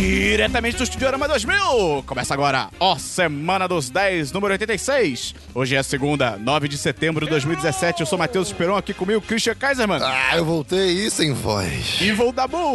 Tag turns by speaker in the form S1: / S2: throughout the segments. S1: diretamente do Estudiorama 2000. Começa agora, ó, Semana dos 10, número 86. Hoje é segunda, 9 de setembro de 2017. Eu sou Matheus Esperon, aqui comigo, Christian Kaiserman.
S2: Ah, eu voltei e sem voz.
S1: Evil Dabu!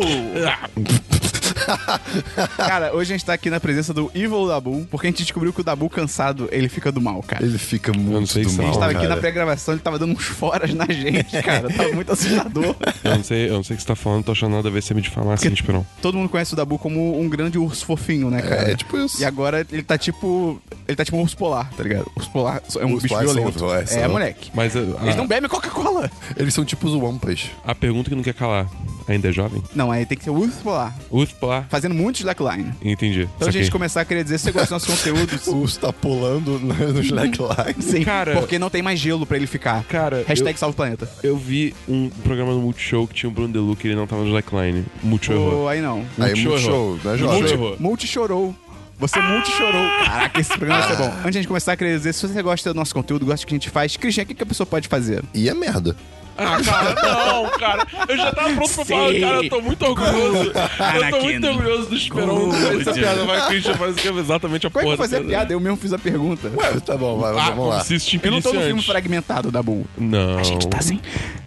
S1: cara, hoje a gente tá aqui na presença do Evil Dabu, porque a gente descobriu que o Dabu cansado, ele fica do mal, cara.
S2: Ele fica muito
S3: sei
S2: do
S3: se
S1: A
S2: mal,
S1: gente tava aqui
S2: cara.
S1: na pré-gravação, ele tava dando uns foras na gente, cara. Tava muito assustador.
S3: Eu não sei, eu não sei o que você tá falando, tô achando nada a ver você me de falar assim, Esperão.
S1: Todo mundo conhece o Dabu como um grande urso fofinho, né, cara?
S2: É, tipo isso.
S1: E agora ele tá tipo. Ele tá tipo um urso polar, tá ligado? Urso polar é um
S2: Urso
S1: bicho
S2: polar são-
S1: violento.
S2: é, são-
S1: é, moleque.
S3: Mas a, a-
S1: Eles não bebem Coca-Cola.
S2: Eles são tipo os Wampas.
S3: a pergunta que não quer calar, ainda é jovem?
S1: Não, aí tem que ser um urso polar.
S3: Uspa,
S1: Fazendo muito slackline.
S3: entendi.
S1: Então, a gente,
S3: saquei.
S1: começar a querer dizer se você gosta do nosso
S2: O
S1: conteúdo.
S2: urso tá pulando no no slackline.
S1: Sim,
S3: Cara-
S1: porque não tem mais gelo pra ele ficar.
S3: Cara,
S1: Hashtag salve o planeta.
S3: eu vi um programa no Multishow que tinha o Bruno Deluca e ele não tava no Slackline. Multishow errou.
S1: Pô, aí não.
S2: Aí, muito
S3: Multishow errou.
S2: show, né,
S3: Multishow
S2: Jorge?
S3: errou.
S1: Multi chorou. Você multi chorou. Caraca, esse programa vai ser bom. Antes de a gente começar, eu queria dizer, se você gosta do nosso conteúdo, gosta do que a gente faz, Cristian, o que, que a pessoa pode fazer?
S2: E é merda.
S3: Ah, cara, não, cara. Eu já tava pronto pra falar,
S1: Sim.
S3: cara, eu tô muito orgulhoso. Eu tô
S1: Anakin.
S3: muito orgulhoso do Esperão. Essa piada vai, Christian, parece que é exatamente a
S1: Como é que
S3: porra.
S1: eu vou fazer a
S3: da-
S1: piada? Eu mesmo fiz a pergunta.
S2: Ué, tá bom, vai,
S3: Ah,
S2: vamos lá.
S3: se isso te
S1: Eu não tô no
S3: impedisse
S1: filme
S3: antes.
S1: fragmentado da Bull.
S3: Não.
S1: A gente tá assim.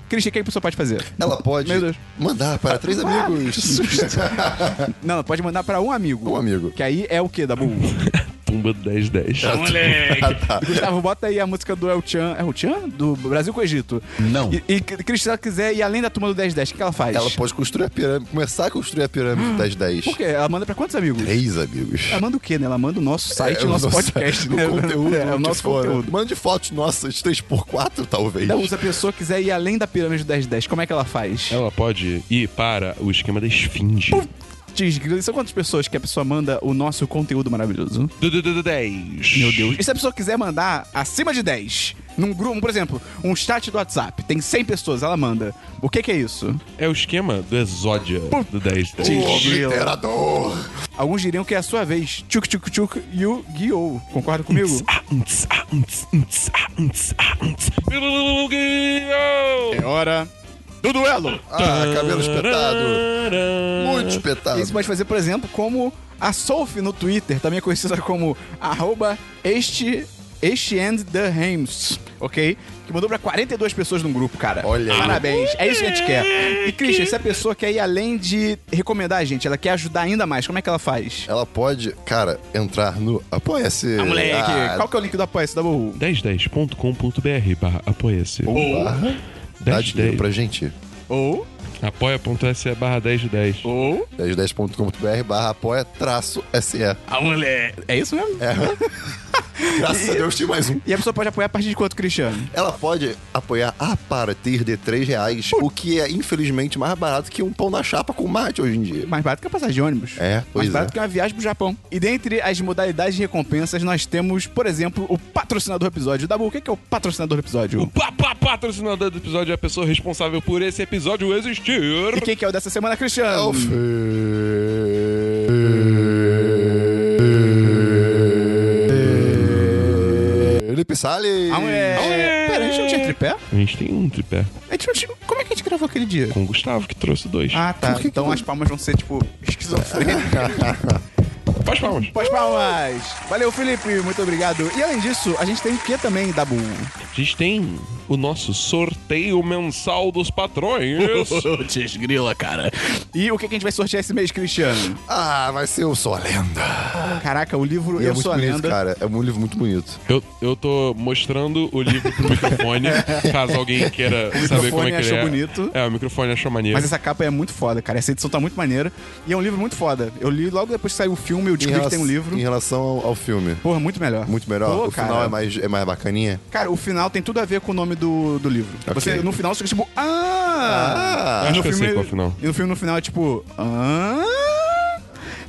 S1: Cristian, o que a pessoa pode fazer?
S2: Ela pode
S1: Meu Deus.
S2: mandar para três
S1: Ah,
S2: amigos.
S1: que susto. Não, pode mandar pra um amigo.
S2: Um amigo.
S1: Que aí é o quê, Dabu?
S3: Pumba 1010.
S1: é-
S2: Ah, tá.
S1: Gustavo, bota aí a música do El Chan. É o Chan? Do Brasil com o Egito.
S2: Não.
S1: E, e Cristian, se ela quiser ir além da turma do 1010, o que que ela faz?
S2: Ela pode construir a pirâmide, começar a construir a pirâmide das 10.
S1: Por quê? Ela manda pra quantos amigos?
S2: Três amigos.
S1: Ela manda o quê, né? Ela manda o nosso site e
S2: É,
S1: o nosso
S2: nosso-
S1: podcast,
S2: o
S1: né?
S2: conteúdo,
S1: é, o
S2: que
S1: nosso
S2: for, né?
S1: conteúdo.
S2: Mande fotos nossas 3x4, talvez.
S1: Então, se a pessoa quiser ir além da pirâmide do 1010, como é que ela faz?
S3: Ela pode ir para o esquema da esfinge.
S1: Diz, Grilo, são quantas pessoas que a pessoa manda o nosso conteúdo maravilhoso?
S3: Du- du- du- du- 10.
S1: Meu Deus. E se a pessoa quiser mandar acima de 10, num grupo, por exemplo, um chat do WhatsApp, tem 100 pessoas, ela manda. O que que é isso?
S3: É o esquema do Exódia do 10.
S1: Sim.
S2: O obliterador.
S1: Alguns diriam que é a sua vez. Tchuk, tchuk, tchuk, e o guiou. Concorda comigo? É hora do duelo.
S2: Ah, cabelo espetado. Muito espetado.
S1: Isso pode fazer, por exemplo, como a Solf no Twitter, também conhecida como arroba este, este and the Hames, ok? Que mandou pra 42 pessoas num grupo, cara.
S2: Olha aí.
S1: Parabéns. É isso que a gente quer. E, Christian, se a pessoa quer ir além de recomendar a gente, ela quer ajudar ainda mais, como é que ela faz?
S2: Ela pode, cara, entrar no Apoia-se.
S1: Ah, moleque,
S2: Ah,
S1: qual que é o link do apoia da Bauru?
S3: 1010.com.br barra apoia-se.
S2: barra. Dá dinheiro
S3: 1010.
S2: pra gente.
S1: Ou,
S3: Apoia.se barra 1010.
S1: ou,
S2: 1010.com.br barra apoia traço SE.
S1: a mulher. É isso mesmo?
S2: Graças a Deus tinha mais um.
S1: E a pessoa pode apoiar a partir de quanto, Cristiano?
S2: Ela pode apoiar a partir de 3 reais, o que é infelizmente mais barato que um pão na chapa com mate hoje em dia.
S1: Mais barato que a passagem de ônibus.
S2: É, pois
S1: Mais barato
S2: é.
S1: que uma viagem pro Japão. E dentre as modalidades de recompensas, nós temos, por exemplo, o patrocinador do episódio. Dabu, o que que é o patrocinador do
S3: O
S1: episódio?
S3: pa- pa- patrocinador do episódio é a pessoa responsável por esse episódio existir.
S1: E quem que é o dessa semana, Cristiano?
S2: Elf. Felipe Salles.
S1: Ah, mulher.
S3: Ah, mulher.
S1: Pera, a gente não tinha tripé?
S3: A gente tem um tripé
S1: A gente não tinha... Como é que a gente gravou aquele dia?
S3: com o Gustavo que trouxe dois.
S1: Ah, tá. Então as palmas vão ser, tipo,
S2: Ah,
S1: esquizofrênicas.
S3: Faz palmas.
S1: Pós palmas! Valeu, Felipe. Muito obrigado. E além disso, a gente tem o que também, Dabu?
S3: A gente tem o nosso sorteio mensal dos patrões.
S1: Desgrila, cara. E o que que a gente vai sortear esse mês, Cristiano?
S2: Ah, vai ser o Sou a Lenda.
S1: Caraca, o livro
S2: E é
S1: Eu
S2: muito
S1: Sou a
S2: bonito,
S1: Lenda.
S2: cara. É um livro muito bonito.
S3: Eu, eu tô mostrando o livro pro microfone, caso alguém queira saber como
S1: microfone
S3: é que ele
S1: achou
S3: é.
S1: bonito.
S3: É, o microfone achou maneiro.
S1: Mas essa capa é muito foda, cara. Essa edição tá muito maneira. E é um livro muito foda. Eu li logo depois que saiu o filme, eu
S2: Em
S1: descobri que tem um livro.
S2: Em relação ao, ao filme.
S1: Porra, muito melhor.
S2: Muito melhor.
S1: Pô,
S2: o
S1: cara.
S2: final é mais, é mais bacaninha.
S1: Cara, o final tem tudo a ver com o nome do, do livro. Você, no final, você fica tipo... Ah!
S2: Ah,
S1: E no
S3: acho que eu
S1: filme-
S3: sei qual é o final.
S1: E no filme, no final, é tipo... Ah!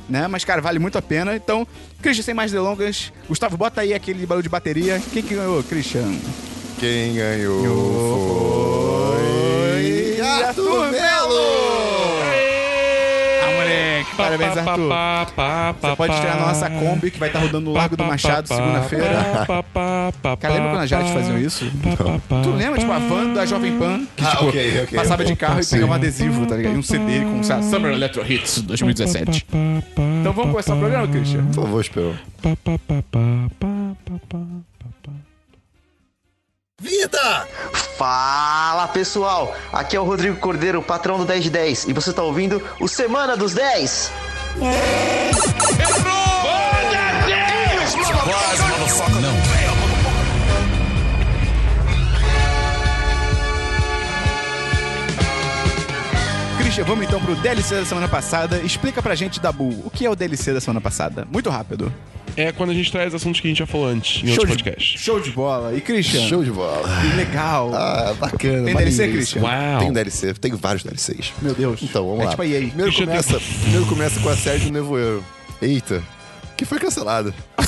S1: Né? Mas, cara, vale muito a pena. Então, Christian, sem mais delongas, Gustavo, bota aí aquele barulho de bateria. Quem que ganhou, Christian?
S2: Quem ganhou foi.
S1: Arthur
S2: Melo!
S1: Ah, moleque! Parabéns, Arthur. Você pode estrear na nossa Kombi, que vai estar rodando no Largo do Machado segunda-feira. Cara, lembra quando a Jade faziam isso? Tu lembra, tipo, a van da Jovem Pan, que,
S2: Ah,
S1: tipo,
S2: ok, ok.
S1: passava de carro e
S3: Sim.
S1: pegava um adesivo, tá ligado? E um CD com, sei lá, Summer Electro Hits 2017. Então vamos começar o programa, Christian?
S2: Por favor, Esperão. Vida!
S4: Fala pessoal, aqui é o Rodrigo Cordeiro, patrão do 10 de 10, e você tá ouvindo o Semana dos 10.
S1: Christian, vamos então pro DLC da semana passada. Explica pra gente, Dabu, o que é o DLC da semana passada? Muito rápido.
S3: É quando a gente traz assuntos que a gente já falou antes em
S1: show,
S3: outros
S1: de,
S3: podcasts.
S1: show de bola. E Christian?
S2: Show de bola.
S1: Legal.
S2: Ah, bacana.
S1: Tem
S2: maneiro
S1: DLC,
S2: isso.
S1: Christian?
S3: Uau.
S2: Tem DLC, tem vários DLCs.
S1: Meu Deus.
S2: Então, vamos
S1: É
S2: lá.
S1: tipo a EA.
S2: Primeiro,
S3: Christian
S2: começa, primeiro começa com a série do Nevoeiro. Eita, que foi cancelada.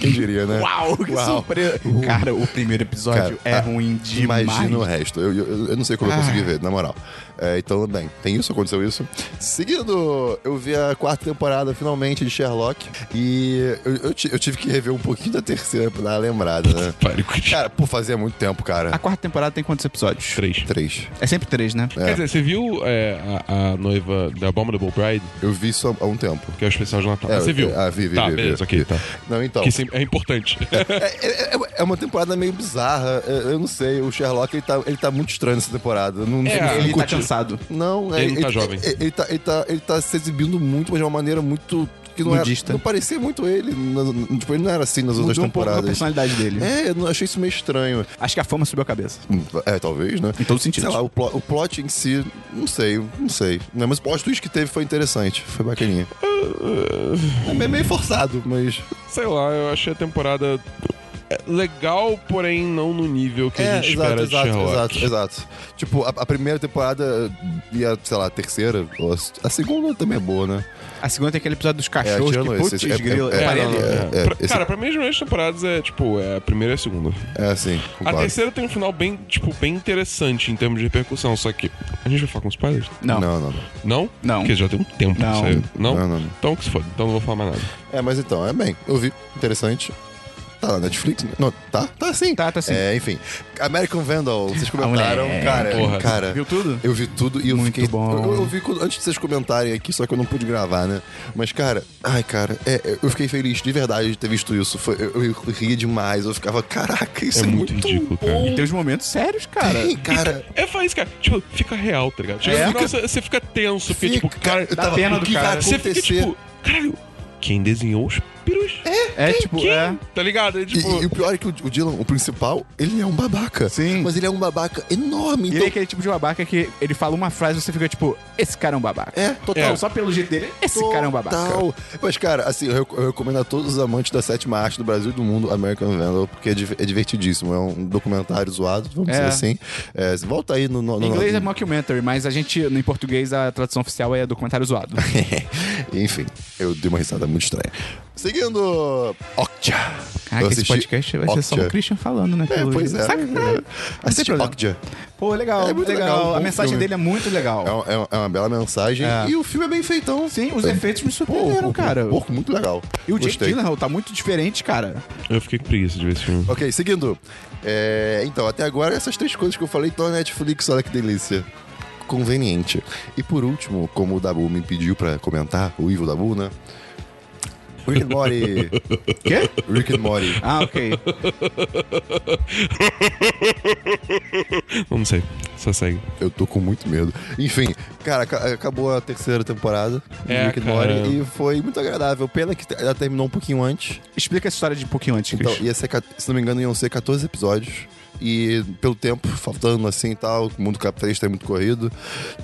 S2: Quem diria, né?
S1: Uau, que surpresa. Cara, o primeiro episódio
S2: Cara,
S1: é
S2: ah,
S1: ruim demais.
S2: Imagina o resto. Eu, eu, eu não sei como
S3: Ah.
S2: eu consegui ver, na moral. É, então, bem, tem isso, aconteceu isso. Seguindo, eu vi a quarta temporada finalmente de Sherlock. E eu, eu ti- eu tive que rever um pouquinho da terceira pra dar uma lembrada, né?
S3: Pare com isso.
S2: Cara, pô, fazia muito tempo,
S1: A
S2: cara.
S1: quarta temporada tem quantos episódios?
S3: Três.
S2: Três.
S1: É sempre três, né?
S3: Quer dizer, você viu é, a, a noiva da Abominable Bride,
S2: Eu vi isso há um tempo.
S3: que é o especial de Natal?
S2: É,
S3: Ah, você viu?
S2: Ah, vi, vi,
S3: Tá,
S2: vi, vi,
S3: beleza,
S2: vi.
S3: ok, tá.
S2: Não, então.
S3: Que sempre- é importante.
S2: É, é- é uma temporada meio bizarra. é, Eu não sei. O Sherlock, ele tá, ele tá muito estranho nessa temporada. Eu Não,
S3: É,
S2: não,
S1: Ele tá
S3: curtiu.
S1: cansado.
S2: não, é,
S3: Ele não tá jovem.
S2: Ele, ele tá, ele, tá, ele tá se exibindo muito, mas de uma maneira muito. Que não, era-
S1: Nudista.
S2: não parecia muito ele. na- tipo, ele não era assim nas outras
S1: Mudou um pouco a
S2: temporadas.
S1: personalidade dele.
S2: é, eu não- achei isso meio estranho.
S1: Acho que a fama subiu a cabeça.
S2: É, talvez, né?
S1: Em todos os sentidos.
S2: Sei lá, o, plo- o plot em si, não sei, não sei. Não, mas o plot twist que teve foi interessante, foi bacaninha. É meio- meio forçado, mas.
S3: Sei lá, eu achei a temporada é, legal, porém não no nível que a gente espera de Sherlock.
S2: É, exato, exato. Tipo, a, a primeira temporada e a, sei lá, a terceira, ou a, a segunda também é boa, né?
S1: A segunda tem aquele episódio dos cachorros
S2: tirando
S1: que
S2: esse,
S1: putz,
S2: esse- é-
S1: grilo.
S2: é-
S1: Eu
S3: É,
S1: parei
S3: não,
S1: ali.
S3: não,
S2: é,
S3: não.
S2: é,
S3: Pra-
S2: esse-
S3: Cara, pra mim as melhores temporadas é, tipo, é a primeira e a segunda.
S2: É assim,
S3: A
S2: concordo.
S3: terceira tem um final bem, tipo, bem interessante em termos de repercussão, só que. A gente vai falar com os pais?
S1: Não.
S2: Não, não, não.
S3: Não?
S1: Não.
S3: Porque já tem um tempo
S1: Não.
S3: que saiu. Não?
S2: Não, não, não.
S3: Então que se foda, então não vou falar mais nada.
S2: É, mas então, é bem, eu vi, interessante. Tá na Netflix? né? Não, tá? Tá sim.
S1: Tá, tá sim.
S2: É, enfim. American Vandal, vocês comentaram,
S1: mulher,
S2: cara.
S3: porra.
S2: Cara,
S1: Viu tudo?
S2: Eu vi tudo e eu
S1: Muito
S2: fiquei.
S1: bom.
S2: Eu, eu vi quando- antes de vocês comentarem aqui, só que eu não pude gravar, né? Mas, cara, ai, cara, é, é, eu fiquei feliz de verdade de ter visto isso. Foi- eu, eu ria demais, eu ficava, caraca, isso é,
S3: É muito ridículo, cara.
S1: Tem uns momentos sérios, cara.
S2: Ih, cara.
S3: É, faz, cara. Tipo, fica real, tá ligado? Chega
S2: É.
S3: no final, você, você fica tenso, porque,
S2: fica-
S3: tipo, cara.
S2: eu
S1: dá pena
S2: o
S1: do
S2: que
S1: cara.
S2: vai
S3: Você
S2: acontecer?
S3: fica, tipo, caralho, quem desenhou os pirus? É,
S1: É tipo,
S3: quem?
S1: é.
S3: Tá ligado? É,
S2: E,
S3: tipo.
S2: e o pior é que o, o Dylan, o principal, ele é um babaca.
S1: Sim.
S2: Mas ele é um babaca enorme.
S1: Ele é
S2: Então,
S1: aquele tipo de babaca que ele fala uma frase e você fica tipo, esse cara é um babaca.
S2: é, total.
S1: Só pelo jeito dele, esse
S2: Total.
S1: cara é um babaca.
S2: Mas, cara, assim, eu, rec- eu recomendo a todos os amantes da sétima arte do Brasil e do mundo American Vandal, porque é, di- é divertidíssimo. É um documentário zoado, vamos
S1: É.
S2: dizer assim. É, volta aí no. no,
S1: Em
S2: no
S1: inglês é mockumentary, mas a gente, em português, a tradução oficial é documentário zoado.
S2: Enfim, eu dei uma risada muito estranha. Seguindo. Okja.
S1: Caraca,
S2: Eu
S1: Ah, esse
S2: assisti
S1: podcast vai ser só
S2: Okja.
S1: o Christian falando, né?
S2: É,
S1: pelo
S2: pois
S1: jeito.
S2: é.
S1: Saca?
S2: é. Assisti
S1: problema.
S2: Okja.
S1: Pô, legal,
S2: É muito
S1: legal.
S2: legal, bom
S1: A mensagem
S2: filme.
S1: dele é muito legal.
S2: É, um- é um- é uma bela mensagem.
S1: É.
S2: E o filme é bem feitão.
S1: Sim, os
S2: É.
S1: efeitos me
S2: Pô, o-
S1: surpreenderam,
S2: o-
S1: cara.
S2: o Porco, muito legal.
S1: E o Jake
S2: Gostei.
S1: Gyllenhaal tá muito diferente, cara.
S3: Eu fiquei com preguiça de ver esse filme.
S2: Ok, seguindo. É, então, até agora essas três coisas que eu falei estão na Netflix, olha que delícia. Conveniente. E por último, como o Dabu me pediu pra comentar, o Ivo Dabu, né? Rick and Morty.
S1: Quê?
S2: Rick and Morty.
S1: Ah, ok.
S3: Não sei. Só segue.
S2: Eu tô com muito medo. Enfim, cara, aca- acabou a terceira temporada de
S3: É,
S2: Rick and
S3: cara.
S2: Morty e foi muito agradável. Pena que ela terminou um pouquinho antes.
S1: Explica essa história de um pouquinho antes,
S2: Então,
S1: Christian.
S2: ia ser, ca- se não me engano, iam ser 14 episódios. E pelo tempo, faltando assim e tal, o mundo capitalista é muito corrido.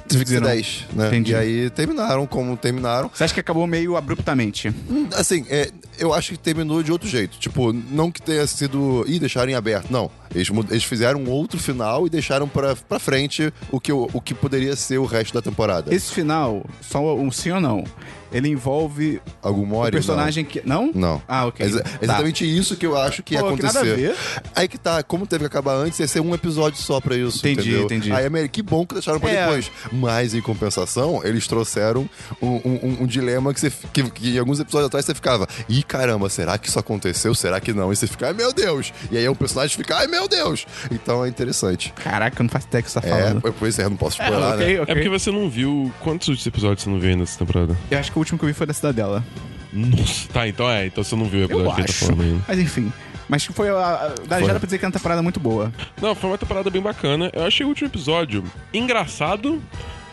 S2: Tive que ser
S1: Dividiram.
S2: 10, né?
S1: Entendi.
S2: E aí terminaram como terminaram.
S1: Você acha que acabou meio abruptamente?
S2: Hum, Assim, é, eu acho que terminou de outro jeito. Tipo, não que tenha sido. Ih, deixaram em aberto. Não. Eles, mu- eles fizeram um outro final e deixaram pra, pra frente o que, o, o que poderia ser o resto da temporada.
S1: Esse final, só um sim ou não, ele envolve
S2: Algum
S1: o
S2: Mori,
S1: personagem que. Não?
S2: Não. Não.
S1: Ah, ok.
S2: É exa-
S1: Tá.
S2: exatamente isso que eu acho que ia
S1: Pô, que nada a
S2: acontecer.
S1: ver.
S2: Aí que tá, como teve que acabar antes, ia ser um episódio só pra isso.
S1: Entendi,
S2: entendeu?
S1: entendi.
S2: Aí, América, que bom que deixaram pra
S1: É.
S2: depois. Mas, em compensação, eles trouxeram um, um- um- um dilema que, você, f- que, que em alguns episódios atrás você ficava: ih, caramba, será que isso aconteceu? Será que não? E você fica: ai, meu Deus. E aí o personagem fica: ai, meu Deus. Então é interessante.
S1: Caraca, eu não faço ideia do que você tá
S2: É,
S1: falando.
S2: pois é, não posso
S1: Ah,
S2: explorar, né?
S1: ok, ok.
S3: É porque você não viu. Quantos outros episódios você não viu ainda nessa temporada?
S1: Eu acho que o último que eu vi foi da Cidadela.
S3: Nossa, tá, então é. Então você não viu o
S1: Eu
S3: episódio que a gente
S1: acho.
S3: tá falando ainda.
S1: Mas enfim. Mas que foi a. a- Já dá pra dizer que é uma temporada muito boa.
S3: Não, foi uma temporada bem bacana. Eu achei o último episódio engraçado,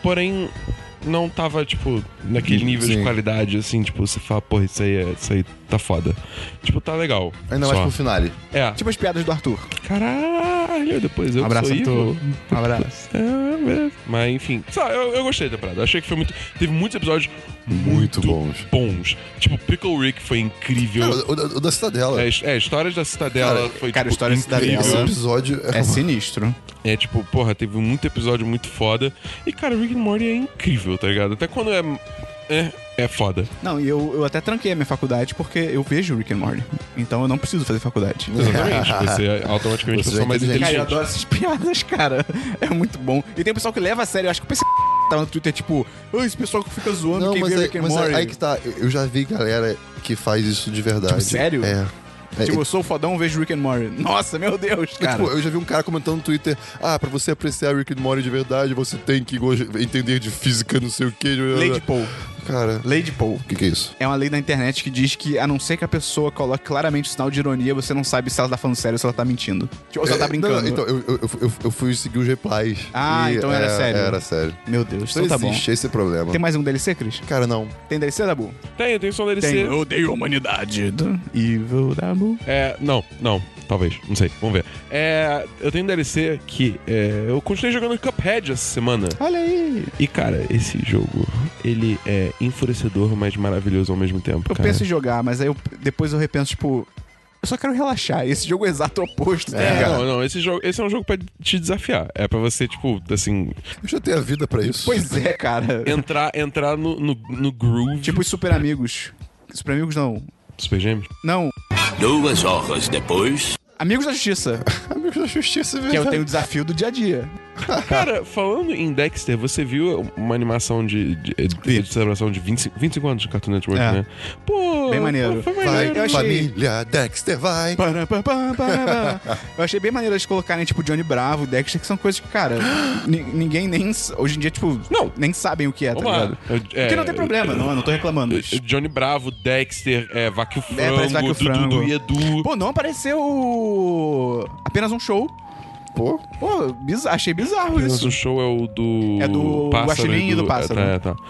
S3: porém não tava, tipo, naquele nível
S2: Sim.
S3: de qualidade, assim, tipo, você fala, porra, isso aí, é, isso aí tá foda. Tipo, tá legal.
S2: Ainda mais
S3: só.
S2: pro finale.
S3: É.
S1: Tipo as piadas do Arthur.
S3: Caralho, depois eu que
S1: Abraço,
S3: sou
S1: Arthur.
S3: evil.
S1: Abraço.
S3: É, beleza. Mas enfim, sei lá, eu, eu gostei da temporada. Achei que foi muito. Teve muitos episódios
S2: Muito bons.
S3: bons. Tipo, Pickle Rick foi incrível.
S2: Cara, o, o- o da Cidadela.
S3: É, his- é, histórias da Citadela
S2: Cara,
S3: foi
S1: cara,
S3: tipo,
S1: histórias da
S3: incrível.
S2: Esse
S1: Cidadela.
S2: episódio é,
S1: É sinistro.
S3: É tipo, porra, teve muito episódio muito foda. E cara, Rick and Morty é incrível, tá ligado? Até quando é. É, é foda.
S1: Não, e eu, eu até tranquei a minha faculdade porque eu vejo Rick and Morty. Então eu não preciso fazer faculdade.
S3: Exatamente. Você automaticamente
S2: Você
S3: é pessoa
S2: é
S3: mais
S1: Cara, eu
S2: inteligente.
S3: inteligente.
S1: adoro essas piadas, cara. É muito bom. E tem pessoal que leva a sério. Eu acho que o PC tava no Twitter, tipo, "Ah, esse pessoal que fica zoando
S2: Não,
S1: quem
S2: mas,
S1: vê
S2: é-
S1: Rick and
S2: mas é-
S1: Morty.
S2: aí que tá. Eu eu já vi galera que faz isso de verdade.
S1: Tipo, sério?
S2: É. É,
S1: Tipo,
S2: é,
S1: eu sou fodão, vejo Rick and Morty. Nossa, meu Deus,
S2: tipo,
S1: cara.
S2: eu já vi um cara comentando no Twitter: Ah, pra você apreciar Rick and Morty de verdade, você tem que go- entender de física, não sei o quê.
S1: Lady Paul.
S2: Cara,
S1: Lady Paul.
S2: o que, que é isso?
S1: É uma lei da internet que diz que, a não ser que a pessoa coloque claramente o sinal de ironia, você não sabe se ela tá falando sério ou se ela tá mentindo. Tipo, ou se ela
S2: É,
S1: tá brincando.
S2: não, então, eu, eu, eu- eu fui seguir os replies.
S1: Ah,
S2: E
S1: então era
S2: é-
S1: sério.
S2: Era sério.
S1: Meu Deus,
S2: Não
S1: então tá bom.
S2: existe esse problema.
S1: Tem mais um DLC, Cris?
S2: Cara, não.
S1: Tem DLC, Dabu?
S3: Tem, tem som dele ser.
S1: odeio a humanidade. Evil Dabu.
S3: É, não, não, talvez, não sei, vamos ver. É, eu tenho um DLC que é, eu continuei jogando Cuphead essa semana.
S1: Olha aí.
S3: E cara, esse jogo, ele é enfurecedor, mas maravilhoso ao mesmo tempo.
S1: Eu
S3: cara.
S1: penso em jogar, mas aí eu, depois eu repenso, tipo, eu só quero relaxar. Esse jogo é o exato oposto, tá
S3: É,
S1: ligado?
S3: não, não, esse, jogo, esse é um jogo pra te desafiar. É pra você, tipo, assim,
S2: Eu já tenho a vida pra isso.
S1: Pois é, cara.
S3: entrar, entrar no, no, no groove.
S1: Tipo os super amigos. Super amigos não.
S3: Super Gêmeos.
S1: Não.
S5: Duas horas depois.
S1: Amigos da Justiça.
S2: Amigos da justiça, é
S1: Que eu
S2: verdade.
S1: tenho o desafio do dia a dia. ah, tá.
S3: Cara, falando em Dexter, você viu uma animação de, de, de, de celebração de 25, 25 anos de Cartoon Network,
S1: É.
S3: né? Pô,
S1: Bem maneiro.
S3: pô, Foi
S2: Vai,
S3: maneiro.
S1: Eu achei-
S2: família Dexter, vai.
S1: Pará, pá, pá, pá, pá. Eu achei bem maneiro eles colocarem, tipo, Johnny Bravo, Dexter, que são coisas que, cara, ni- ninguém nem. s- Hoje em dia, tipo,
S3: Não.
S1: nem sabem o que é, tá
S3: Vamos lá.
S1: ligado?
S3: É,
S1: Porque não tem
S3: é,
S1: problema, não, eu não tô reclamando.
S3: Johnny Bravo, Dexter, é, Vaquio
S1: É,
S3: Frango,
S1: parece Vaquio
S3: Dudu
S1: Frango.
S3: Dudu e Edu.
S1: Pô, não apareceu o- apenas um show.
S2: Pô,
S1: Pô, biz- achei bizarro
S3: Mas
S1: isso.
S3: o show é o do.
S1: É do
S3: pássaro
S1: Guaxinim e do pássaro. né?
S3: É, tá, é, tá.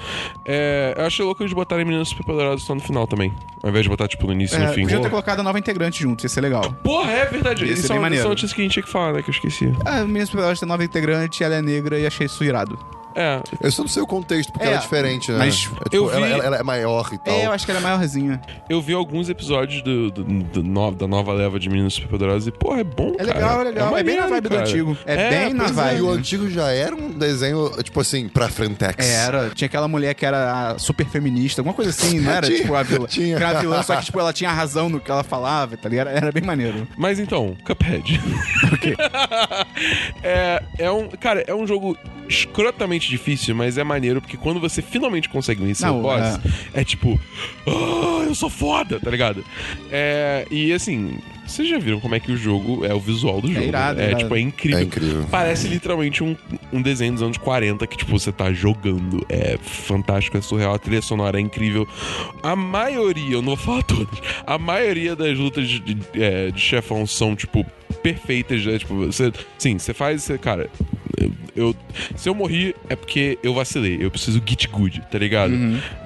S3: É, eu achei louco eles botarem meninas superpoderosas só no final também. Ao invés de botar, tipo, no início e
S1: É,
S3: no fim.
S1: podia ter colocado a nova integrante junto, ia ser legal.
S3: Porra, é verdade.
S1: Ia ser
S3: Isso
S1: bem
S3: é uma
S1: maneiro.
S3: isso é uma notícia que a gente tinha que falar, né? Que eu esqueci.
S1: A minha É, super tem nova integrante, ela é negra e achei isso irado.
S3: É,
S2: Eu só não sei o contexto, porque
S1: É,
S2: ela é diferente, né?
S1: mas
S2: É, tipo,
S3: eu vi-
S2: ela, ela- ela é maior e tal.
S1: É, eu acho que ela é maiorzinha.
S3: Eu vi alguns episódios do, do- do no- da nova leva de meninos superpoderosos e, porra, é bom,
S1: É
S3: cara.
S1: legal, é legal. É bem na
S3: maneiro,
S1: vibe do
S3: cara.
S1: antigo. É bem na
S3: pois
S1: vibe.
S2: E o antigo já era um desenho, tipo assim, pra Frentex.
S1: É, Era, tinha aquela mulher que era a super feminista, alguma coisa assim, não era?
S2: Tinha,
S1: tipo, a vilã.
S2: tinha.
S1: Que era a vilã, só que tipo, ela tinha razão no que ela falava, tá ligado? Era, era bem maneiro.
S3: Mas então, Cuphead.
S1: Ok.
S3: é, é um, cara, é um jogo escrotamente difícil, mas é maneiro porque quando você finalmente consegue vencer
S1: Não,
S3: o boss, é, tipo, "Ah, eu sou foda, tá ligado? É, e assim, vocês já viram como é que o jogo é o visual do jogo. né?
S1: irado, irado.
S3: tipo, é incrível.
S2: É incrível.
S3: Parece literalmente um, um desenho dos anos 40 que, tipo, você tá jogando. É fantástico, é surreal, a trilha sonora é incrível. A maioria, eu não vou falar todas, a maioria das lutas de, de- é, de chefão são, tipo, perfeitas. Né? Tipo, você, sim, você faz, você, cara. Eu, se eu morri, é porque eu vacilei. Eu preciso get good, tá ligado?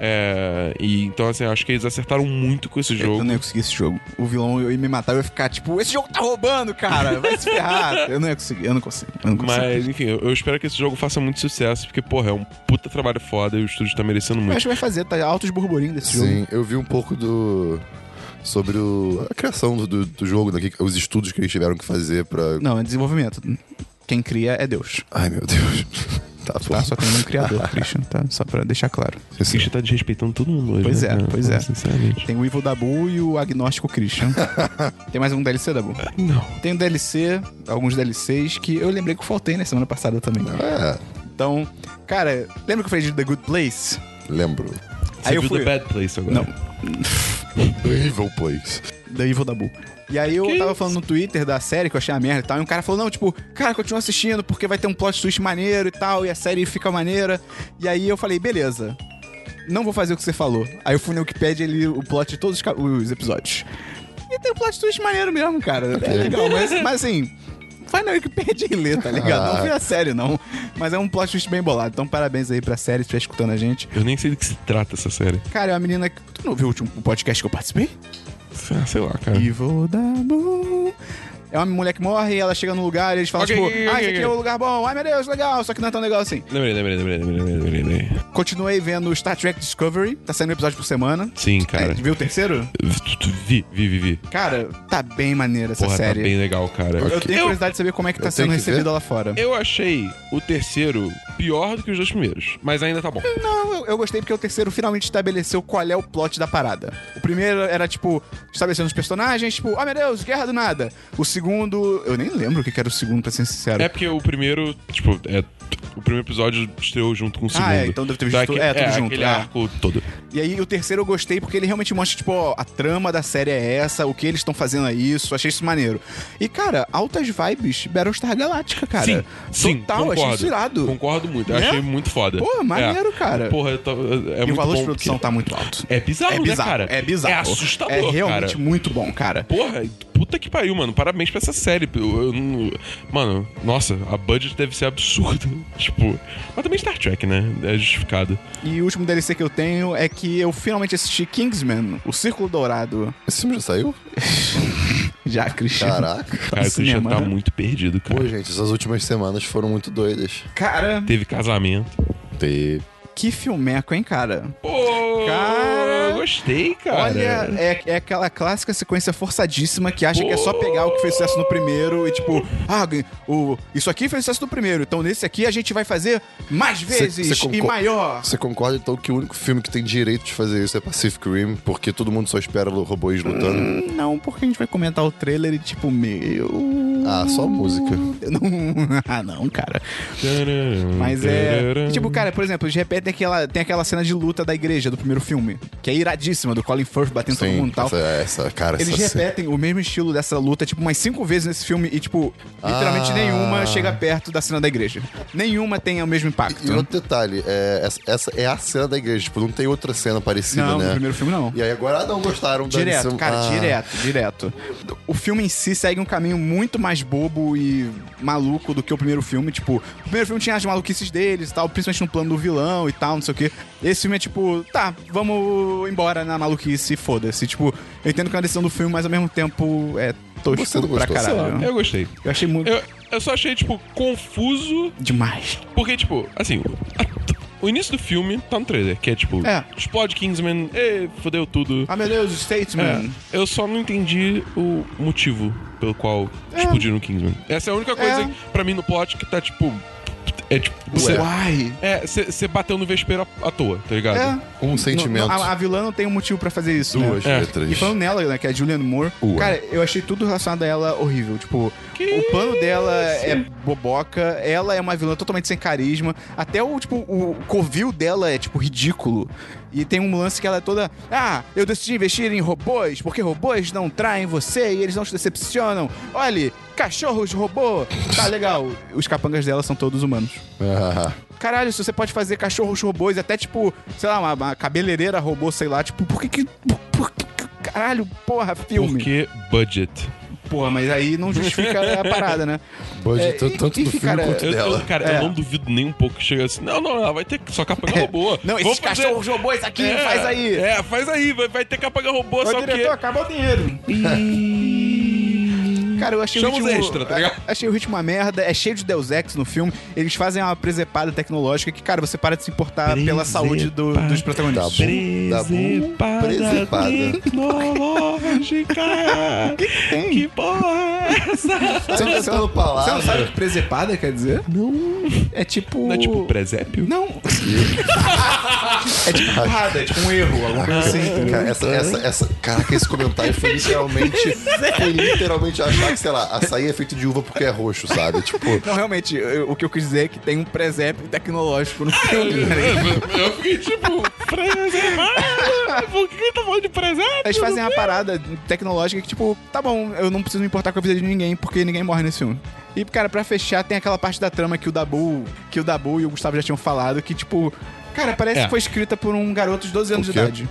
S3: É, e, então, assim, eu acho que eles acertaram muito com esse
S1: Eu
S3: jogo.
S1: não ia conseguir esse jogo. O vilão eu ia me matar, eu ia ficar tipo, esse jogo tá roubando, cara, vai se ferrar. eu não ia conseguir, eu não consigo, eu não consigo.
S3: Mas, enfim, eu eu espero que esse jogo faça muito sucesso, porque, porra, é um puta trabalho foda e o estúdio tá merecendo
S1: Eu
S3: muito.
S1: acho que vai fazer, tá altos burburinhos desse jogo.
S2: Sim, eu vi um pouco do. sobre o- a criação do, do- do jogo, né, que- os estudos que eles tiveram que fazer pra.
S1: Não, é desenvolvimento. Quem cria é Deus.
S2: Ai, meu Deus. Tá, bom.
S1: Tá? Só tem um criador, Christian, tá? Só pra deixar claro.
S3: O Christian tá desrespeitando todo mundo hoje.
S1: Pois
S3: né,
S1: é,
S3: cara?
S1: pois é.
S3: Sinceramente.
S1: Tem o Evil Dabu e o Agnóstico Christian. tem mais um DLC, Dabu?
S3: Não.
S1: Tem um DLC, alguns DLCs que eu lembrei que eu faltei na semana passada também.
S2: É,
S1: Então, cara, lembra que eu falei de The Good Place?
S2: lembro.
S3: Você
S1: Aí eu
S3: viu
S1: fui-
S3: The Bad Place agora?
S1: Não,
S2: Evil Place.
S1: da Evil Dabu. E aí eu tava falando no Twitter da série que eu achei a merda e tal, e um cara falou, não, tipo, cara, continua assistindo porque vai ter um plot twist maneiro e tal, e a série fica maneira. E aí eu falei, beleza, não vou fazer o que você falou. Aí eu fui no Wikipedia e li o plot de todos os, ca- os episódios. E tem um plot twist maneiro mesmo, cara. É legal, mas, mas assim... Vai na Wikipedia e lê, tá ligado? Não foi a série, não. Mas é um plot twist bem bolado. Então, parabéns aí pra série, se estiver escutando a gente.
S3: Eu nem sei do que se trata essa série.
S1: Cara, é uma menina que. Tu não viu o último podcast que eu participei?
S3: Ah, Sei lá, cara.
S1: Evil Dabu. É uma mulher que morre, ela chega num lugar e eles falam,
S3: Ok,
S1: tipo,
S3: ok,
S1: ah, esse
S3: ok.
S1: aqui é um lugar bom, ai meu Deus, legal, só que não é tão legal assim.
S3: Lembrei, lembrei, lembrei, lembrei, lembrei, lembrei.
S1: Continuei vendo Star Trek Discovery, tá saindo um episódio por semana.
S3: Sim, cara.
S1: É, viu o terceiro?
S3: Vi, vi, vi, vi.
S1: Cara, tá bem maneira essa
S3: Porra,
S1: série.
S3: tá bem legal, cara.
S1: Eu tenho
S3: Eu-
S1: curiosidade de saber como é que tá
S2: Eu
S1: sendo
S2: tenho que ver?
S1: recebida lá fora.
S3: Eu achei o terceiro pior do que os dois primeiros, mas ainda tá bom.
S1: Não, eu- eu gostei porque o terceiro finalmente estabeleceu qual é o plot da parada. O primeiro era, tipo, estabelecendo os personagens, tipo, oh meu Deus, guerra do nada. O segundo, eu nem lembro o que que era o segundo, pra ser sincero.
S3: É porque o primeiro, tipo, é, o primeiro episódio estreou junto com o segundo.
S1: é, então deve ter visto
S3: aque-
S1: tudo- é, tudo
S3: é,
S1: junto,
S3: Aquele
S1: é.
S3: arco todo.
S1: E aí o terceiro eu gostei porque ele realmente mostra, tipo, ó, a trama da série é essa, o que eles estão fazendo é isso, achei isso maneiro. E, cara, altas vibes Battlestar Galáctica, cara.
S3: sim, sim,
S1: Total,
S3: concordo,
S1: achei isso irado.
S3: Concordo é muito, eu
S1: Né?
S3: achei muito foda.
S1: Pô, maneiro,
S3: É.
S1: cara.
S3: Porra, eu tô- é
S1: e
S3: muito
S1: o valor
S3: bom
S1: de produção
S3: que-
S1: tá muito alto.
S3: É bizarro,
S1: é bizarro,
S3: né, cara?
S1: é bizarro.
S3: É assustador,
S1: É realmente
S3: cara.
S1: muito bom, cara.
S3: Porra, puta que pariu, mano. Parabéns pra essa série. Eu- eu não- mano, nossa, a budget deve ser absurda. Tipo, mas também Star Trek, né? É justificado.
S1: E o último DLC que eu tenho é que eu finalmente assisti Kingsman, O Círculo Dourado.
S2: Esse filme já saiu?
S1: Já, Cristiano. Tá
S2: Caraca.
S1: no
S3: Cara, o Christian
S1: cinema,
S3: tá
S1: né?
S3: muito perdido, cara.
S2: Pô, gente, essas últimas semanas foram muito doidas.
S1: Cara,
S3: Teve casamento.
S2: Teve.
S1: que filmeco, hein, cara?
S3: Pô,
S1: Cara,
S3: gostei, cara.
S1: Olha, é, é aquela clássica sequência forçadíssima que acha que é só pegar o que fez sucesso no primeiro e tipo, ah, gan- o, isso aqui fez sucesso no primeiro, então nesse aqui a gente vai fazer mais vezes
S2: Cê- cê concor-
S1: e maior.
S2: Você concorda então que o único filme que tem direito de fazer isso é Pacific Rim, porque todo mundo só espera robôs lutando?
S1: Não, porque a gente vai comentar o trailer e tipo, meu.
S2: Ah, só música.
S1: Não, ah, não, cara.
S3: Tararam,
S1: Mas é.
S3: tararam.
S1: e, tipo, cara, por exemplo, de repente tem aquela, tem aquela cena de luta da igreja do primeiro filme, que é iradíssima, do Colin Firth batendo todo mundo e tal.
S2: essa, essa cara,
S1: Eles
S2: essa
S1: repetem o mesmo estilo dessa luta, tipo, umas cinco vezes nesse filme e, tipo, literalmente
S2: Ah.
S1: nenhuma chega perto da cena da igreja. Nenhuma tem o mesmo impacto.
S2: E outro detalhe, é, essa, essa é a cena da igreja, tipo, não tem outra cena parecida,
S1: Não,
S2: né?
S1: no primeiro filme não.
S2: E aí agora ah, não gostaram da
S1: Direto,
S2: edição.
S1: cara,
S2: Ah,
S1: direto, direto. O filme em si segue um caminho muito mais bobo e maluco do que o primeiro filme. Tipo, o primeiro filme tinha as maluquices deles e tal, principalmente no plano do vilão e tal, não sei o quê. Esse filme é tipo, tá, vamos embora na maluquice, foda-se. Tipo, eu entendo que é uma decisão do filme, mas ao mesmo tempo é
S2: Você
S1: tosco
S2: não
S1: pra
S2: gostou, sei
S1: caralho.
S3: Eu gostei.
S1: Eu achei muito.
S3: Eu, eu só achei, tipo, confuso,
S1: Demais.
S3: porque, tipo, assim. a- o início do filme tá no trailer, que é tipo,
S1: É.
S3: explode Kingsman, e fodeu tudo.
S1: Ah, meu Deus, o Statesman.
S3: É, eu só não entendi o motivo pelo qual explodiram o Kingsman. Essa é a única coisa,
S1: É.
S3: que, pra mim, no plot que tá tipo. É tipo.
S1: Ué.
S3: Você,
S1: Uai.
S3: é, você você bateu no vespeiro à, à toa, tá ligado?
S1: É.
S2: Um sentimento.
S1: Não, não, a, a vilã não tem um motivo pra fazer isso, né?
S2: Duas
S3: É.
S2: letras.
S1: E falando nela, né, que é a Julianne Moore.
S2: Ué.
S1: Cara, eu achei tudo relacionado a ela horrível. Tipo,
S3: Que
S1: o plano dela é boboca, ela é uma vilã totalmente sem carisma. Até o, tipo, o covil dela é, tipo, ridículo. E tem um lance que ela é toda. Ah, eu decidi investir em robôs, porque robôs não traem você e eles não te decepcionam. Olhe, cachorros robô. Tá legal. Os capangas dela são todos humanos.
S2: Ah,
S1: Caralho, se você pode fazer cachorros robôs, até tipo, sei lá, uma, uma cabeleireira robô, sei lá, tipo, por que que. Por, por que que- caralho, porra, filme.
S3: Porque budget.
S1: Porra, mas aí não justifica a parada, né?
S2: budget,
S1: É,
S2: tanto, tanto
S1: e-
S2: do
S1: e,
S2: filme
S1: cara,
S2: quanto
S3: Eu,
S2: dela.
S3: eu- cara,
S1: É.
S3: eu não duvido nem um pouco que chega assim. Não, não, ela vai ter só capa de robô.
S1: Não, esses
S3: Vamos
S1: cachorros robôs aqui,
S3: É,
S1: faz aí.
S3: É, faz aí, vai, vai ter que apagar robô,
S1: Ô,
S3: só
S1: diretor,
S3: que.
S1: acabou o dinheiro. Cara, eu achei
S3: Chama
S1: o
S3: os
S1: ritmo...
S3: extra, tá ligado?
S1: a- Achei o ritmo uma merda, é cheio de Deus Ex no filme. Eles fazem uma presepada tecnológica que, cara, você para de se importar pela
S3: Presepada.
S1: saúde do- dos protagonistas.
S2: Tá bom, tá bom. Presepada.
S3: tecnológica. que,
S1: tem?
S3: porra é essa?
S2: Tá inventando
S1: Você não
S2: palavras.
S1: sabe o que presepada quer dizer?
S3: Não,
S1: É tipo...
S3: não é tipo presépio?
S1: Não. é tipo porrada, é tipo um erro, alguma coisa
S3: Ah,
S1: assim. entendeu?
S2: Cara, essa, essa, essa, caraca, esse comentário foi literalmente. foi literalmente achar que, sei lá, açaí é feito de uva porque é roxo, sabe? Tipo,
S1: Não, realmente, eu- o que eu quis dizer é que tem um presépio tecnológico no filme. tá ligado?
S3: Eu fiquei tipo, preservado? Por que tá falando de presépio?
S1: Eles fazem uma parada tecnológica que, tipo, tá bom, eu não preciso me importar com a vida de ninguém, porque ninguém morre nesse filme. E, cara, pra fechar, tem aquela parte da trama que o Dabu, que o Dabu e o Gustavo já tinham falado, que, tipo, cara, parece
S3: É.
S1: que foi escrita por um garoto de 12 anos
S2: O
S1: de
S2: quê?
S1: idade.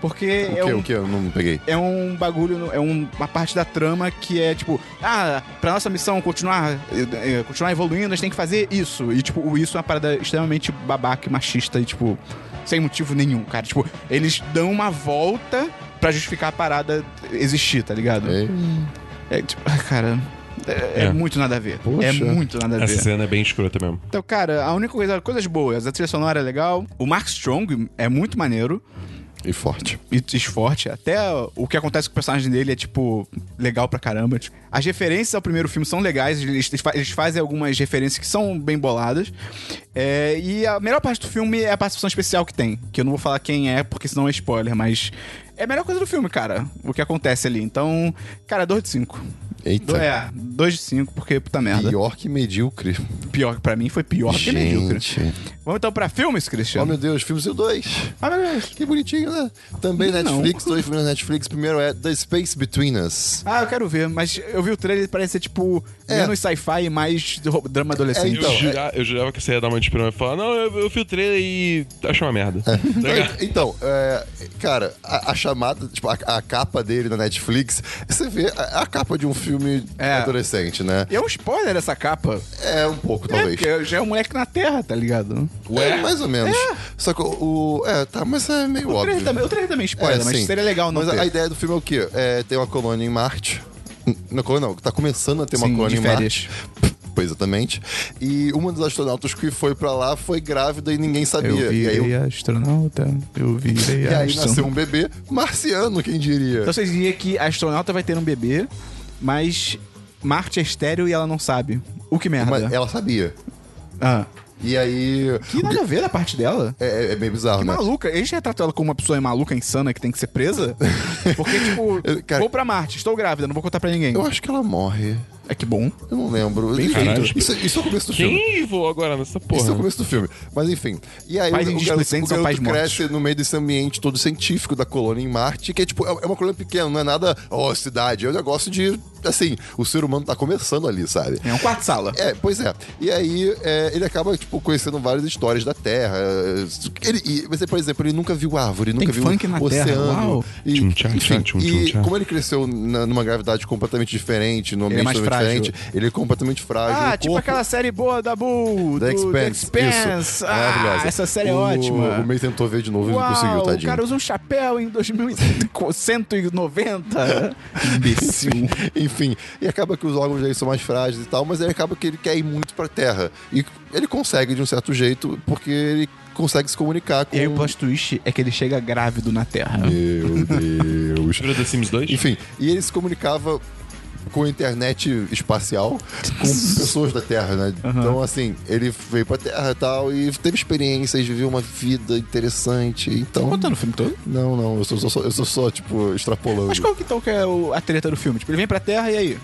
S1: Porque
S2: o que,
S1: é um
S2: o que? Eu não peguei.
S1: é um bagulho, no- é um- uma parte da trama que é tipo, ah, pra nossa missão continuar, eh, eh, continuar evoluindo, a gente tem que fazer isso. E, tipo, o isso é uma parada extremamente babaca e machista e, tipo, sem motivo nenhum, cara. Tipo, eles dão uma volta pra justificar a parada existir, tá ligado? É,
S2: Ei,
S1: tipo, ah, cara. É, é
S3: É.
S1: muito nada a ver.
S2: Poxa.
S1: É muito nada a ver.
S3: Essa cena é bem escrota mesmo.
S1: Então, cara, a única coisa, coisas boas, a trilha sonora é legal, o Mark Strong é muito maneiro
S2: E forte.
S1: e e forte. Até o que acontece com o personagem dele é, tipo, legal pra caramba. Tipo, As referências ao primeiro filme são legais, eles, eles fa- eles fazem algumas referências que são bem boladas. É, e a melhor parte do filme é a participação especial que tem, que eu não vou falar quem é, porque senão é spoiler, mas é a melhor coisa do filme, cara, o que acontece ali. Então, cara, 2 de 5.
S2: Eita.
S1: É, 2 de 5, porque puta merda. Pior,
S2: Pior que medíocre.
S1: pior pra mim foi pior que medíocre.
S2: Gente.
S1: Vamos então pra filmes, Cristiano?
S2: Oh, meu Deus, filmes e dois.
S1: Ah, meu Deus.
S2: Que bonitinho, né? Também
S1: Não.
S2: Netflix, dois filmes na Netflix. Primeiro é The Space Between Us.
S1: Ah, eu quero ver, mas eu vi o trailer e parece ser tipo
S2: É.
S1: menos sci-fi e mais dro- drama adolescente.
S2: Então,
S3: eu, jura- eu jurava que você ia dar uma de pirão e falar, não, eu, eu filtrei e achei uma merda. Tá ligado?
S2: Então, Então, é, cara, a, a chamada, tipo, a, a capa dele na Netflix, você vê a, a capa de um filme
S1: É.
S2: adolescente, né?
S1: E é um spoiler essa capa.
S2: É um pouco,
S1: É,
S2: talvez.
S1: porque já é um moleque na Terra, tá ligado?
S2: É, mais ou menos. Só que o, o- É, tá, mas é meio
S1: O
S2: óbvio.
S1: trailer, também, o trailer também é spoiler,
S2: É,
S1: mas
S2: sim.
S1: seria legal não
S2: Mas
S1: ter.
S2: a ideia do filme é o quê? É, tem uma colônia em Marte. Não, colônia não, tá começando a ter uma
S1: Sim,
S2: colônia
S1: de
S2: em
S1: férias.
S2: Marte. Pois exatamente. E uma dos astronautas que foi pra lá foi grávida e ninguém sabia. e aí,
S1: astronauta, eu virei
S2: e aí nasceu um bebê marciano, quem diria?
S1: Então vocês diriam que a astronauta vai ter um bebê, mas Marte é estéreo e ela não sabe. O que merda.
S2: Mas é- ela sabia.
S1: Ah.
S2: E aí.
S1: Que nada a ver da parte dela.
S2: É, é bem bizarro, né?
S1: Maluca, eles retratam ela como uma pessoa maluca, insana, que tem que ser presa? Porque, tipo,
S2: Eu, cara-
S1: vou pra Marte, estou grávida, não vou contar pra ninguém.
S2: Eu acho que ela morre.
S1: É que bom.
S2: Eu não lembro. Enfim,
S3: feito.
S2: isso, isso é o começo do filme.
S3: Quem voou agora nessa
S2: Isso é o
S3: porra?
S2: começo do filme. Mas enfim. E aí
S1: Pais
S2: o, o
S1: indisplicantes
S2: garoto, o
S1: são pais
S2: garoto cresce
S1: mortos.
S2: no meio desse ambiente todo científico da colônia em Marte, que é tipo, é é uma colônia pequena, não é nada, ó, cidade. É um negócio de. Assim, o ser humano tá começando ali, sabe?
S1: É um quarto de sala.
S2: É, pois é. E aí é, ele acaba, tipo, conhecendo várias histórias da Terra. Ele, e, mas, por exemplo, ele nunca viu árvore, nunca viu
S1: funk na Terra,
S2: oceano.
S1: uau.
S2: E,
S3: Tchum, tchá,
S2: enfim,
S3: tchá, tchum, tchum,
S2: e
S3: tchá.
S2: como ele cresceu na- numa gravidade completamente diferente, num
S1: Ele é
S2: ambiente
S1: mais
S2: totalmente
S1: frágil.
S2: diferente, ele é completamente frágil.
S1: Ah,
S2: o
S1: tipo
S2: corpo-
S1: aquela série boa da Bull, do
S2: The
S1: The
S2: Expanse,
S1: Expanse.
S2: isso.
S1: Ah,
S2: Maravilhosa.
S1: essa série é
S2: O-
S1: ótima.
S2: O May tentou ver de novo e não
S1: Uau,
S2: conseguiu,
S1: o
S2: tadinho.
S1: cara usa um chapéu em 2190. Imbecil.
S2: Enfim, e acaba que os órgãos dele são mais frágeis e tal, mas ele acaba que ele quer ir muito pra Terra. E ele consegue de um certo jeito, porque ele consegue se comunicar com...
S1: E aí o plot twist é que ele chega grávido na Terra.
S2: Meu Deus.
S3: Lembra The Sims 2?
S2: Enfim, e ele se comunicava com a internet espacial com pessoas da Terra, né? Então, assim, ele veio pra Terra e tal, e teve experiências, viveu uma vida interessante. Então.
S1: Contando o filme todo?
S2: Não, não, eu sou, sou- sou- eu sou só, tipo, extrapolando.
S1: Mas qual que então que é o- a treta do filme? Tipo, ele vem pra Terra e aí?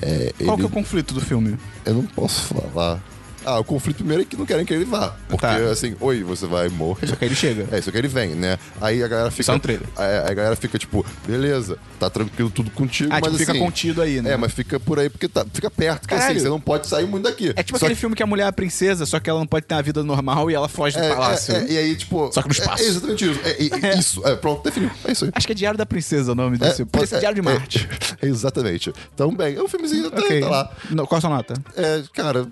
S2: É,
S1: Qual que é
S2: ele-
S1: o conflito do filme?
S2: Eu não posso falar. Ah, o conflito primeiro é que não querem que ele vá. Porque,
S1: Tá.
S2: assim, oi, você vai morrer.
S1: Só que aí ele chega.
S2: É, só que ele vem, né? Aí a galera fica.
S1: Só um trailer.
S2: É, aí a galera fica, tipo, beleza, tá tranquilo tudo contigo,
S1: Ah,
S2: mas
S1: tipo, fica
S2: assim,
S1: contido aí, né?
S2: É, mas fica por aí porque tá, fica perto, que
S1: Caralho.
S2: assim, você não pode sair muito daqui.
S1: É tipo
S2: Só
S1: aquele filme que a mulher é a princesa, só que ela não pode ter uma vida normal e ela foge
S2: que-
S1: do
S2: é,
S1: palácio.
S2: é, é, e aí, tipo.
S1: assim. Só que no espaço.
S2: É, é exatamente isso. É, é, é isso. É, pronto, definiu. É isso aí.
S1: Acho que é Diário da Princesa o nome desse. Pode ser Diário de Marte.
S2: é, exatamente. Então, bem, é um filmezinho, tá,
S1: Ok.
S2: tá lá.
S1: Não, qual a sua nota?
S2: É, cara.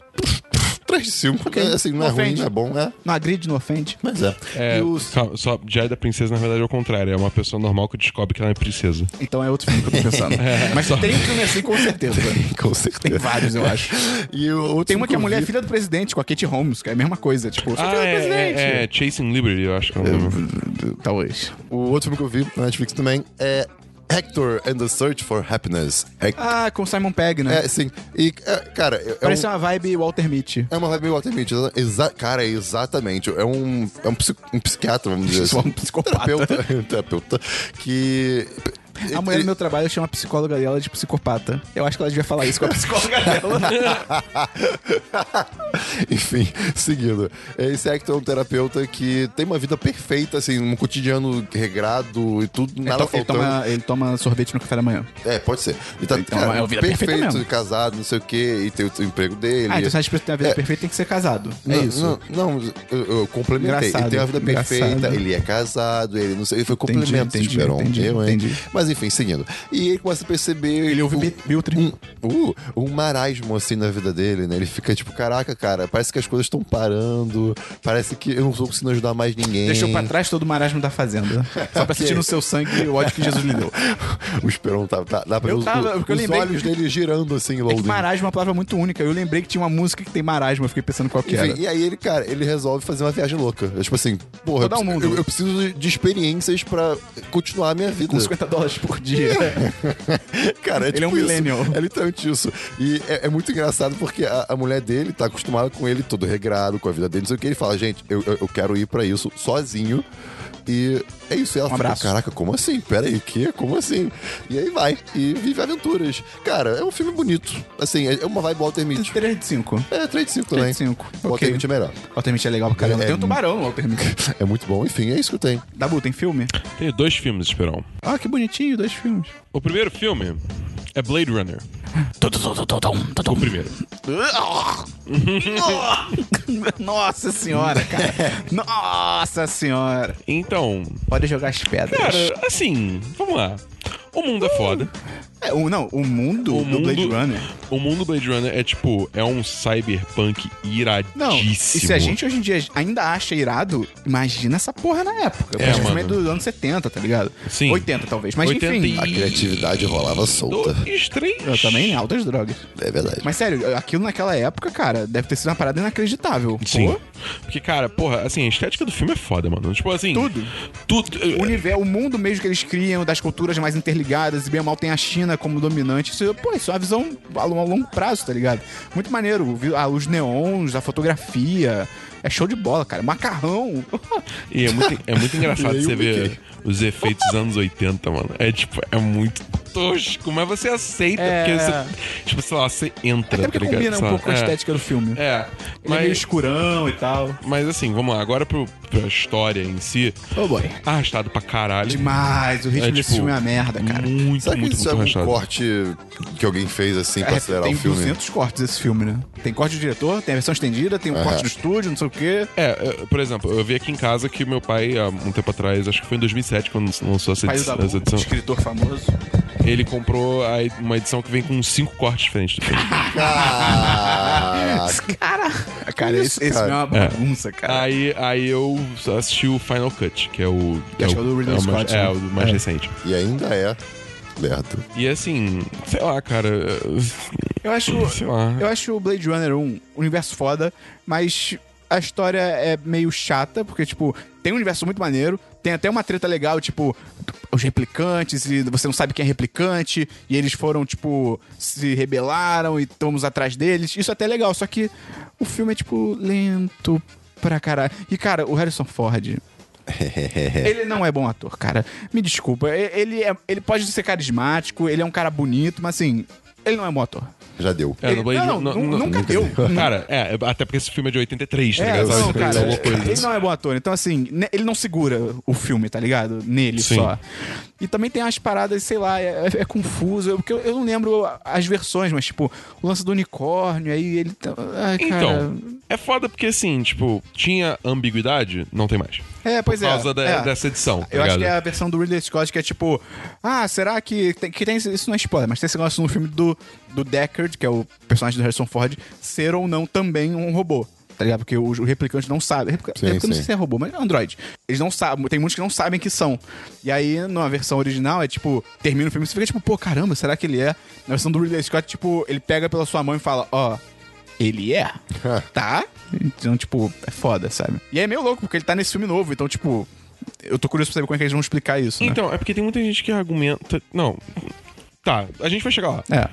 S2: 3 de 5, porque assim, não é ruim,
S1: Ofende.
S2: não é bom, é.
S1: Não agride, não ofende.
S2: Mas é.
S3: É,
S1: E o-
S3: calma, só Diário da Princesa, na verdade, é o contrário. É uma pessoa normal que descobre que ela é princesa.
S1: Então é outro filme que eu tô pensando.
S2: É.
S1: Mas
S3: só-
S1: tem um filme assim com certeza.
S2: Com
S1: Tem
S2: certeza.
S1: vários, eu acho.
S2: E o outro
S1: Tem uma que a
S2: eu
S1: mulher é
S2: vi-
S1: filha do presidente, com a Kate Holmes, que é a mesma coisa. Tipo, sou filha do presidente.
S3: é, é Chasing Liberty, eu acho que é o nome.
S1: Talvez.
S2: O outro filme que eu vi na Netflix também é Hector and the Search for Happiness. É,
S1: Ah, com Simon Pegg, né?
S2: é sim. E, é, cara, é- é, um-
S1: Parece uma vibe Walter Mitty.
S2: é uma vibe meio Walter Mitty. Exa cara, é exatamente. É um, é um, psi- um psiquiatra, vamos dizer
S1: Só
S2: assim.
S1: um psicopata.
S2: Terapeuta, um terapeuta que...
S1: A mulher do meu trabalho chama a psicóloga dela de psicopata. Eu acho que ela devia falar isso com a psicóloga dela.
S2: Enfim, seguindo. Esse Hector é um terapeuta que tem uma vida perfeita, assim, um cotidiano regrado e tudo, nada
S1: Então, ele,
S2: faltando.
S1: toma, ele toma sorvete no café da manhã.
S2: É, pode ser. Ele tá
S1: Então,
S2: cara,
S1: é uma vida perfeita
S2: perfeito,
S1: mesmo.
S2: casado, não sei o quê, e tem o, o emprego dele.
S1: Ah, então se a gente tem uma vida
S2: É.
S1: perfeita, tem que ser casado. É
S2: não,
S1: isso.
S2: Não, não, eu, eu complementei.
S1: Engraçado,
S2: ele tem uma vida perfeita,
S1: engraçado.
S2: ele é casado, ele não sei. Foi complemento,
S1: entendi,
S2: Esperon.
S1: entendi,
S2: eu, hein?
S1: entendi.
S2: Mas enfim, seguindo. E ele começa a perceber.
S1: Ele ouve
S2: um,
S1: Bi- Biltri.
S2: um, uh, um marasmo assim na vida dele, né? Ele fica tipo: caraca, cara, parece que as coisas estão parando, parece que eu não tô conseguindo ajudar mais ninguém.
S1: Deixou pra trás todo o marasmo da fazenda. Só pra sentir no seu sangue o ódio que Jesus lhe deu. É
S2: O Esperon tá. tá dá pra
S1: Eu
S2: ver os-
S1: tava, porque eu
S2: os
S1: lembrei-
S2: olhos dele girando assim,
S1: É que
S2: Loading.
S1: marasmo é uma palavra muito única. Eu lembrei que tinha uma música que tem marasmo, eu fiquei pensando qual que era.
S2: Enfim, e aí ele, cara, ele resolve fazer uma viagem louca. É tipo assim, porra, eu,
S1: Rodar o
S2: preci-
S1: mundo.
S2: eu- eu preciso de- de experiências pra continuar a minha vida.
S1: Com 50 dólares por dia.
S2: Cara, é
S1: Ele é um
S2: tipo isso.
S1: millennial.
S2: É literalmente isso. E é, é muito engraçado porque a, a mulher dele tá acostumada com ele todo regrado, com a vida dele, não sei o que. Ele fala, gente, eu, eu- eu quero ir pra isso sozinho. E é isso. E ela
S1: Um
S2: fala,
S1: abraço.
S2: caraca, como assim? Pera aí, que? Como assim? E aí vai. E vive aventuras. Cara, é um filme bonito. Assim, é é uma vibe Walter Mitty.
S1: 3 de 5.
S2: É, 3 de 5
S1: 3
S2: também.
S1: de 5.
S2: Walter Mitty é melhor.
S1: Walter Mitty é legal pra caramba.
S2: É-
S1: Tem um tubarão no Walter Mitty.
S2: É muito bom. Enfim, é isso que eu tenho.
S1: Dabu, tem filme?
S3: Tem dois filmes, Esperão.
S1: Ah, que bonitinho, dois filmes.
S3: O primeiro filme é Blade Runner. O primeiro.
S1: Nossa senhora, cara. Nossa senhora.
S3: Então,
S1: Pode jogar as pedras.
S3: cara, assim, vamos lá. O mundo é foda.
S1: É, o, não, o mundo
S3: O
S1: do
S3: mundo,
S1: Blade Runner.
S3: O mundo Blade Runner é tipo, é um cyberpunk iradíssimo.
S1: Não, e se a gente hoje em dia ainda acha irado, imagina essa porra na época.
S3: É,
S1: Principalmente
S3: mano.
S1: dos anos 70, tá ligado?
S3: Sim.
S1: 80 talvez, mas
S3: 80
S1: enfim.
S2: A criatividade rolava solta.
S3: Dois, três.
S1: Eu também, altas drogas.
S2: É verdade.
S1: Mas sério, aquilo naquela época, cara, deve ter sido uma parada inacreditável.
S3: Sim.
S1: Pô,
S3: Porque, cara, porra, assim, a estética do filme é foda, mano. Tipo assim.
S1: Tudo.
S3: Tudo. é,
S1: o, universo, o mundo mesmo que eles criam, das culturas mais interligadas, e bem ou mal tem a China como dominante. Isso, pô, isso é uma visão a lo- a longo prazo, tá ligado? Muito maneiro. o vi- A luz neons, a fotografia. É show de bola, cara. Macarrão.
S3: E é muito, é muito engraçado
S2: E aí
S3: você
S2: eu
S3: ver os efeitos dos anos 80, mano. É tipo, é muito tosco, mas você aceita,
S1: É.
S3: porque você. Tipo, sei lá, você entra.
S1: Até porque
S3: tá ligado?
S1: combina um
S3: Sei lá,
S1: pouco com a
S3: é.
S1: estética do filme.
S3: É,
S1: Ele é meio
S3: mas,
S1: escurão e tal.
S3: mas assim, vamos lá, agora pro, pra história em si,
S1: Ô, Oh, boy.
S3: arrastado pra caralho.
S1: Demais. O ritmo
S3: É,
S1: desse
S3: tipo,
S1: filme é uma merda, cara.
S3: Muito,
S2: Será que
S3: muito,
S2: isso
S3: muito
S2: é um
S3: arrastado.
S2: corte que alguém fez assim pra
S1: É,
S2: acelerar
S1: tem
S2: o filme?
S1: 200 cortes esse filme, né? Tem corte do diretor, tem a versão estendida,
S2: É.
S1: tem o corte do estúdio, não sei o quê.
S3: É, eu- por exemplo, eu vi aqui em casa que meu pai, há um tempo atrás, acho que foi em 2007, quando lançou essa
S1: Pai do
S3: edição,
S1: Dabu,
S3: essa edição,
S1: escritor famoso.
S3: ele comprou a ed- uma edição que vem com cinco cortes diferentes do filme.
S2: Ah,
S1: Cara, cara esse, esse
S2: cara?
S1: filme é uma
S3: É.
S1: bagunça, cara.
S3: Aí, aí eu assisti o Final Cut, que é o.
S1: Que acho que é o do Ridley
S3: mais-
S1: Scott,
S3: É,
S1: né?
S3: o mais
S1: É.
S3: recente.
S2: e ainda é. Lerdo.
S3: E assim, sei lá, cara.
S1: Eu acho,
S3: Sei lá.
S1: eu acho o Blade Runner um universo foda, mas a história é meio chata, porque, tipo, tem um universo muito maneiro, tem até uma treta legal, tipo, os replicantes, e você não sabe quem é replicante, e eles foram, tipo, se rebelaram e estamos atrás deles. Isso até é legal, só que o filme é, tipo, lento pra caralho. E, cara, o Harrison Ford, ele não é bom ator, cara. Me desculpa. e- Ele, é- ele pode ser carismático, ele é um cara bonito, mas assim, ele não é bom ator.
S2: Já deu.
S3: É, no Blade
S1: Não,
S3: Runner-
S1: não, nunca deu.
S3: Cara, é, até porque esse filme é de 83, tá
S1: É,
S3: ligado?
S1: não,
S3: Sabe?
S1: cara,
S3: Alguma coisa.
S1: ele não é bom ator. Então, assim, né, ele não segura o filme, tá ligado? Nele
S3: Sim.
S1: só. E também tem umas paradas, sei lá, é, é confuso. eu- Porque eu, eu não lembro as versões, mas, tipo, o lance do unicórnio, aí ele. tá- Ai, cara.
S3: Então, É foda porque, assim, tipo, tinha ambiguidade, não tem mais.
S1: É, pois
S3: Por
S1: é.
S3: causa da-
S1: é.
S3: dessa edição, tá
S1: Eu acho
S3: ligado?
S1: que é a versão do Ridley Scott que é tipo, ah, será que tem, que tem esse- isso não é spoiler, mas tem esse negócio no filme do, do Deckard, que é o personagem do Harrison Ford, ser ou não também um robô. Tá ligado? Porque os replicantes não sabem. Replica-
S2: Sim,
S1: é porque eu não
S2: sim.
S1: sei se é robô, mas é Android. Eles não sabem, tem muitos que não sabem que são. E aí, na versão original, é tipo, termina o filme e você fica tipo, pô, caramba, será que ele é? Na versão do Ridley Scott, tipo, ele pega pela sua mão e fala, ó, ele é. tá? Então, tipo, é foda, sabe? E é meio louco, porque ele tá nesse filme novo, então, tipo, eu tô curioso pra saber como é que eles vão explicar isso, né?
S3: Então, é porque tem muita gente que argumenta. Não. Tá, a gente vai chegar lá.
S1: É.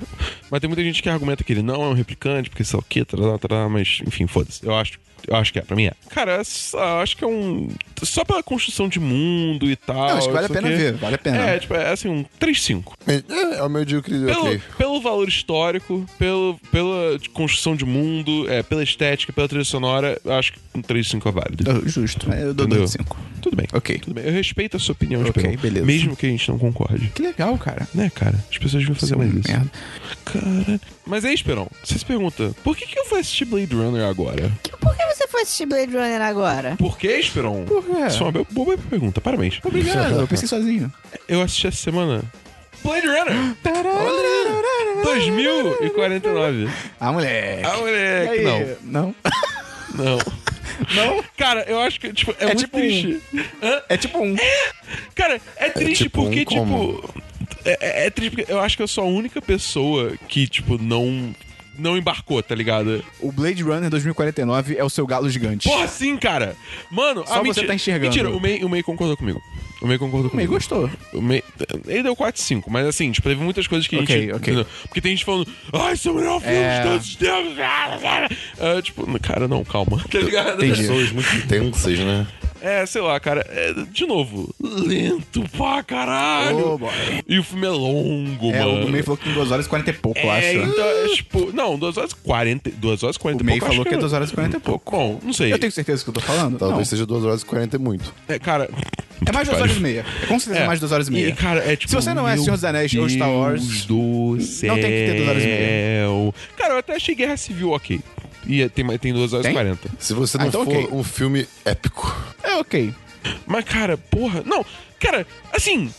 S3: Mas tem muita gente que argumenta que ele não é um replicante, porque sei lá o quê, tarará, tarará, mas enfim, foda-se. Eu acho, eu acho que é, pra mim é. Cara, eu acho que é um. Só pela construção de mundo e tal.
S1: Não, acho que vale a
S3: isso
S1: pena
S3: aqui.
S1: ver, né? vale a pena.
S3: É, tipo, é assim, um 3-5.
S2: É, é o meu que
S3: Pelo,
S2: ok.
S3: pelo valor histórico, pelo, pela construção de mundo, é, pela estética, pela trilha sonora, eu acho que um 3-5 é válido.
S1: Eu- Justo. é, Eu dou
S3: Entendeu?
S1: 2 de 5.
S3: Tudo bem.
S1: Ok.
S3: Tudo bem. Eu respeito a sua opinião,
S1: Ok,
S3: Esperão,
S1: beleza.
S3: Mesmo que a gente não concorde.
S1: Que legal, cara.
S3: Né, cara? As pessoas deviam fazer
S1: Isso é
S3: mais
S1: uma
S3: isso.
S1: merda.
S3: Cara. Mas aí, Esperão, você se pergunta, por que, que eu fui assistir Blade Runner agora?
S6: Que- Por que você foi assistir Blade Runner agora?
S3: Por que, Esperão?
S1: Por quê?
S3: Isso é uma be- boa pergunta, parabéns.
S1: Obrigado, eu pensei sozinho.
S3: Eu assisti essa semana Blade Runner 2049.
S1: Ah, moleque.
S3: Ah, moleque,
S1: E
S3: não.
S1: aí? Não.
S3: Não. Não? Cara, eu acho que, tipo, é, muito
S1: tipo um-
S3: triste. Hã?
S1: É tipo um.
S3: Cara, é triste
S2: tipo um
S3: porque,
S2: como?
S3: tipo. É, é- é triste porque eu acho que eu sou a única pessoa que, tipo, não. Não embarcou, tá ligado?
S1: O Blade Runner 2049 é o seu galo gigante.
S3: Porra, sim, cara! Mano,
S1: Só
S3: ah,
S1: você
S3: mentira,
S1: tá enxergando.
S3: Mentira, o May, o May concordou comigo. O May concordou
S1: Me
S3: comigo.
S1: gostou.
S3: O May- ele deu 4 5, mas assim, tipo, teve muitas coisas que a
S1: Ok,
S3: gente.
S1: ok.
S3: entendeu? Porque tem gente falando, ai, esse é o melhor filme
S1: É.
S3: de todos os tempos. Ah, tipo, cara, não, calma. Tá ligado?
S1: Entendi.
S2: Pessoas muito intensas, né?
S3: É, sei lá, cara. é, de novo, lento pra caralho.
S1: Ô, boy.
S3: e o filme é longo,
S1: É,
S3: mano.
S1: o May falou que tem 2 horas e 40 e pouco, eu
S3: É,
S1: acho.
S3: então, é, tipo, não, 2 horas e 40, 2 horas e 40
S1: O May falou que é 2 horas e 40 e pouco.
S3: um Bom, não sei.
S1: Eu tenho certeza que eu tô falando?
S2: Talvez
S1: Não.
S2: seja 2 horas e 40 e muito.
S3: É, cara,
S1: É mais 2 horas e meia. É com certeza mais 2 horas e meia.
S3: E, cara, é tipo,
S1: Se você não é
S3: meu
S1: Senhor dos Anéis ou Star Wars,
S3: Deus do céu.
S1: tem que ter duas horas e
S3: Cara, eu até achei Guerra Civil ok. E é- tem, mais- tem 2 horas e
S1: Tem?
S3: 40.
S2: Se você
S1: Ah,
S2: não
S1: então
S2: for
S1: ok.
S2: um filme épico.
S1: é ok.
S3: Mas, cara, porra. Não, cara, assim.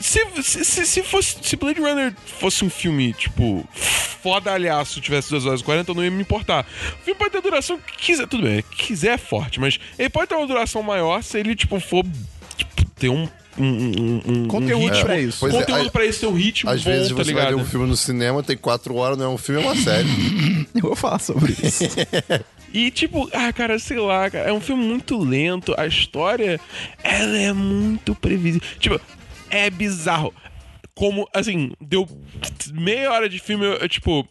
S3: Se, se, se, se fosse, se Blade Runner fosse um filme, tipo, foda-alhaço, tivesse 2 horas e 40, eu não ia me importar. O filme pode ter a duração que quiser, tudo bem, quiser é forte, mas ele pode ter uma duração maior se ele, tipo, for tipo, ter um. um- um, um- um
S1: Conteúdo
S3: ritmo,
S1: pra isso.
S2: Pois é,
S3: conteúdo
S2: a-
S3: pra isso, ter um ritmo
S2: Às
S3: bom,
S2: vezes
S3: tá
S2: você vai
S3: ligado?
S2: ver um filme no cinema, tem 4 horas, não é um filme, é uma série.
S1: Eu vou falar sobre isso.
S3: E tipo, ah, cara, sei lá, cara, é um filme muito lento, a história ela é muito previsível. Tipo, é bizarro. Como, assim, deu meia hora de filme, eu, eu, tipo,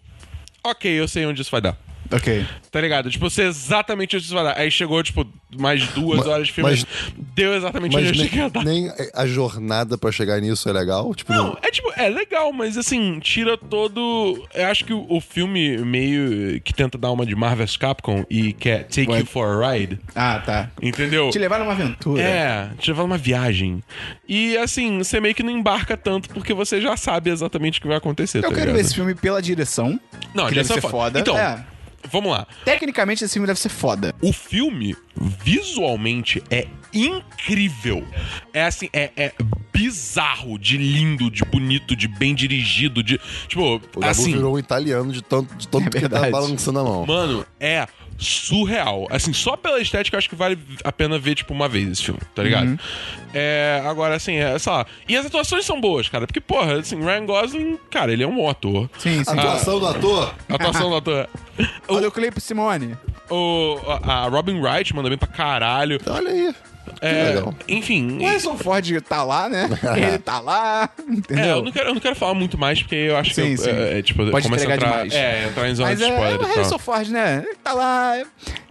S3: ok, eu sei onde isso vai dar.
S1: ok.
S3: Tá ligado? Tipo, eu sei exatamente onde isso vai dar. Aí chegou, tipo, mais duas
S2: Ma-
S3: horas de filme,
S2: mas-
S3: deu exatamente onde
S2: Mas
S3: eu
S2: nem,
S3: cheguei a dar.
S2: nem a jornada pra chegar nisso é legal. Tipo,
S3: Não, é tipo, é legal, mas assim, tira todo. Eu acho que o, o filme meio que tenta dar uma de Marvel's Capcom e quer Take
S1: Ué.
S3: You for a Ride.
S1: Ah, tá.
S3: Entendeu?
S1: Te levar numa aventura.
S3: É, te levar numa viagem. E assim, você meio que não embarca tanto porque você já sabe exatamente o que vai acontecer.
S1: Eu
S3: tá
S1: quero
S3: ligado?
S1: ver esse filme pela direção.
S3: Não,
S1: que
S3: já
S1: deve ser foda.
S3: Então,
S1: É.
S3: vamos lá.
S1: Tecnicamente, esse filme deve ser foda.
S3: O filme, visualmente, é incrível. É assim, é, é bizarro, de lindo, de bonito, de bem dirigido, de. Tipo,
S2: o Dabu
S3: assim.
S2: virou um italiano de tanto, de tanto
S1: É
S2: que tá
S1: verdade.
S2: balançando a mão.
S3: Mano, é surreal. Assim, só pela estética, eu acho que vale a pena ver, tipo, uma vez esse filme, tá ligado?
S1: Uhum.
S3: É, agora, assim, é, sei lá. E as atuações são boas, cara. Porque, porra, assim, Ryan Gosling, cara, ele é um bom ator.
S1: Sim,
S2: A
S1: sim.
S3: Ah,
S2: atuação do ator.
S3: A atuação do ator. é-
S1: Olha o clipe, Simone.
S3: O, a, a Robin Wright manda bem pra caralho.
S1: Então,
S2: Olha aí. Que
S3: É,
S2: legal.
S3: enfim.
S1: O Harrison Ford tá lá, né? Ele tá lá,
S3: É,
S1: entendeu?
S3: eu não, quero, eu não quero falar muito mais, porque eu acho
S1: Sim,
S3: que eu,
S1: sim.
S3: É, é, tipo,
S1: Pode
S3: começa a
S1: entregar
S3: entrar,
S1: demais.
S3: É, entrar em zona
S1: Mas
S3: de
S1: é,
S3: spoiler.
S1: é o
S3: e tal.
S1: Harrison Ford, né? Ele tá lá.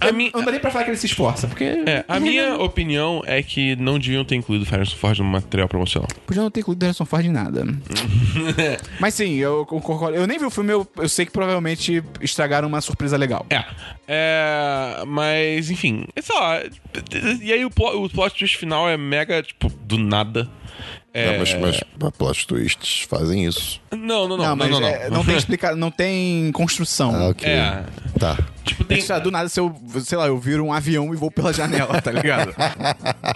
S3: A
S1: Eu-
S3: minha-
S1: Não dá nem pra falar que ele se esforça, porque...
S3: É, a minha opinião é que não deviam ter incluído o Harrison Ford no material promocional.
S1: Podia não ter incluído o Harrison Ford em nada. Mas sim, eu concordo. Eu nem vi o filme, eu, eu sei que provavelmente estragaram uma surpresa legal.
S3: É. É. Mas, enfim, é só. E aí o plot, o plot twist final é mega, tipo, do nada.
S2: É, mas, mas plot twists fazem isso.
S3: Não, não, não.
S1: Não,
S3: não,
S1: mas
S3: não, não.
S1: é, não tem explica... não tem construção.
S2: Ah, ok.
S3: É.
S2: Tá.
S3: Tipo, tem.
S1: Sei lá, do nada, se eu, sei lá, eu viro um avião e vou pela janela, tá ligado?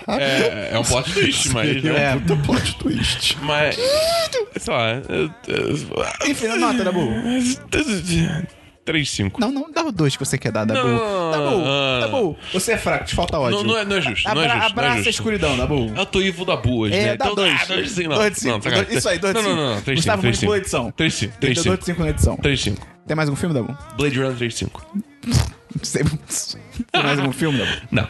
S3: É, é um plot twist, mas.
S2: É um
S1: É.
S2: puta plot twist.
S3: Mas. é Sei lá. eu-
S1: Enfim, a
S3: tá,
S1: nota, Dabu.
S3: é, 3-5.
S1: Não, não, dá o dois que você quer dar, Dabu.
S3: Não.
S1: Dabu, Dabu, você é fraco, te falta ódio.
S3: Não, não é, não é justo. Não é
S1: Abra-
S3: justo não
S1: abraça
S3: é justo.
S1: a escuridão, Dabu.
S3: Eu tô Ivo da Bu hoje,
S1: É,
S3: né?
S1: dá dois.
S3: Ah, dois de cinco, não.
S1: Dois de
S3: Não,
S1: cinco,
S3: sacanagem.
S1: dois- isso aí, dois de
S3: Não,
S1: cinco.
S3: não, não. 3
S1: Gustavo
S3: 5, 3
S1: manipulou
S3: 5.
S1: a edição.
S3: 3 5,
S1: Tem
S3: 3
S1: dou de
S3: 5.
S1: cinco na edição.
S3: 3 5.
S1: Tem mais algum filme, Dabu?
S3: Blade Runner 3 5.
S1: Sei- Tem mais algum filme, Dabu?
S3: Não.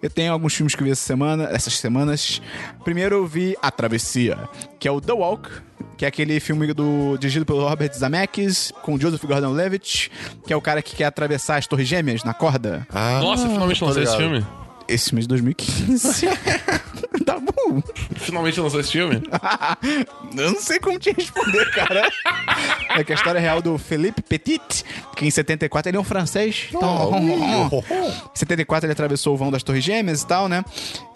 S1: Eu tenho alguns filmes que eu vi essa semana, essas semanas. Primeiro eu vi A Travessia, que é o The Walk, que é aquele filme do, dirigido pelo Robert Zemeckis, com Joseph Gordon-Levitt, que é o cara que quer atravessar as Torres Gêmeas na corda.
S2: Ah,
S3: Nossa, finalmente
S2: tô
S3: lançou esse
S2: ligado.
S3: filme?
S1: Esse mês de 2015. tá bom.
S3: Finalmente lançou esse filme?
S1: Eu não sei como te responder, cara. é que a história real do Felipe Petit, que em 74 ele é um francês. Então,
S2: Oh, oh, oh.
S1: Em 74 ele atravessou o vão das Torres Gêmeas e tal, né?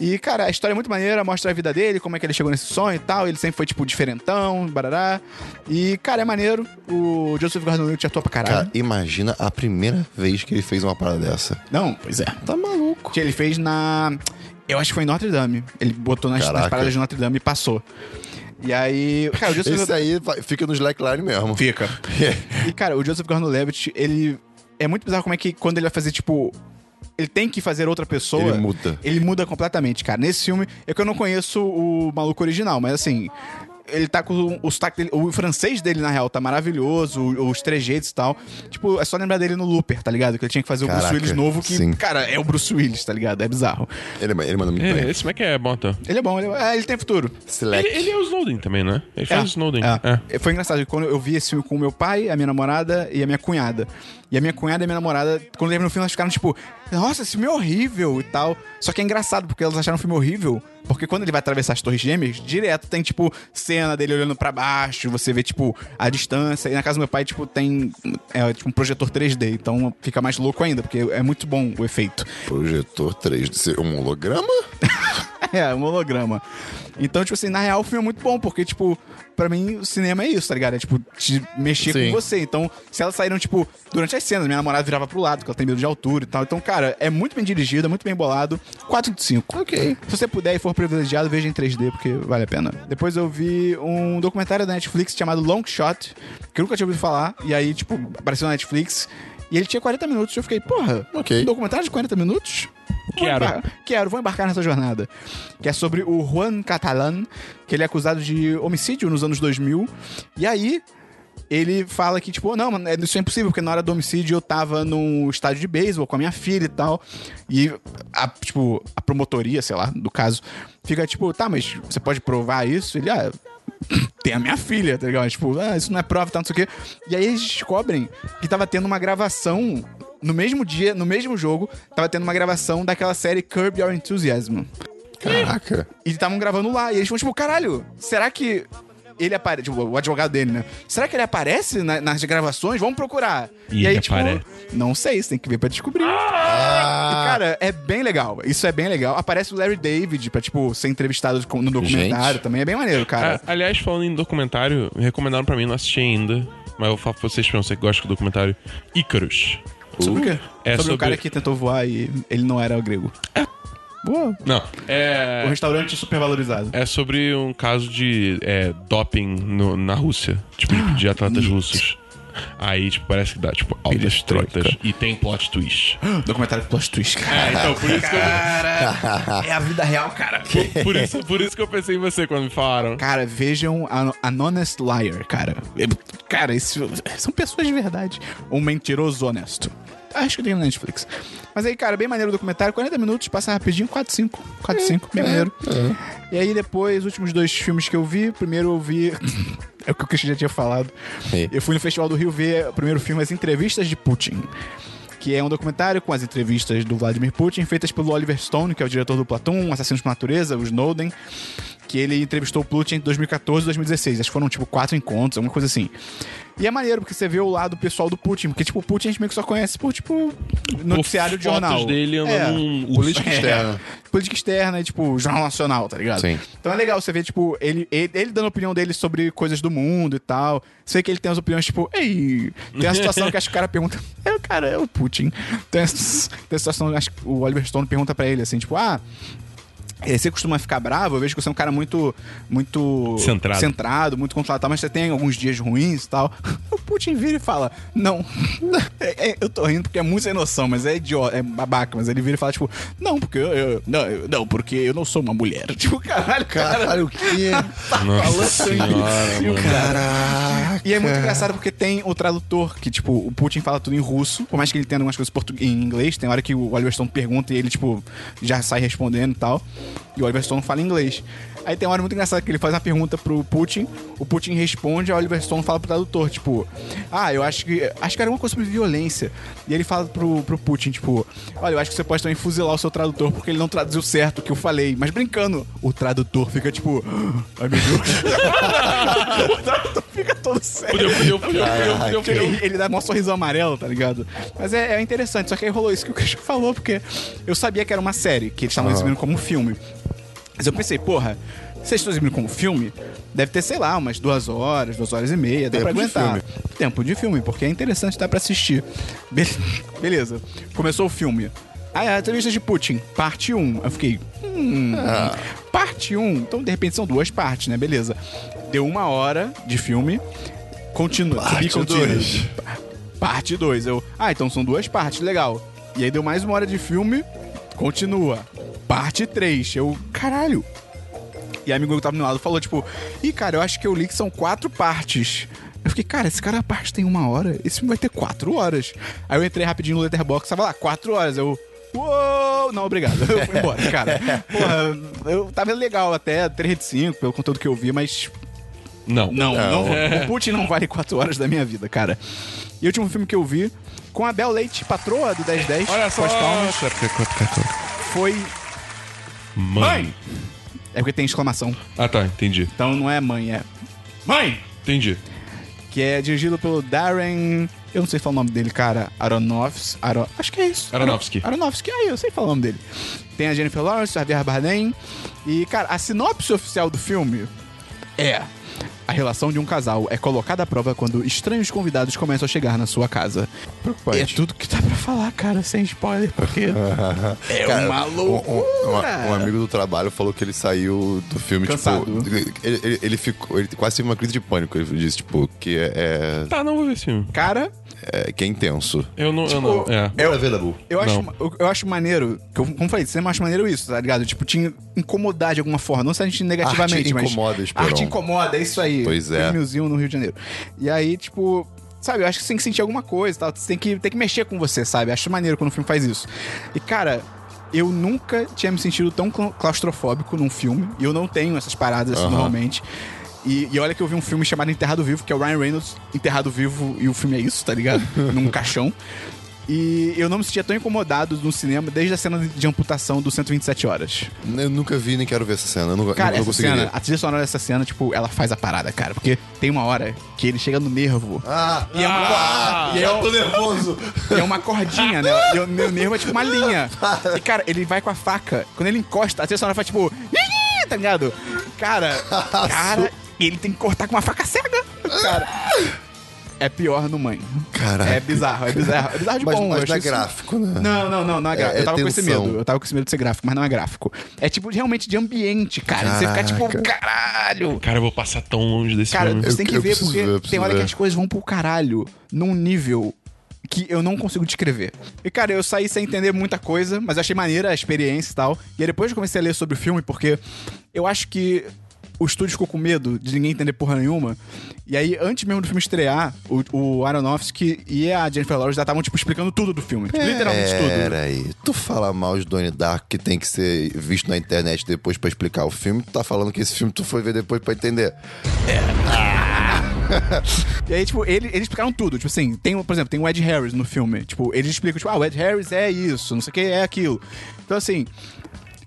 S1: E, cara, a história é muito maneira, mostra a vida dele, como é que ele chegou nesse sonho e tal. Ele sempre foi, tipo, diferentão, barará. E, cara, é maneiro. O Joseph Gordon-Levitt atua pra caralho.
S2: Cara, imagina a primeira vez que ele fez uma parada dessa.
S1: Não, pois é.
S2: Tá maluco.
S1: Que ele fez na... Eu acho que foi em Notre Dame. Ele botou nas, nas
S2: Caraca.
S1: paradas de Notre Dame e passou. E aí... Cara, o Joseph...
S2: Esse é aí vai- fica no slackline mesmo.
S1: Fica. E, cara, o Joseph Gordon-Levitt, ele... É muito bizarro como é que quando ele vai fazer, tipo... Ele tem que fazer outra pessoa.
S2: Ele muda.
S1: Ele muda completamente, cara. Nesse filme, é que eu não conheço o maluco original, mas assim... Ele tá com o sotaque dele... O francês dele, na real, tá maravilhoso. o- Os trejeitos e tal. Tipo, é só lembrar dele no Looper, tá ligado? Que ele tinha que fazer o Bruce
S2: Caraca,
S1: Willis novo, que,
S2: sim.
S1: cara, é o Bruce Willis, tá ligado? É bizarro.
S2: Ele, ele manda muito
S3: É,
S2: bem.
S3: Esse como é que é, Bota?
S1: Ele é bom, ele, é- é, ele tem futuro.
S2: Slack.
S3: Ele, ele é o Snowden também, né? Ele faz o Snowden. É.
S1: É. Foi engraçado, quando eu vi esse filme com o meu pai, a minha namorada e a minha cunhada. E a minha cunhada e a minha namorada, quando terminou o filme, elas ficaram tipo, nossa, esse filme é horrível e tal. Só que é engraçado, porque elas acharam o filme horrível. Porque quando ele vai atravessar as torres gêmeas, direto tem, tipo, cena dele olhando pra baixo, você vê, tipo, a distância. E na casa do meu pai, tipo, tem é, tipo, um projetor 3D, então fica mais louco ainda, porque é muito bom o efeito.
S2: Projetor 3D. Um holograma?
S1: É, um holograma. Então, tipo assim, na real o filme é muito bom, porque, tipo, pra mim o cinema é isso, tá ligado? É, tipo, te mexer
S2: Sim.
S1: com você. Então, se elas saíram, tipo, durante as cenas, minha namorada virava pro lado, porque ela tem medo de altura e tal. Então, cara, é muito bem dirigido, é muito bem bolado. 4 de 5. Ok. Se você puder e for privilegiado, veja em 3D, porque vale a pena. Depois eu vi um documentário da Netflix chamado Long Shot, que eu nunca tinha ouvido falar. E aí, tipo, apareceu na Netflix. E ele tinha 40 minutos. E eu fiquei, porra,
S2: Ok.
S1: um documentário de 40 minutos? Vou
S3: Quero.
S1: embar- Quero, vou embarcar nessa jornada. Que é sobre o Juan Catalan, que ele é acusado de homicídio nos anos 2000. E aí, ele fala que, tipo, não, mano, é- isso é impossível, porque na hora do homicídio eu tava num estádio de beisebol com a minha filha e tal. E, a, tipo, a promotoria, sei lá, do caso, fica tipo, tá, mas você pode provar isso? Ele, ah, tem a minha filha, tá ligado? Tipo, ah, isso não é prova, tá, não sei o quê. E aí eles descobrem que tava tendo uma gravação no mesmo dia, no mesmo jogo, tava tendo uma gravação daquela série Curb Your Enthusiasm.
S2: Caraca.
S1: E estavam gravando lá. E eles foram tipo, caralho, será que ele aparece? Tipo, o advogado dele, né? Será que ele aparece na- nas gravações? Vamos procurar. tipo,
S3: E ele aparece?
S1: não sei, você tem que ver pra descobrir. E, cara, é bem legal. Isso é bem legal. Aparece o Larry David pra, tipo, ser entrevistado com- no documentário
S2: Gente.
S1: também. É bem maneiro, cara.
S3: A- Ah, aliás, falando em documentário, recomendaram pra mim, não assisti ainda. Mas eu falo pra vocês, pra você que gosta do documentário. Ícaros.
S1: Sobre o quê?
S3: É
S1: sobre, o
S3: sobre-
S1: cara que tentou voar e ele não era grego. Boa.
S3: Não,
S1: O
S3: é...
S1: restaurante super valorizado.
S3: É sobre um caso de é, doping no- na Rússia. Tipo, de, de atletas russos. Aí, tipo, parece que dá, tipo, altas
S1: Perestroika.
S3: tretas. E tem plot twist.
S1: Documentário de plot twist, cara.
S3: É, então, por isso que eu...
S1: É a vida real, cara.
S3: Por isso, por isso que eu pensei em você quando me falaram.
S1: Cara, vejam a, a Honest Liar, cara. É- Cara, esse- são pessoas de verdade. Um mentiroso honesto. Acho que tem na Netflix. Mas aí, cara, bem maneiro o documentário. 40 minutos, passa rapidinho. 4, 5. 4, 5. Bem maneiro. E aí, depois, os últimos dois filmes que eu vi. Primeiro eu vi... é o que o Christian já tinha falado.
S2: É.
S1: Eu fui no Festival do Rio ver o primeiro filme, As Entrevistas de Putin. Que é um documentário com as entrevistas do Vladimir Putin, feitas pelo Oliver Stone, que é o diretor do Platão, Assassinos por Natureza, o Snowden que ele entrevistou o Putin entre 2014 e 2016. Acho que foram, tipo, quatro encontros, alguma coisa assim. E é maneiro, porque você vê o lado pessoal do Putin, porque, tipo, o Putin a gente meio que só conhece por, tipo, noticiário de
S3: Fotos
S1: jornal.
S3: dele andando
S1: É.
S3: num urso.
S2: Política externa.
S1: política externa e, tipo, jornal nacional, tá ligado?
S2: Sim.
S1: Então é legal você ver, tipo, ele, ele, ele dando a opinião dele sobre coisas do mundo e tal. Sei que ele tem as opiniões, tipo, ei, tem a situação que acho que o cara pergunta, é o cara, é o Putin. Tem a, tem a situação, acho que o Oliver Stone pergunta pra ele, assim, tipo, ah... eh, Você costuma ficar bravo, eu vejo que você é um cara muito. Muito.
S3: Centrado.
S1: centrado, muito controlado, e tal, mas você tem alguns dias ruins e tal. O Putin vira e fala: Não. É, é, eu tô rindo porque é muito sem noção, mas é idiota, é babaca. Mas ele vira e fala, tipo, não, porque eu. eu- não, eu- não, porque eu não sou uma mulher. Tipo, caralho, cara.
S2: Caralho, o quê?
S3: Nossa
S1: Falando
S3: senhora,
S1: imbecil,
S3: mano.
S1: cara.
S2: Caraca.
S1: E é muito engraçado porque tem o tradutor, que, tipo, o Putin fala tudo em russo, por mais que ele tenha algumas coisas em portu- em inglês, tem hora que o Oliver Stone pergunta e ele, tipo, já sai respondendo e tal. E o Oliver Stone fala inglês. Aí tem uma hora muito engraçada que ele faz uma pergunta pro Putin, o Putin responde, a Oliver Stone fala pro tradutor, tipo, ah, eu acho que. Acho que era alguma coisa sobre violência. E ele fala pro, pro Putin, tipo, olha, eu acho que você pode também fuzilar o seu tradutor porque ele não traduziu certo o que eu falei. Mas brincando, o tradutor fica tipo, ai meu Deus. o tradutor Tá, fica todo sério.
S3: Fudeu, fudeu, fudeu, fudeu, fudeu,
S1: Porque
S3: fudeu.
S1: ele, ele dá um sorrisão amarelo, tá ligado? Mas é, é interessante, só que aí rolou isso que o Christian falou, porque eu sabia que era uma série, que eles estavam exibindo como um filme. Mas eu pensei, porra, se eles estão exibindo como filme, deve ter, sei lá, umas duas horas, duas horas e meia, dá
S2: Tempo
S1: pra
S2: de
S1: aguentar. Tempo de filme, porque é interessante, dá pra assistir. Be- Beleza, começou o filme. Aí, a entrevista de Putin, parte 1. Eu fiquei, hum, parte 1. Então, de repente, são duas partes, né? Beleza. Deu uma hora de filme. Continua,
S2: Parte
S1: subir, continua.
S2: dois.
S1: Parte 2. Eu, ah, então são duas partes, legal. E aí deu mais uma hora de filme, continua. Parte 3. Eu, caralho. E aí, amigo meu que tava do meu lado falou, tipo, ih, cara, eu acho que eu li que são quatro partes. Eu fiquei, cara, esse cara a parte tem uma hora, esse filme vai ter quatro horas. Aí eu entrei rapidinho no Letterboxd, tava lá, quatro horas. Eu, uou, não, obrigado. Eu fui embora, cara. Porra, eu tava legal até 3 de 5, pelo conteúdo que eu vi, mas
S3: Não.
S1: não, não, é, o Putin não vale 4 horas da minha vida, cara. E o último filme que eu vi com a Bel Leite, patroa do 1010,
S3: Olha só.
S1: com as palmas, foi.
S3: Mãe.
S1: É porque tem exclamação.
S3: Ah, tá. Entendi.
S1: Então não é mãe, é. Mãe!
S3: Entendi.
S1: Que é dirigido pelo Darren. Eu não sei falar o nome dele, cara. Aronofsky. Aro... Acho que é isso.
S3: Aronofsky.
S1: Aro- Aronofsky, aí, eu sei falar o nome dele. Tem a Jennifer Lawrence, Javier Bardem. E, cara, a sinopse oficial do filme é. A relação de um casal é colocada à prova quando estranhos convidados começam a chegar na sua casa.
S2: Preocupante.
S1: É tudo que dá pra falar, cara, sem spoiler, porque. é uma loucura!
S2: Um, um- um amigo do trabalho falou que ele saiu do filme,
S1: Cansado.
S2: tipo. Ele, ele, ele ficou. Ele quase teve uma crise de pânico. Ele disse, tipo, que é,
S3: Tá, não vou ver esse filme.
S1: Cara,
S2: é- que é intenso.
S3: Eu não, eu não. É.
S2: É available.
S1: Eu acho,
S3: Não.
S1: ma- eu, eu acho maneiro, que eu, como eu falei, cinema eu acho maneiro isso, tá ligado? Tipo, te incomodar de alguma forma. Não se a gente negativamente,
S2: Arte
S1: mas.
S2: incomoda, Esperon.
S1: Arte incomoda, é isso aí.
S2: Pois é.
S1: Fez Museum no Rio de Janeiro. E aí, tipo. Sabe, eu acho que você tem que sentir alguma coisa e tal. Você tem que, tem que mexer com você, sabe? Acho maneiro quando o filme faz isso. E, cara, eu nunca tinha me sentido tão clau- claustrofóbico num filme. E eu não tenho essas paradas assim,
S2: Aham.
S1: normalmente. E, e olha que eu vi um filme chamado Enterrado Vivo, que é o Ryan Reynolds enterrado vivo, e o filme é isso, tá ligado? Num caixão. E eu não me sentia tão incomodado no cinema desde a cena de- de amputação do 127 Horas.
S2: Eu nunca vi nem quero ver essa cena. Eu não,
S1: Cara,
S2: não
S1: essa
S2: consegui.
S1: cena, a trilha sonora dessa cena, tipo, ela faz a parada, cara. Porque tem uma hora que ele chega no nervo.
S2: Ah,
S1: E é uma,
S2: ah,
S1: e é
S2: já
S1: um-
S2: tô nervoso.
S1: é uma cordinha, né? E o meu nervo é tipo uma linha. E, cara, ele vai com a faca. Quando ele encosta, a trilha sonora faz tipo. "Ih", Tá ligado? Cara, cara, ele tem que cortar com uma faca cega. Cara. É pior no mãe.
S2: Caraca.
S1: É bizarro, é bizarro. É bizarro de
S2: Mas,
S1: bom. eu
S2: mas
S1: acho
S2: não é
S1: isso-
S2: gráfico, né?
S1: Não, não, não, não é gráfico.
S2: É-
S1: eu tava
S2: é
S1: com esse
S2: tensão.
S1: medo. Eu tava com esse medo de ser gráfico, mas não é gráfico. É tipo realmente de ambiente, cara. Você fica tipo, caralho.
S3: Cara, eu vou passar tão longe desse
S1: Cara,
S3: filme.
S1: você tem que
S2: eu
S1: ver
S2: preciso
S1: porque
S2: ver, eu
S1: tem
S2: preciso
S1: hora que
S2: ver.
S1: as coisas vão pro caralho num nível que eu não consigo descrever. E, cara, eu saí sem entender muita coisa, mas eu achei maneira a experiência e tal. E aí depois eu comecei a ler sobre o filme porque eu acho que o estúdio ficou com medo de ninguém entender porra nenhuma. E aí, antes mesmo do filme estrear, o, o Aronofsky e a Jennifer Lawrence já estavam, tipo, explicando tudo do filme.
S2: É,
S1: Tipo, literalmente tudo.
S2: Peraí, tu fala mal de Donnie Dark que tem que ser visto na internet depois pra explicar o filme, tu tá falando que esse filme tu foi ver depois pra entender.
S1: E aí, tipo, ele, eles explicaram tudo. Tipo assim, tem, um- por exemplo, tem o Ed Harris no filme. Tipo, eles explicam, tipo, ah, o Ed Harris é isso, não sei o que é aquilo. Então, assim,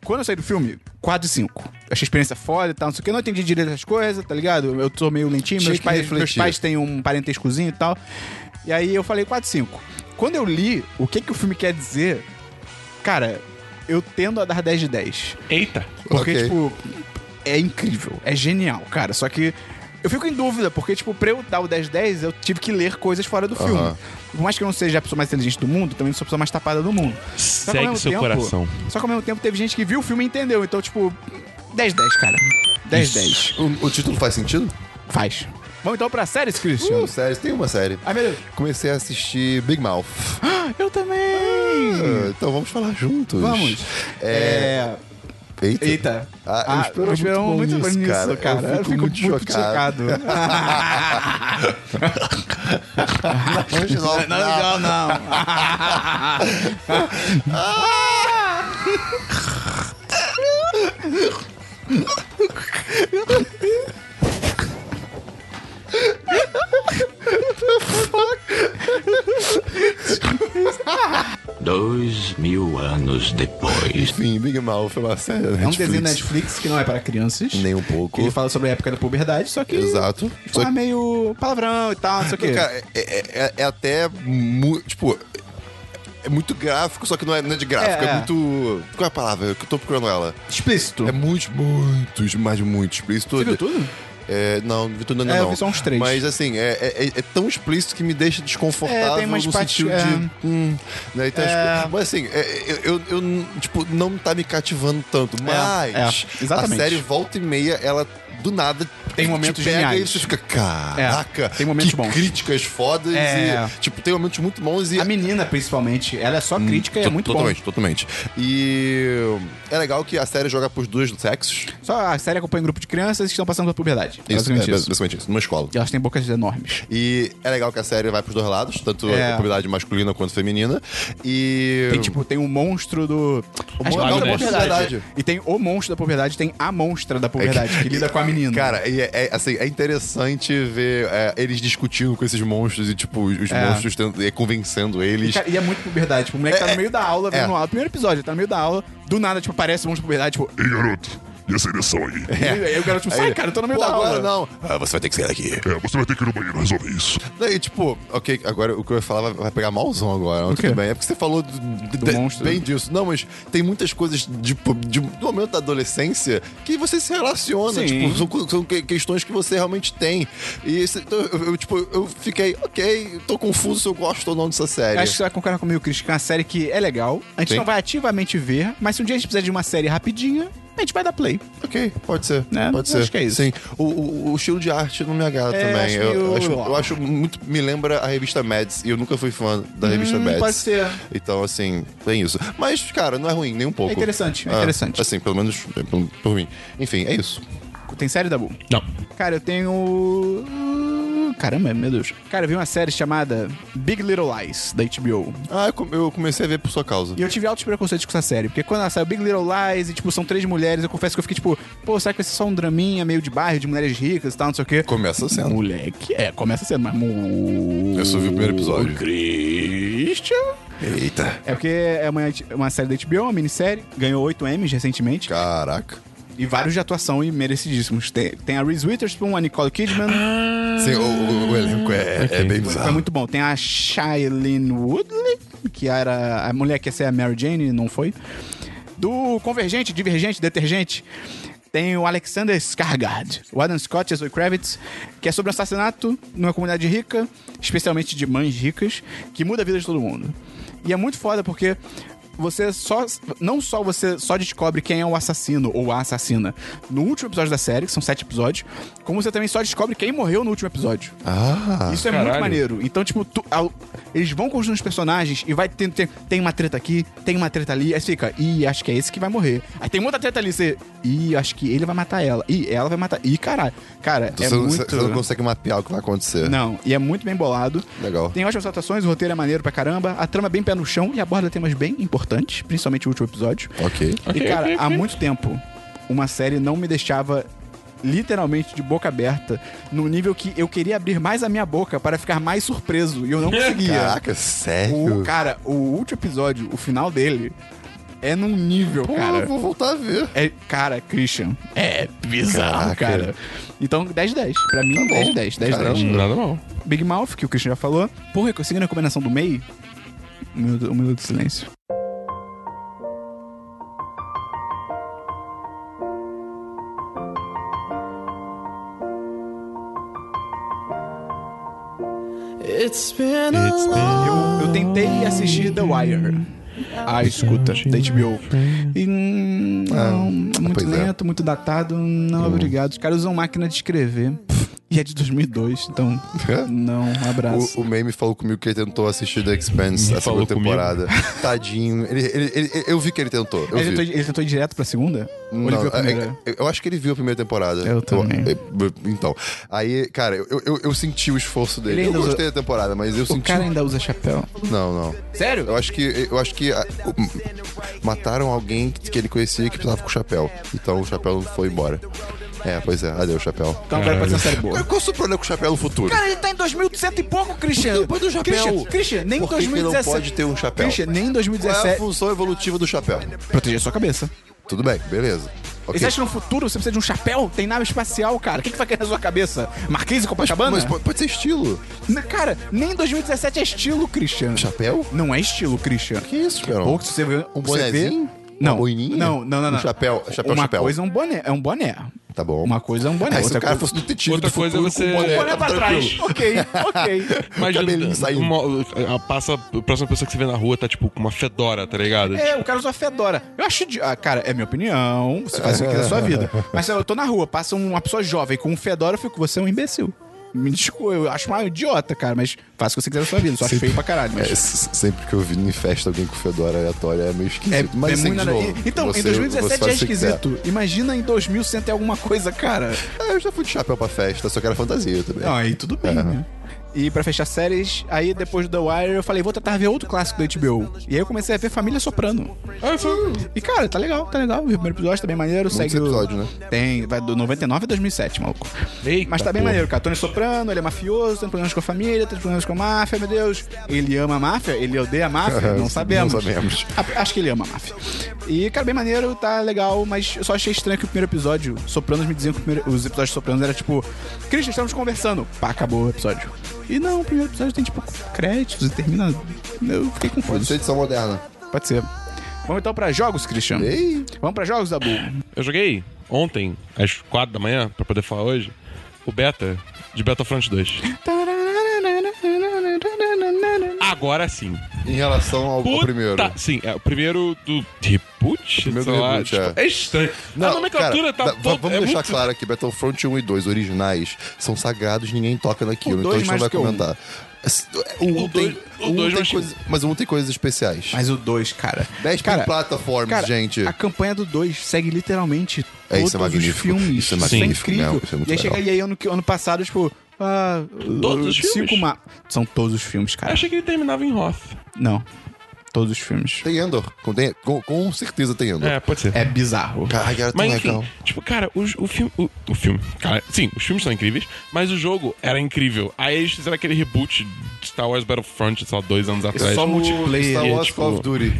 S1: quando eu saí do filme, 4 e 5. Achei a experiência foda e tal, não sei o que. Eu não entendi direito as coisas, tá ligado? Eu sou meio lentinho,
S2: Tinha
S1: meus
S2: que
S1: pais,
S2: refletir.
S1: meus pais têm um parentescozinho e tal. E aí eu falei 4 e 5. Quando eu li o que, que o filme quer dizer, cara, eu tendo a dar 10 de 10.
S3: Eita.
S1: Porque,
S2: Ok.
S1: tipo, é incrível, é genial, cara. Só que eu fico em dúvida, porque, tipo, pra eu dar o 10-10, eu tive que ler coisas fora do filme.
S2: Aham.
S1: Por mais que eu não seja a pessoa mais inteligente do mundo, também não sou a pessoa mais tapada do mundo. Só que ao mesmo
S3: Segue seu coração.
S1: Só que ao mesmo tempo teve gente que viu o filme e entendeu. Então, tipo, 10-10, cara. 10-10.
S2: O, o título faz sentido?
S1: Faz. Vamos então pra séries, Christian.
S2: Uh, séries, tem uma série.
S1: Ai, meu Deus.
S2: Comecei a assistir Big Mouth.
S1: Eu também.
S2: Ah, então vamos falar juntos.
S1: Hum. Vamos.
S2: É.
S1: é...
S2: Eita.
S1: Eita.
S2: Ah, eu espero muito bom nisso, cara. Eu
S1: Eu fico muito chocado.
S2: Vamos de novo.
S1: não, não.
S5: Dois mil anos depois.
S2: Enfim, Big Mouth é uma série. da
S1: É um
S2: Netflix.
S1: desenho da Netflix que não é para crianças.
S2: Nem um pouco.
S1: Que ele fala sobre a época da puberdade, só que.
S2: Exato. Só
S1: Só
S2: que-
S1: meio palavrão e tal, não sei o quê.
S2: Cara, é, é- é- é até. mu- tipo. É muito gráfico, só que não é, não é de gráfico.
S1: É,
S2: É,
S1: é.
S2: muito. Qual é a palavra que eu tô procurando ela?
S1: Explícito.
S2: É muito, muito, mas muito explícito.
S1: Você viu tudo?
S2: É, não, não vi tudo ainda
S1: É, eu
S2: não.
S1: vi só uns três.
S2: Mas assim, é, é- é- é tão explícito que me deixa desconfortável
S1: É, tem umas
S2: no
S1: partes,
S2: sentido
S1: é.
S2: de... hum, né, então,
S1: É.
S2: tipo, mas assim, é, eu, eu- eu n- tipo, não tá me cativando tanto, mas
S1: é, exatamente.
S2: a série volta e meia, ela do nada
S1: Tem
S2: te
S1: momentos
S2: pega
S1: geniais. É,
S2: e você fica, caraca,
S1: tem momentos
S2: que
S1: bons.
S2: críticas fodas
S1: É.
S2: e, tipo, tem momentos muito bons e
S1: A menina, principalmente, ela é só crítica e é
S2: Hum, To-
S1: muito
S2: totalmente, totalmente. E é legal que a série joga pros dois sexos.
S1: bom. Só a série acompanha um grupo de crianças que estão passando pela puberdade.
S2: Isso, é,
S1: basicamente isso.
S2: basicamente isso, numa escola.
S1: E é elas têm bocas enormes.
S2: E é legal que a série vai pros dois lados, tanto
S1: É.
S2: a comunidade masculina quanto feminina. E.
S1: Tem, tipo, tem o monstro do...
S2: O
S1: Acho que
S3: monstro
S1: é
S3: da
S2: puberdade.
S1: E tem o monstro da puberdade, tem a monstra da puberdade, que, lida com a menina.
S2: É Cara, e é, é, assim, é interessante ver é, eles discutindo com esses monstros e, tipo, os
S1: É.
S2: monstros tendo, e convencendo
S1: E,
S2: eles.
S1: cara, e é muito puberdade. Tipo, o moleque tá no meio da aula, vendo
S2: é.
S1: aula. Primeiro episódio, tá no meio da aula. Do nada, tipo, aparece um monstro de puberdade, tipo...
S7: Ei, garoto, e essa ereção aí?
S1: É. E aí o garoto, tipo, sai,
S2: Aí,
S1: cara, eu tô no meio
S2: "Pô,
S1: da
S2: agora
S1: aula.
S2: Não, Ah, você vai ter que sair daqui.
S7: É, você vai ter que ir no banheiro resolver isso.
S2: E tipo, ok, agora o que eu ia falar vai- vai pegar malzão agora, mas
S1: quê?
S2: tudo bem. É porque você falou do, do-
S1: Do
S2: de-
S1: monstro.
S2: bem disso. Não, mas tem muitas coisas de, de- do momento da adolescência que você se relaciona.
S1: Sim.
S2: Tipo, são, co- são que- questões que você realmente tem. E esse- então, eu, eu, tipo, eu fiquei, ok, tô confuso se eu gosto ou não dessa série.
S1: Acho que você vai concordar comigo, Cris, que é uma série que é legal. A gente
S2: Sim.
S1: não vai ativamente ver, mas se um dia a gente precisar de uma série rapidinha, a gente vai dar play.
S2: Ok, pode ser.
S1: É,
S2: pode
S1: eu
S2: ser.
S1: acho que é isso.
S2: Sim. O, o- o estilo de arte não me agrada
S1: É,
S2: também.
S1: acho
S2: eu, eu
S1: meio-
S2: acho, eu acho muito. Me lembra a revista Mads. E eu nunca fui fã da revista
S1: Hum,
S2: Mads.
S1: pode ser.
S2: Então, assim, tem isso. Mas, cara, não é ruim, nem um pouco.
S1: É interessante, é
S2: Ah,
S1: interessante.
S2: Assim, pelo menos é, por, por mim. Enfim, é isso.
S1: Tem série da Boom?
S3: Não.
S1: Cara, eu tenho. uh, Caramba, meu Deus. Cara, eu vi uma série chamada Big Little Lies, da HBO.
S2: Ah, eu, come- eu comecei a ver por sua causa.
S1: E eu tive altos preconceitos com essa série, porque quando ela saiu Big Little Lies e, tipo, são três mulheres, eu confesso que eu fiquei tipo, pô, será que vai ser só um draminha meio de bairro, de mulheres ricas e tal, não sei o quê?
S2: Começa sendo.
S1: Moleque, é, começa sendo, mas.
S2: Eu só vi o primeiro episódio.
S1: Christian.
S2: Eita.
S1: É porque é uma, uma série da HBO, uma minissérie, ganhou 8 Emmys recentemente,
S2: Caraca.
S1: e vários de atuação e merecidíssimos. Tem, tem a Reese Witherspoon, a Nicole Kidman,
S2: Sim, o, o- o elenco é, é bem
S1: foi
S2: bizarro.
S1: Ah. muito bom. Tem a Shailene Woodley, que era a mulher que ia ser a Mary Jane, e não foi. Do Convergente, Divergente, Detergente, tem o Alexander Skarsgård, o Adam Scott e a Zoe Kravitz, que é sobre um assassinato numa comunidade rica, especialmente de mães ricas, que muda a vida de todo mundo. E é muito foda porque você só não só você só descobre quem é o assassino ou a assassina no último episódio da série, que são sete episódios, como você também só descobre quem morreu no último episódio.
S2: Ah.
S1: Isso é
S3: Caralho.
S1: muito maneiro. Então, tipo, tu- ao- eles vão construindo os personagens e vai tendo. Tem, tem uma treta aqui, tem uma treta ali. Aí você fica, ih, acho que é esse que vai morrer. Aí tem outra treta ali, você. Ih, acho que ele vai matar ela. Ih, ela vai matar. Ih, caralho. Cara,
S2: Então
S1: é
S2: você, não-
S1: muito.
S2: você não consegue mapear o que vai acontecer.
S1: Não, e é muito bem bolado.
S2: Legal.
S1: Tem ótimas atuações, o roteiro é maneiro pra caramba, a trama é bem pé no chão e aborda temas bem importantes, principalmente o último episódio.
S2: Ok.
S1: e, cara, há muito tempo, uma série não me deixava literalmente de boca aberta, no nível que eu queria abrir mais a minha boca para ficar mais surpreso e eu não conseguia.
S2: Caraca, sério?
S1: O, cara, o último episódio, o final dele, é num nível,
S2: Pô,
S1: cara.
S2: vou voltar a ver.
S1: É, cara, Christian, é bizarro,
S2: Caraca.
S1: cara. Então, 10 de 10. Pra mim,
S2: Tá bom.
S1: 10 de 10. 10 de
S2: Caramba.
S1: 10.
S3: Nada mal.
S1: Big Mouth, que o Christian já falou. Porra, eu consegui na combinação do meio. Um minuto, um minuto de silêncio. Eu, eu tentei assistir The Wire. A escuta, da HBO. E, hum, não, muito
S2: pois é. Hum.
S1: lento, muito datado. Não, obrigado. Os caras usam máquina de escrever. E é de 2002, então não, um abraço.
S2: O, o Meme falou comigo que ele tentou assistir The Expanse, a
S3: Falou
S2: segunda temporada. Tadinho. Ele, ele- ele- eu vi que ele tentou. Eu
S1: ele,
S2: vi.
S1: tentou, ele tentou ir direto pra segunda? Ou ele
S2: Não,
S1: viu a
S2: é-
S1: primeira?
S2: é- eu acho que ele viu a primeira temporada.
S1: Eu também.
S2: é, então. Aí, cara, eu, eu, eu senti o esforço dele.
S1: Ele
S2: Eu
S1: ainda
S2: gostei da temporada, mas eu
S1: O
S2: senti. um-
S1: cara ainda usa chapéu.
S2: Não, não.
S1: Sério?
S2: Eu acho que. Eu acho que. ah, o- Mataram alguém que ele conhecia que precisava com o chapéu. Então o chapéu foi embora. É, pois é. Adeus, chapéu.
S1: Então agora pode ser uma série boa.
S2: Qual qual o seu problema com o chapéu no futuro?
S1: Cara, ele tá em 2100 e pouco, Christian.
S2: Depois do chapéu.
S1: Christian, Christian nem em
S2: Por que que não
S1: 2017.
S2: pode ter um chapéu?
S1: Christian, nem em
S2: Qual é a
S1: 2017.
S2: função evolutiva do chapéu?
S1: Proteger sua cabeça.
S2: Tudo bem, beleza.
S1: E
S2: Ok.
S1: Você acha que no futuro você precisa de um chapéu? Tem nave espacial, cara. O que, que vai cair na sua cabeça? Marquise e Copacabana?
S2: Mas pode, pode ser estilo.
S1: N- Cara, nem em 2017 é estilo, Christian.
S2: Chapéu?
S1: Não é estilo, Christian.
S2: Que isso, Perão?
S1: Ou que se você vê
S2: Um
S1: você vê-
S2: bonezinho?
S1: Não,
S2: Uma boininha?
S1: não, não, não,
S2: Um
S1: não.
S2: chapéu, chapéu,
S1: Uma
S2: chapéu.
S1: coisa é um boné, é um boné.
S2: Tá bom.
S1: Uma coisa é um boné.
S2: Aí se
S1: outra
S2: o cara
S1: coisa-
S2: fosse um detetive
S3: Outra
S2: do futuro
S3: coisa é você-
S2: com um boné,
S3: Um boné
S1: pra trás.
S2: tranquilo.
S1: Ok, ok.
S3: Imagina,
S2: cabelinho saindo.
S3: uma- a, passa, a próxima pessoa que você vê na rua tá, tipo, com uma fedora, tá ligado?
S1: É, o cara usa fedora. Eu acho. De... Ah, cara, é minha opinião. Você faz o que quiser da sua vida. Mas se eu tô na rua, passa uma pessoa jovem com um fedora, eu fico, você é um imbecil. Me desculpa, eu acho uma idiota, cara, mas faça o que você quiser da sua vida. Só acho feio pra caralho.
S2: É,
S1: Mas...
S2: s- sempre que eu vi em festa alguém com fedora aleatória é meio
S1: É,
S2: esquisito.
S1: é
S2: mas sim,
S1: muito
S2: de
S1: nada-
S2: novo,
S1: E- Então,
S2: você-
S1: em 2017
S2: você
S1: é
S2: faz o que quiser.
S1: esquisito. Imagina em 2100 sem ter alguma coisa, cara.
S2: Ah, eu já fui de chapéu pra festa, só que era fantasia também.
S1: Não, aí tudo bem, né? E pra fechar séries, aí depois do The Wire eu falei, vou tentar ver outro clássico da HBO. E aí eu comecei a ver Família Soprano. E cara, tá legal, tá legal. O primeiro episódio tá bem maneiro. Segue o-
S2: episódio, né?
S1: Tem, vai do 99 a 2007, maluco.
S3: Eita,
S1: Mas tá bem
S3: porra.
S1: maneiro, cara. Tony Soprano, ele é mafioso, tem problemas com a família, tem problemas com a máfia, meu Deus. Ele ama a máfia? Ele odeia a máfia? Não sabemos.
S2: Não sabemos.
S1: A- Acho que ele ama a máfia. E, cara, bem maneiro, tá legal, mas eu só achei estranho que o primeiro episódio, Sopranos me diziam que o primeiro- os episódios de Sopranos era tipo, Christian, estamos conversando. Pá, acabou o episódio. E não, o primeiro episódio tem tipo créditos e termina. Eu fiquei
S2: Pode
S1: confuso.
S2: ser edição moderna.
S1: Pode ser. Vamos então pra jogos, Christian.
S2: Ei,
S1: Vamos pra jogos, Dabu.
S3: Eu joguei ontem, às 4 da manhã, pra poder falar hoje, o beta de Battlefront 2. Agora sim.
S2: em relação ao, ao
S3: Puta-
S2: primeiro.
S3: Sim, é o primeiro do reboot?
S2: primeiro
S3: sei
S2: do
S3: lá,
S2: reboot,
S3: tipo, é. estranho. a
S2: cara,
S3: nomenclatura tá...
S2: dá-
S3: toda-
S2: va- Vamos
S3: é
S2: deixar
S3: muito-
S2: claro aqui: Battlefront 1 e 2 originais são sagrados, ninguém toca naquilo,
S1: O
S2: então a
S1: dois
S2: gente não
S1: mais
S2: vai
S1: que o um.
S2: comentar. É, O
S3: O
S2: 1
S3: dois-
S2: tem.
S3: o
S2: o um
S3: dois
S2: tem
S3: mais que o
S2: coisa- Mas o 1 tem coisas especiais.
S1: Mas o 2, cara.
S2: 10
S1: cara,
S2: plataformas,
S1: Cara,
S2: gente.
S1: a campanha do 2 segue literalmente
S2: É,
S1: todos
S2: isso é
S1: os
S2: magnífico.
S1: filmes.
S2: Isso é magnífico
S1: incrível.
S2: mesmo, isso é muito
S1: e aí chega
S2: legal.
S1: e aí ano, que- ano passado, tipo, ah,
S3: Todos os
S1: cinco
S3: filmes?
S1: ma- São todos os filmes,
S3: Eu
S1: cara.
S3: achei que ele terminava em Hoth.
S1: Não. Todos os filmes.
S2: Tem Endor. Com, tem- com- com certeza tem Endor.
S3: É, pode ser.
S1: É bizarro.
S2: Caralho, era tão
S3: Mas enfim,
S2: tá um legal.
S3: tipo, cara, o, o filme. O, o filme. Cara, sim, os filmes são incríveis, mas o jogo era incrível. Aí eles fizeram aquele reboot de Star Wars Battlefront, só dois anos atrás.
S1: Só multiplayer.
S2: É Star Wars
S3: tipo-
S2: Call of Duty.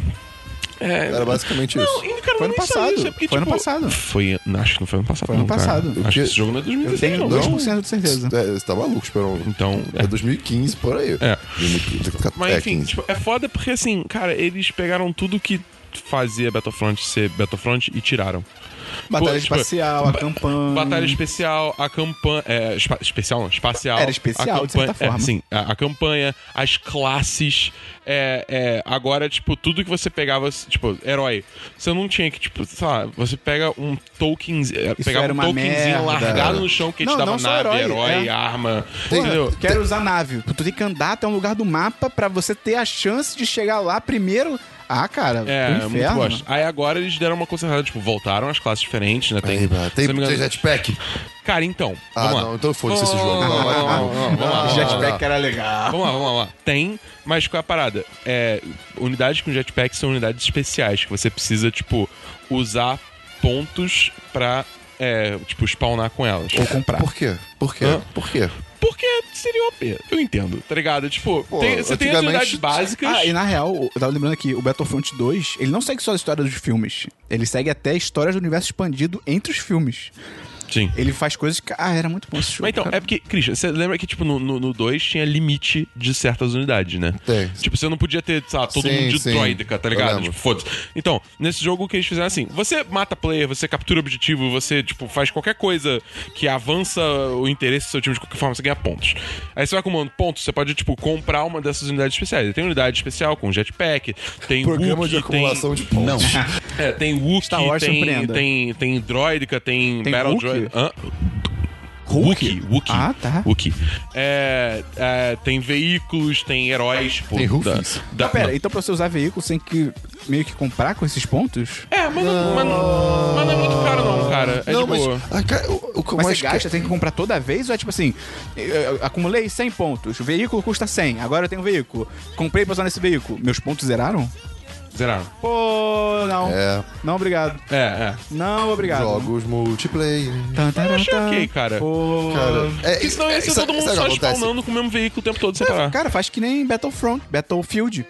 S3: É,
S2: Era basicamente
S3: não,
S2: isso.
S3: e, cara,
S1: Foi ano
S3: nem sabia
S1: passado,
S3: isso, é porque,
S1: foi ano
S3: tipo,
S1: passado.
S3: Foi, não, acho que não foi ano passado.
S1: Foi ano
S3: não, cara.
S1: passado.
S3: Acho que
S2: Eu-
S3: esse jogo não é
S1: Eu
S3: 2016,
S1: tenho
S3: não.
S1: 2% de certeza.
S2: É, você tá maluco, Esperão.
S3: Então,
S2: É
S3: é.
S2: 2015, por aí.
S3: É.
S2: 2015,
S3: Mas
S2: é,
S3: enfim,
S2: 15.
S3: tipo, é foda porque assim, cara, eles pegaram tudo que fazia Battlefront ser Battlefront e tiraram.
S1: Batalha
S3: Pô, tipo,
S1: espacial, a
S3: ba-
S1: campanha.
S3: Batalha especial, a campanha. É, espa- especial não, espacial.
S1: Era especial,
S3: a
S1: de certa
S3: campanha- é,
S1: forma.
S3: sim, a, a campanha, as classes. É, é, agora, tipo, tudo que você pegava, tipo, herói. Você não tinha que, tipo, sei lá, você pega um token. Pegava
S1: era
S3: um
S1: uma merda.
S3: tokenzinho largado no chão que
S1: Não,
S3: te dava
S1: não só
S3: nave,
S1: herói,
S3: herói,
S1: é.
S3: arma.
S1: Porra,
S3: entendeu?
S1: quero usar nave. Tu tem que andar até um lugar do mapa pra você ter a chance de chegar lá primeiro. Ah, cara,
S3: É,
S1: pro
S3: muito
S1: inferno.
S3: gosto. Aí agora eles deram uma consertada, tipo, voltaram as classes diferentes, né? Tem,
S2: Aí, mano,
S3: se não me
S2: tem,
S3: engano-
S2: tem jetpack?
S3: Cara, então.
S2: Ah,
S3: vamos lá.
S2: não, então foda-se esse
S3: Vamos
S2: jogo.
S3: lá,
S2: Não,
S3: vamos lá,
S2: não,
S3: vamos lá, vamos
S1: Ah,
S3: lá, vamos lá.
S1: Jetpack era legal.
S3: Vamos lá, vamos lá. Tem, mas qual é a parada? É, unidades com jetpack são unidades especiais que você precisa, tipo, usar pontos pra é, tipo, spawnar com elas.
S1: Ou comprar.
S2: Por quê? Por quê?
S3: Hã?
S2: Por quê?
S3: Porque seria OP, eu entendo, tá ligado? Tipo,
S2: Pô,
S3: tem- você tem
S2: antigamente-
S3: atividades básicas.
S1: Ah, e na real, eu tava lembrando aqui, o Battlefront 2, ele não segue só a história dos filmes. Ele segue até a história do universo expandido entre os filmes.
S3: Sim.
S1: Ele faz coisas que. Ah, era muito bom esse jogo.
S3: Mas então,
S1: cara.
S3: é porque, Christian, você lembra que, tipo, no 2 no, dois tinha limite de certas unidades, né?
S2: Tem.
S3: Tipo, você não podia ter, sei lá, todo
S2: Sim,
S3: mundo de
S2: sim.
S3: droidica, tá
S2: Eu
S3: ligado?
S2: lembro.
S3: Tipo, foda-se. Então, nesse jogo o que eles fizeram é assim: você mata player, você captura objetivo, você, tipo, faz qualquer coisa que avança o interesse do seu time de qualquer forma, você ganha pontos. Aí você vai acumulando pontos, você pode, tipo, comprar uma dessas unidades especiais. Tem unidade especial com jetpack, tem
S2: Programa
S3: Wookiee,
S2: de acumulação de pontos.
S3: Tem, é, tem Wookiee,
S1: Star Wars
S3: tem,
S1: surpreenda.
S3: tem, tem droidica, tem,
S1: Tem
S3: Battle
S1: Wookiee?
S3: Droid. Hã?
S1: Hulk?
S3: Wookie, Wookie.
S1: Ah, tá.
S3: Wookie. É, é, tem veículos, tem heróis, tipo.
S2: Tem
S3: da,
S2: Rufus.
S3: da-
S1: Ah, pera, então pra você usar veículo, você tem que meio que comprar com esses pontos?
S3: É, mas não, mas não- mas não é muito caro, não,
S1: então,
S3: cara. É
S2: não,
S3: de
S2: mas
S3: boa.
S2: a ca- o, o que eu
S1: Mas
S2: mais
S1: você gasta,
S2: que-
S1: tem que comprar toda vez? Ou é tipo assim, eu- eu acumulei 100 pontos, o veículo custa 100, agora eu tenho um veículo. Comprei pra usar nesse veículo, meus pontos zeraram?
S3: Zerado.
S1: Pô, não.
S2: É,
S1: Não, obrigado.
S3: É, é.
S1: Não, obrigado.
S2: jogos multiplayer.
S1: Tan, tan,
S3: Eu achei
S1: tan.
S3: ok, cara.
S1: Pô.
S2: Cara, é,
S3: Porque senão ia
S2: sabe-
S3: ser Então, todo mundo
S2: sabe o
S3: só
S2: que acontece?
S3: spawnando com o mesmo veículo o tempo todo sem parar.
S1: Cara, faz que nem Battlefront, Battlefield.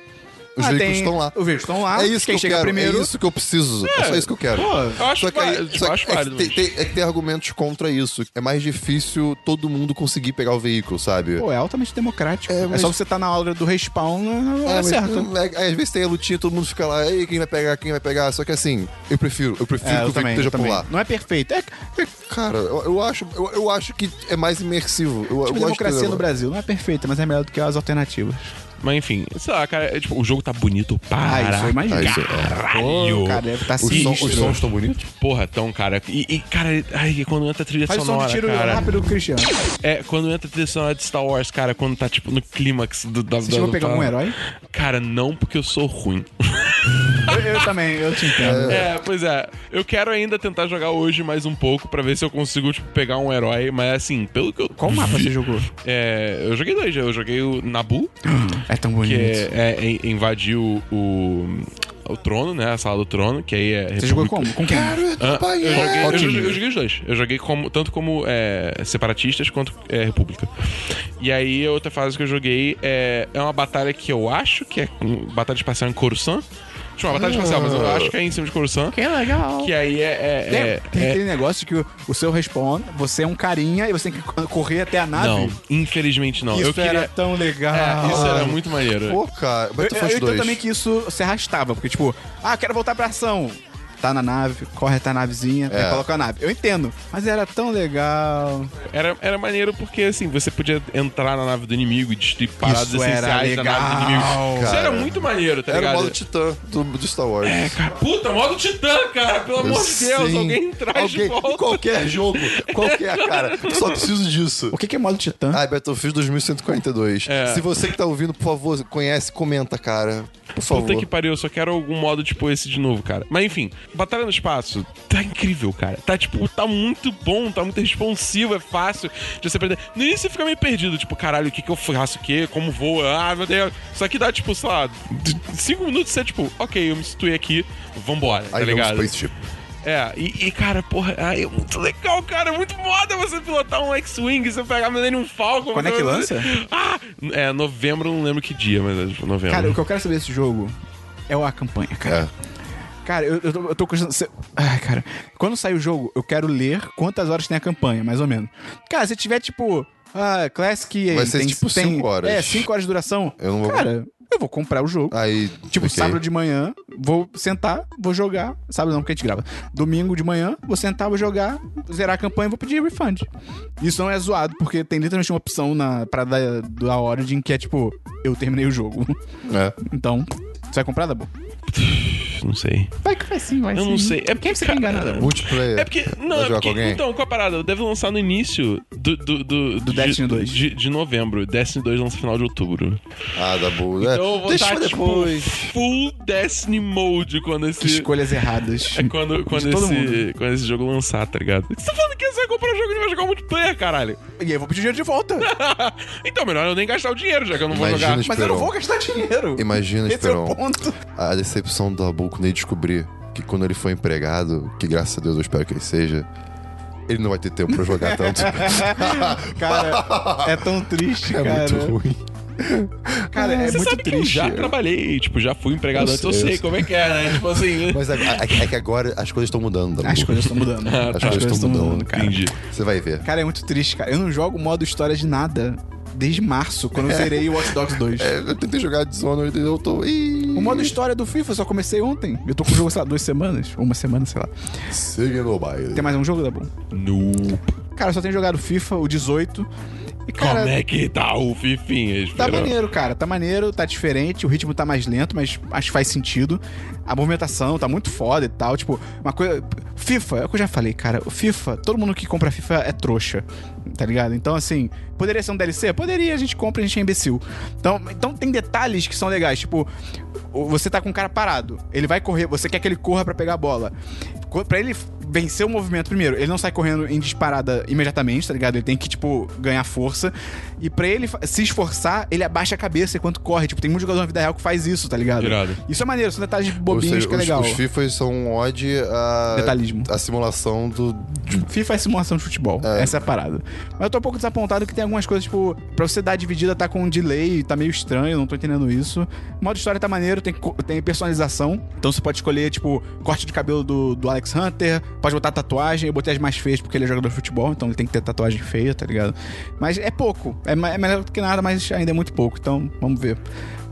S2: Os
S1: Ah,
S2: veículos
S1: tem-
S2: estão lá.
S1: Os veículos estão lá.
S2: É isso
S1: quem
S2: que eu
S1: chega
S2: quero,
S1: primeiro.
S2: é isso que eu preciso. É, só isso que eu quero.
S3: eu acho
S2: só que, aí,
S3: válido, tipo,
S2: só que
S3: acho
S2: é,
S3: válido,
S2: que tem,
S3: mas-
S2: tem- é que tem argumentos contra isso. É mais difícil todo mundo conseguir pegar o veículo, sabe?
S1: Pô, é altamente democrático.
S2: É,
S1: É,
S2: mas-
S1: só você tá na aula do respawn, na
S2: É,
S1: hora
S2: mas,
S1: certa.
S2: hum, é- às vezes tem a lutinha, todo mundo fica lá, ei, quem vai pegar, quem vai pegar. Só que assim, eu prefiro, É, eu
S1: É,
S2: prefiro que o veículo esteja por lá.
S1: Não é perfeito. É, é
S2: Cara, eu, eu acho, eu, eu acho que é mais imersivo. Eu, eu
S1: tipo
S2: gosto
S1: democracia
S2: dela.
S1: no Brasil. Não é perfeita, mas é melhor do que as alternativas.
S3: Mas enfim, sei lá, cara, é, tipo, o jogo tá bonito
S1: Ah,
S3: para.
S1: isso eu imagino.
S2: Ah, isso é-
S3: Caralho!
S1: Pô, cara, deve tá
S2: Os, som- os
S1: sinistro.
S2: sons estão bonitos?
S3: Porra, tão, cara. E, e, cara, ai, quando entra a trilha
S1: Faz o som
S3: sonora.
S1: de tiro
S3: cara,
S1: rápido, Cristiano.
S3: É, quando entra a trilha sonora de Star Wars, cara, quando tá, tipo, no clímax do, da...
S1: Você chegou a pegar
S3: da-
S1: um herói?
S3: Cara, não, porque eu sou ruim.
S1: Eu, eu também, eu te entendo.
S3: É, pois é. Eu quero ainda tentar jogar hoje mais um pouco pra ver se eu consigo, tipo, pegar um herói, mas assim, pelo que eu...
S1: Qual mapa você jogou?
S3: É, eu joguei dois, eu joguei o Nabu,
S1: É tão
S3: que
S1: bonito.
S3: é, é, in- invadiu o... O trono, né? A sala do trono, que aí é.
S1: Você jogou
S3: República-
S1: como? Com quem?
S2: é
S3: Ah, eu, joguei, eu
S1: Qual
S3: joguei-
S1: time?
S3: eu joguei os dois. Eu joguei como, tanto como é, separatistas quanto é, república. E aí, a outra fase que eu joguei é, é uma batalha que eu acho que é com- batalha espacial em Coruscant. Tipo, uma batalha espacial, mas eu
S1: Ah.
S3: acho que é em cima de Coruscant. Que legal. Que aí é. é-
S1: Tem,
S3: é-
S1: tem
S3: é-
S1: aquele negócio que o, o seu respawn, você é um carinha e você tem que correr até a nave.
S3: não, infelizmente não.
S1: Isso
S3: eu queria.
S1: era Ah, tão legal.
S3: É, isso era muito maneiro.
S2: Pô,
S1: Eu,
S2: cara,
S1: eu, eu
S2: Battlefront
S1: entendo
S2: 2.
S1: também que isso se arrastava, porque tipo, ah, quero voltar pra ação. Tá na nave, corre até a navezinha, até
S3: É.
S1: coloca a nave. Eu entendo, mas era tão legal.
S3: Era, era maneiro porque, assim, você podia entrar na nave do inimigo e destruir paradas
S1: Isso era
S3: essenciais da nave do inimigo.
S1: legal,
S3: Isso era
S2: cara.
S3: muito maneiro, tá
S2: Era o
S3: ligado?
S2: modo titã do, de Star Wars.
S3: É, cara, puta, modo titã, cara, pelo amor de Deus,
S2: Sim.
S3: alguém traz
S2: Alguém-
S3: de volta.
S2: Qualquer jogo, qualquer, cara. Só preciso disso.
S1: O que, que é modo titã?
S2: Ah, Battlefield 2142.
S3: É.
S2: Se você que tá ouvindo, por favor, conhece, comenta, cara. Por
S3: Puta
S2: favor.
S3: que pariu, eu só quero algum modo tipo esse de novo, cara. Mas enfim, Batalha no Espaço tá incrível, cara. Tá tipo, tá muito bom, tá muito responsivo, é fácil de você aprender. No início você fica meio perdido, tipo, caralho, o que que eu faço, o que, como voa, ah, meu Deus. Só que dá tipo, sei lá, d- cinco minutos você, tipo, ok, eu me situei aqui, vambora, tá
S2: Aí vem um
S3: ligado?
S2: spaceship.
S3: É, e, e, cara, porra, ai, é muito legal, cara. É muito moda você pilotar um X-Wing, você pegar a Millennium Falcon.
S1: Quando é que
S3: você-
S1: lança?
S3: Ah! É, novembro, não lembro que dia, mas é tipo novembro.
S1: Cara, o que eu quero saber desse jogo é a campanha, cara.
S2: É.
S1: Cara, eu, eu tô, eu tô custando- se- Ai, cara. Quando sair o jogo, eu quero ler quantas horas tem a campanha, mais ou menos. Cara, se tiver tipo. Ah, Classic.
S2: Vai ser,
S1: tem,
S2: tipo,
S1: tem-
S2: cinco horas.
S1: É, 5 horas de duração.
S2: Eu não vou-
S1: Cara, eu vou comprar o jogo.
S2: Aí.
S1: Tipo,
S2: ok.
S1: sábado de manhã, vou sentar, vou jogar. Sábado não, porque a gente grava. Domingo de manhã, vou sentar, vou jogar, zerar a campanha e vou pedir refund. Isso não é zoado, porque tem literalmente uma opção na parada da, da Origin que é tipo, eu terminei o jogo.
S2: É.
S1: Então, você vai comprar, Dabu?
S3: Não sei.
S1: Vai que vai sim, vai
S3: Eu não sei. É porque,
S1: Quem você tá quer enganar,
S3: cara,
S1: Dabu?
S2: Multiplayer.
S3: É porque. Não,
S2: Vai
S3: é
S2: jogar
S3: porque.
S2: com alguém?
S3: Então, qual a parada? Deve lançar no início do. Do, do,
S1: Do
S3: de-
S1: Destiny 2.
S3: De, de novembro. Destiny 2 lança no final de outubro.
S2: Ah, da boa. É.
S3: Então eu vou
S2: Deixa
S3: estar,
S2: pra depois.
S3: tipo, full Destiny Mode quando esse.
S1: Que escolhas erradas.
S3: É quando, quando,
S1: todo
S3: esse,
S1: mundo.
S3: quando esse jogo lançar, tá ligado? Você tá falando que você vai comprar o jogo e não vai jogar o multiplayer, caralho.
S1: E aí eu vou pedir dinheiro de volta.
S3: então, melhor eu nem gastar o dinheiro, já que eu não vou
S2: Imagina, tipo,
S1: Mas
S3: jogar.
S1: eu não
S2: Esperon.
S1: vou gastar dinheiro.
S2: Imagina,
S1: Esse é o
S2: Esperon.
S1: ponto.
S2: a decepção do Dabu quando ele descobrir que quando ele foi empregado, que graças a Deus eu espero que ele seja, Ele não vai ter tempo pra jogar tanto.
S1: Cara, é tão triste,
S2: é
S1: cara.
S2: muito ruim.
S1: Cara, é
S3: Você
S1: muito
S3: sabe
S1: triste.
S3: que eu já trabalhei, tipo, já fui empregado
S2: Eu
S3: antes, eu
S2: sei, eu
S3: sei
S2: sei.
S3: como é que é, né? Tipo assim.
S2: Mas é, é- é que agora as coisas estão mudando. Dabu.
S1: As coisas estão mudando.
S3: Ah, tá.
S2: É, As coisas estão mudando,
S1: cara.
S3: Entendi.
S2: Você vai ver.
S1: Cara, é muito triste, cara. Eu não jogo modo história de nada desde março, quando eu zerei o Watch Dogs 2.
S2: É, eu tentei jogar Dishonored e eu tô. Ih,
S1: O modo história do FIFA eu só comecei ontem. Eu tô com o jogo, sei lá, duas semanas. Ou uma semana, sei lá.
S2: Siga no baile.
S1: Tem mais um jogo, tá bom?
S3: No.
S1: Cara, eu só tenho jogado FIFA, o 18. E, cara,
S3: Como é que tá o Fifinha?
S1: Tá
S3: Esperão?
S1: maneiro, cara. Tá maneiro, tá diferente, o ritmo tá mais lento, mas acho que faz sentido. A movimentação tá muito foda e tal. Tipo, uma coisa. FIFA, é o que eu já falei, cara. O FIFA, todo mundo que compra FIFA é trouxa. Tá ligado? Então, assim, poderia ser um DLC? Poderia, a gente compra e a gente é imbecil. Então, então tem detalhes que são legais. Tipo, o- você tá com o cara parado. Ele vai correr, você quer que ele corra pra pegar a bola. Co- Pra ele vencer o movimento, primeiro, ele não sai correndo em disparada imediatamente, tá ligado? Ele tem que, tipo, ganhar força. E pra ele fa- se esforçar, ele abaixa a cabeça enquanto corre. Tipo, tem muito jogador na vida real que faz isso, tá ligado?
S3: Irado.
S1: Isso é maneiro, são detalhes
S2: Ou
S1: bobinhos
S2: seja,
S1: que é
S2: os,
S1: legal.
S2: os FIFAs são um ode a.
S1: Detalhismo.
S2: A simulação do. de-
S1: FIFA é simulação de futebol. Essa é a parada. Mas eu tô um pouco desapontado que tem algumas coisas, tipo, pra você dar a dividida tá com um delay, tá meio estranho, não tô entendendo isso. O modo história tá maneiro, tem, co- tem personalização. Então você pode escolher, tipo, corte de cabelo do, do Alex Hunter, pode botar tatuagem. Eu botei as mais feias porque ele é jogador de futebol, então ele tem que ter tatuagem feia, tá ligado? Mas é pouco. É, ma- é melhor do que nada, mas ainda é muito pouco. Então, vamos ver.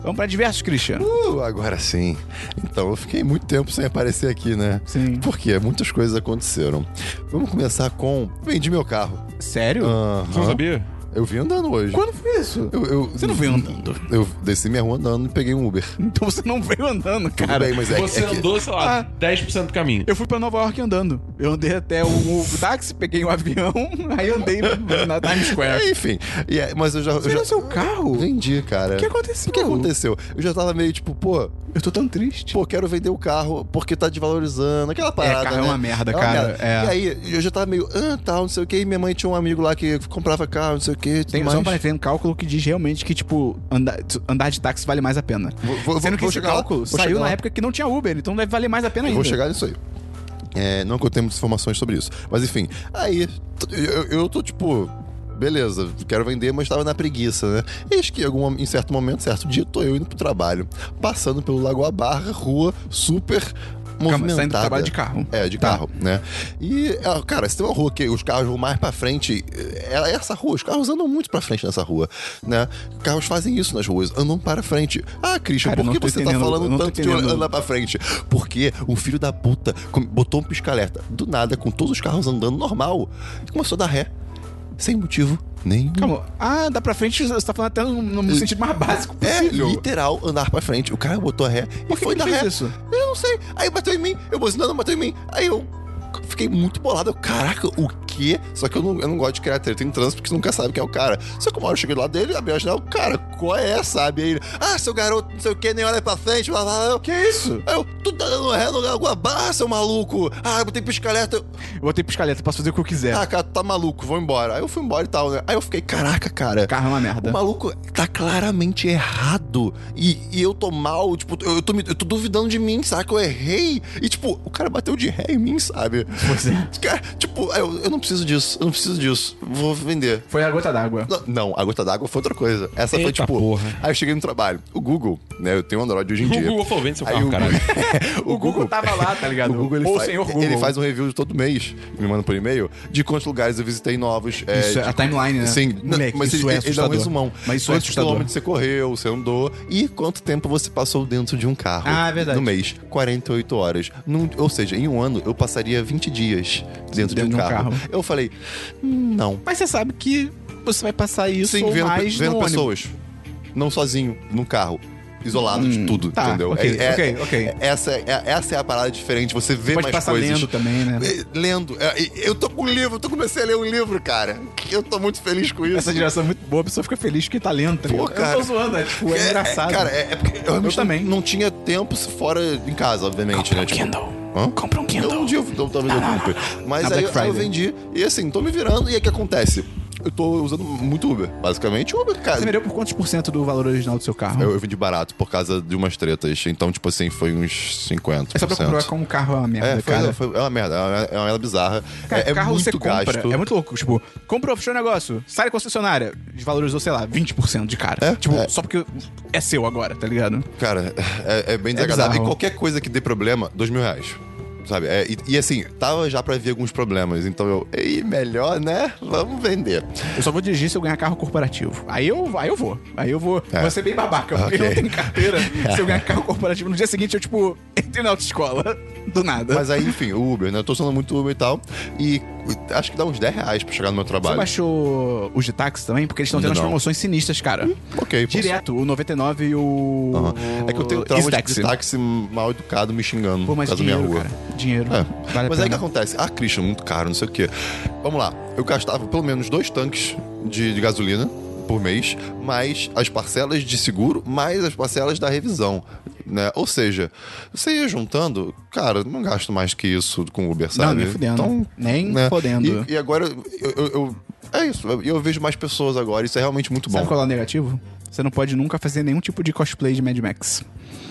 S1: Vamos pra diversos, Christian.
S2: Uh, agora sim. Então eu fiquei muito tempo sem aparecer aqui, né?
S1: Sim.
S2: Porque muitas coisas aconteceram. Vamos começar com. Vendi meu carro.
S1: Sério?
S2: Ah.
S3: Você não
S2: Aham.
S3: sabia?
S2: Eu vim andando hoje.
S1: Quando foi isso?
S2: Eu, eu-
S1: Você não veio andando.
S2: Eu desci minha rua andando e peguei um Uber.
S1: Então você não veio andando,
S2: Tudo
S1: cara.
S2: bem, mas é, que-
S3: Você
S2: é que-
S3: andou, sei lá,
S1: Ah.
S3: 10% do caminho.
S1: Eu fui pra Nova York andando. Eu andei até o, o táxi, peguei um avião, aí andei na Times Square.
S2: É, enfim. E é- mas eu já. eu
S1: Você
S2: já-
S1: vendeu seu carro?
S2: Vendi, cara.
S1: O que aconteceu?
S2: O que aconteceu? Eu já tava meio tipo, pô,
S1: Eu tô tão triste.
S2: pô, quero vender o carro porque tá desvalorizando. Aquela parada.
S1: carro é
S2: né?
S1: uma merda,
S2: uma
S1: cara,
S2: merda.
S1: é.
S2: E aí, eu já tava meio, ah, tal, não sei o quê. E minha mãe tinha um amigo lá que comprava carro, não sei o quê. tudo
S1: tem,
S2: mais.
S1: só pra tem um cálculo que diz realmente que, tipo, andar, andar de táxi vale mais a pena.
S2: Vou- vou-
S1: Sendo
S2: vou
S1: que esse
S2: chegar lá,
S1: cálculo
S2: vou
S1: saiu
S2: chegar
S1: na
S2: lá.
S1: época que não tinha Uber, então deve valer mais a pena
S2: Eu
S1: ainda.
S2: vou chegar nisso aí. É, não que eu tenha muitas informações sobre isso. Mas enfim, aí t- eu, eu tô tipo. Beleza, quero vender, mas tava na preguiça, né? Eis que em algum- em certo momento, certo dia, tô eu indo pro trabalho. Passando pelo Lagoa Barra, rua super movimentada.
S1: saindo do trabalho de carro.
S2: É, de
S1: Tá.
S2: carro, né? E, ah, cara, se tem uma rua que os carros vão mais pra frente, é é essa rua, os carros andam muito pra frente nessa rua, né? Carros fazem isso nas ruas, andam para frente. Ah, Christian,
S1: Cara, eu
S2: por
S1: não
S2: que
S1: tô
S2: você tá
S1: entendendo, eu
S2: falando
S1: não tô
S2: tanto de
S1: entendendo.
S2: andar pra frente? Porque um filho da puta com- botou um pisca-alerta do nada, com todos os carros andando normal, e começou a dar ré, sem motivo nenhum.
S1: Calma. Ah, dá pra frente, você tá falando até no, no sentido mais básico
S2: É
S1: possível.
S2: literal andar pra frente. O cara botou a ré e
S1: que
S2: foi
S1: que
S2: dar
S1: ele fez
S2: ré.
S1: isso?
S2: Eu não sei. Aí bateu em mim, eu buzinando, bateu em mim. Aí eu fiquei muito bolado. Eu, caraca, o quê? Só que eu não, eu não gosto de criar treta em trânsito porque você nunca sabe quem é o cara. Só que uma hora eu cheguei lá dele, abri a janela, cara, qual é, sabe? Aí ele, ah, seu garoto, não sei o quê, nem olha pra frente, blá blá blá. Eu,
S1: Que isso?
S2: Aí eu, tu tá dando ré no alguma barra, seu maluco. Ah, eu botei pisca-alerta. Eu,
S1: Eu botei piscaleta, posso fazer o que eu quiser.
S2: Ah, cara, tu tá maluco, vou embora. Aí eu fui embora e tal, né? Aí eu fiquei, caraca, cara.
S1: Carro é uma merda.
S2: O maluco tá claramente errado. E, e eu tô mal, tipo, eu, eu tô, me- eu tô duvidando de mim, saca? Eu errei. E, tipo, o cara bateu de ré em mim, sabe?
S1: Pois é.
S2: Cara, tipo, ah, eu, eu não preciso disso, eu não preciso disso. Vou vender.
S1: Foi a gota d'água.
S2: Não, Não, a gota d'água foi outra coisa. Essa foi,
S3: Eita
S2: tipo.
S3: porra.
S2: Aí eu cheguei no trabalho. O Google, né? Eu tenho Android hoje em
S3: O
S2: dia.
S3: Google falou, vende seu
S2: Aí
S3: carro,
S2: o-
S3: caralho.
S2: o, Google
S1: tava lá, tá ligado?
S2: o Google, ele,
S1: Ou o
S2: faz,
S1: senhor Google.
S2: ele faz um review de todo mês, me manda por e-mail, de quantos lugares eu visitei novos. é,
S1: Isso,
S2: de-
S1: a timeline, né?
S2: Sim,
S1: Moleque,
S2: mas
S1: isso é
S2: ele, ele dá um
S1: assustador.
S2: resumão.
S1: Mas isso é
S2: quantos
S1: assustador.
S2: quilômetros você correu, você andou e quanto tempo você passou dentro de um carro
S1: Ah, é verdade.
S2: no mês. 48 horas. Num- ou seja, em um ano eu passaria 20 dias dentro, de um, carro. Eu falei, "Hum, não.
S1: Mas você sabe que você vai passar isso
S2: Sim,
S1: ou
S2: vendo,
S1: mais
S2: vendo
S1: no ônibus.
S2: pessoas. Não sozinho, num carro. Isolado de tudo,
S1: tá,
S2: entendeu?
S1: ok,
S2: É- é-
S1: ok, ok.
S2: Essa é, essa é a parada diferente, você vê
S1: Pode
S2: mais
S1: passar
S2: coisas.
S1: lendo também, né?
S2: É, Lendo. É, e- Eu tô com um livro, eu tô comecei a ler um livro, cara. Eu tô muito feliz com isso.
S1: Essa geração é muito boa, a pessoa fica feliz que tá lenta.
S2: Pô,
S1: Eu
S2: cara.
S1: tô zoando, é, tipo, é, engraçado.
S2: cara, é, é porque eu, realmente não-
S1: também.
S2: Não, tinha tempo fora em casa, obviamente, né? Tipo, Hã?
S1: Compra um
S2: eu um dia eu, talvez eu compre. Mas
S1: Na
S2: aí,
S1: Black
S2: eu- aí
S1: Friday.
S2: eu vendi. E assim, tô me virando. E aí o que acontece? eu tô usando muito Uber. Basicamente, Uber, cara.
S1: Você vendeu por quantos por cento do valor original do seu carro?
S2: Eu, eu vendi barato por causa de umas tretas. Então, tipo assim, foi uns 50%.
S1: É só pra comprovar como o carro é uma merda,
S2: É, foi,
S1: cara.
S2: foi- é uma merda, é uma, é uma merda bizarra.
S1: Cara,
S2: é, é
S1: carro
S2: muito
S1: você compra,
S2: gasto.
S1: é muito louco. Tipo, comprou, fechou o negócio, sai da concessionária, desvalorizou, sei lá, 20% de cara.
S2: É,
S1: tipo,
S2: é.
S1: só porque é seu agora, tá ligado?
S2: Cara, é, é bem desagradável.
S1: bizarro.
S2: e qualquer coisa que dê problema, dois mil reais. Sabe? É, e, e assim, tava já pra ver alguns problemas. Então eu, ei, melhor, né? Vamos vender.
S1: Eu só vou dirigir se eu ganhar carro corporativo. Aí eu, aí eu vou. Aí eu vou.
S2: É.
S1: Vou ser bem babaca, porque
S2: Ok.
S1: eu não tenho carteira. se eu ganhar carro corporativo, no dia seguinte eu, tipo, entrei na autoescola. Do nada.
S2: Mas aí, enfim, o Uber, né? Eu tô usando muito Uber e tal. E acho que dá uns 10 reais pra chegar no meu
S1: Você
S2: trabalho.
S1: baixou os de táxi também? Porque eles estão tendo
S2: Não.
S1: umas promoções sinistras, cara.
S2: Ok, posso-
S1: Direto, o 99 e o.
S2: Aham. É que eu tenho trauma de,
S1: Staxi.
S2: de táxi mal educado me xingando
S1: Pô, mas
S2: por causa da minha
S1: dinheiro,
S2: rua.
S1: cara. Dinheiro.
S2: É.
S1: Vale a
S2: Mas aí o que
S1: pena.
S2: acontece? Ah, Christian, muito caro, não sei o quê. Vamos lá. Eu gastava pelo menos dois tanques de, de gasolina por mês, mais as parcelas de seguro, mais as parcelas da revisão. Né? Ou seja, você ia juntando, cara, não gasto mais que isso com Uber, sabe? Então, né?
S1: nem fudendo. Nem fodendo.
S2: E, e agora eu, eu- eu- É isso. E eu, vejo mais pessoas agora. Isso é realmente muito bom.
S1: Sabe qual é o negativo? Você não pode nunca fazer nenhum tipo de cosplay de Mad Max.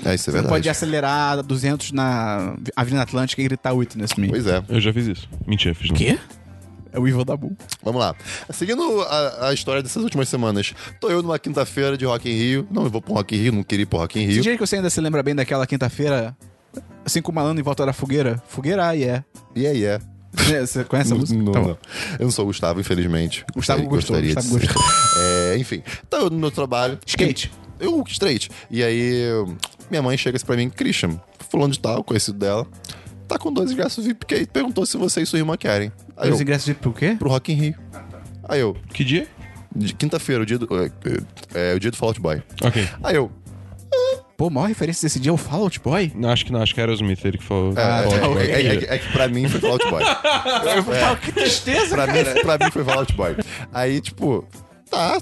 S2: É, isso é
S1: Você não
S2: verdade.
S1: pode acelerar 200 na Avenida Atlântica e gritar Witness Me.
S2: Pois é.
S3: Eu já fiz isso. Mentira, fiz não.
S1: Quê? É o Evil da Bull.
S2: Vamos lá. Seguindo a, a história dessas últimas semanas, tô eu numa quinta-feira de Rock in Rio. Não, eu vou pro Rock in Rio, não queria ir pro Rock in
S1: Esse
S2: Rio.
S1: dia que você ainda se lembra bem daquela quinta-feira, assim com o malandro em volta da fogueira. Fogueira, aí é.
S2: E aí é.
S1: Né, Você conhece a
S2: Não,
S1: música?
S2: não,
S1: Então,
S2: não. Eu não sou o Gustavo, infelizmente.
S1: Gustavo
S2: Eu
S1: gostou,
S2: gostaria
S1: Gustavo
S2: de ser. É, enfim, tô eu no meu trabalho.
S1: Skate.
S2: Eu, straight. E aí, minha mãe chega assim pra mim, Christian, fulano de tal, conhecido dela, tá com dois ingressos VIP que perguntou se você e sua irmã querem. Aí
S1: Os
S2: eu,
S1: ingressos de por quê?
S2: pro Rock in Rio. Aí eu,
S3: Que dia?
S2: de quinta-feira, o dia do. é, É, é, o dia do Fall Out Boy.
S3: Ok.
S2: Aí eu,
S1: Pô, a maior referência desse dia é o Fallout Boy.
S3: Não, acho que não, acho que era o Smith ele que falou.
S2: É,
S3: Pô,
S2: é, é,
S3: que
S2: é,
S3: dia?
S2: é que- é que pra mim foi Fallout Boy.
S1: Que tristeza,
S2: Pra mim, pra mim foi Fallout Boy. Aí, tipo, tá,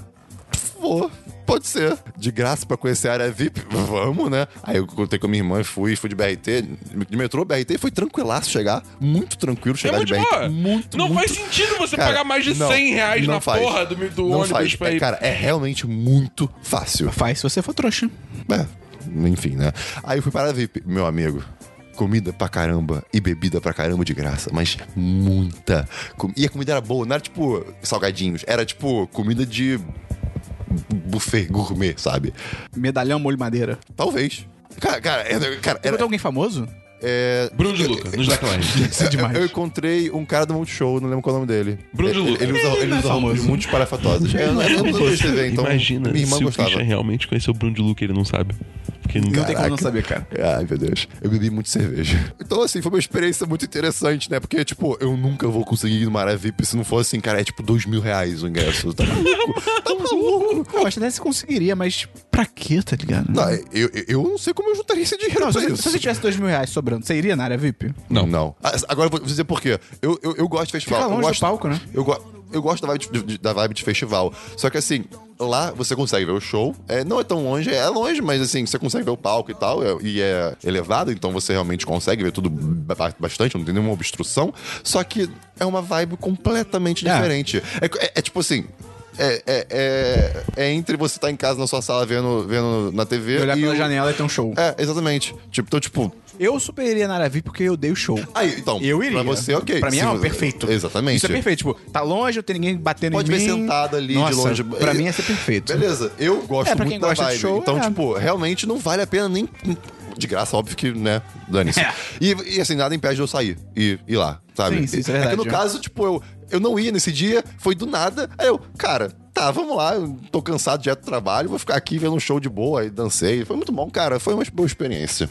S2: vou. Pode ser. De graça pra conhecer a área VIP, vamos, né? Aí eu contei com a minha irmã, fui, fui de BRT, de metrô, BRT, foi tranquilaço chegar. Muito tranquilo
S3: É
S2: chegar
S3: muito
S2: de
S3: de
S2: BRT.
S3: boa.
S2: Muito,
S3: não
S2: muito
S3: faz sentido você
S2: Cara,
S3: pagar mais de
S2: não,
S3: 100 reais
S2: não
S3: na
S2: faz.
S3: porra do, do
S2: não
S3: ônibus
S2: faz.
S3: pra
S2: É,
S3: ir.
S2: cara, é realmente muito fácil.
S1: Faz se você for trouxa.
S2: É, enfim, né? Aí eu fui para a VIP, meu amigo. Comida pra caramba e bebida pra caramba de graça, mas muita. com- E a comida era boa, não era tipo salgadinhos, era tipo comida de buffet gourmet, sabe?
S1: Medalhão molho madeira.
S2: Talvez. Cara, cara, é- cara
S1: Você
S2: era,
S1: alguém famoso?
S2: é,
S3: Então, Bruno de Luca, nos Slackline.
S1: Isso é demais.
S2: Eu, eu encontrei um cara do Multishow, não lembro qual é o nome dele.
S3: Bruno de
S2: Ele-
S3: Luca.
S2: Ele usa, ele
S1: não é
S2: usa roupas
S1: famoso. é
S2: muito parafatosas. Eu É, não eu não lembro de TV, então
S3: Imagina
S2: minha irmã
S3: se o
S2: gostava.
S3: Christian realmente conheceu o Bruno de Luca e ele não sabe. Porque é não
S1: Não tem como não saber, cara.
S2: Ai, meu Deus. Eu bebi muito cerveja. Então, assim, foi uma experiência muito interessante, né? Porque, tipo, eu nunca vou conseguir ir numa área VIP se não for assim, cara, é tipo dois mil reais o ingresso. Tá maluco? Tá maluco?
S1: um Eu acho até que você conseguiria, mas pra quê, tá ligado?
S2: Não, eu, eu- eu não sei como eu juntaria esse dinheiro
S1: Não, se,
S2: pra
S1: você-
S2: isso.
S1: se você tivesse dois mil reais sobrando, você iria na área VIP?
S2: Não. Não. Ah, Agora eu vou dizer por quê. Eu, eu, eu gosto de festival.
S1: Fica longe
S2: eu
S1: do
S2: gosto,
S1: palco, né?
S2: Eu, go- eu gosto da vibe de, de- da vibe de festival. Só que assim, lá você consegue ver o show. É, não é tão longe, é longe, mas assim, você consegue ver o palco e tal. é- e é elevado, então você realmente consegue ver tudo ba- bastante, não tem nenhuma obstrução. Só que é uma vibe completamente
S1: É.
S2: diferente. É, co- é- é tipo assim. É, é- é- é entre você estar em casa na sua sala vendo, vendo na TV.
S1: E olhar
S2: e
S1: pela
S2: o-
S1: janela e ter um show.
S2: É, exatamente. Tipo, então, tipo,
S1: Eu super iria na área VIP porque eu dei o show.
S2: Aí, então,
S1: Eu iria.
S2: pra você, ok.
S1: Pra mim
S2: Se
S1: é um
S2: você-
S1: perfeito.
S2: Exatamente.
S1: Isso é perfeito. Tipo, tá longe, não tem ninguém batendo
S2: Pode
S1: em mim.
S2: ver sentado ali
S1: Nossa,
S2: de longe.
S1: Pra mim ia ser perfeito.
S2: Beleza, eu gosto
S1: É, pra quem
S2: muito da
S1: gosta de
S2: vibe.
S1: show,
S2: então,
S1: é.
S2: tipo, realmente não vale a pena nem. De graça, óbvio que, né? Dane-se.
S1: É.
S2: E, e, assim, nada impede de eu sair e ir lá, sabe?
S1: Sim, sim, isso é
S2: que
S1: verdade.
S2: no caso, tipo, eu, eu não ia nesse dia, foi do nada. Aí eu, cara, tá, vamos lá, eu tô cansado direto do trabalho, vou ficar aqui vendo um show de boa, aí dancei. Foi muito bom, cara, foi uma boa experiência.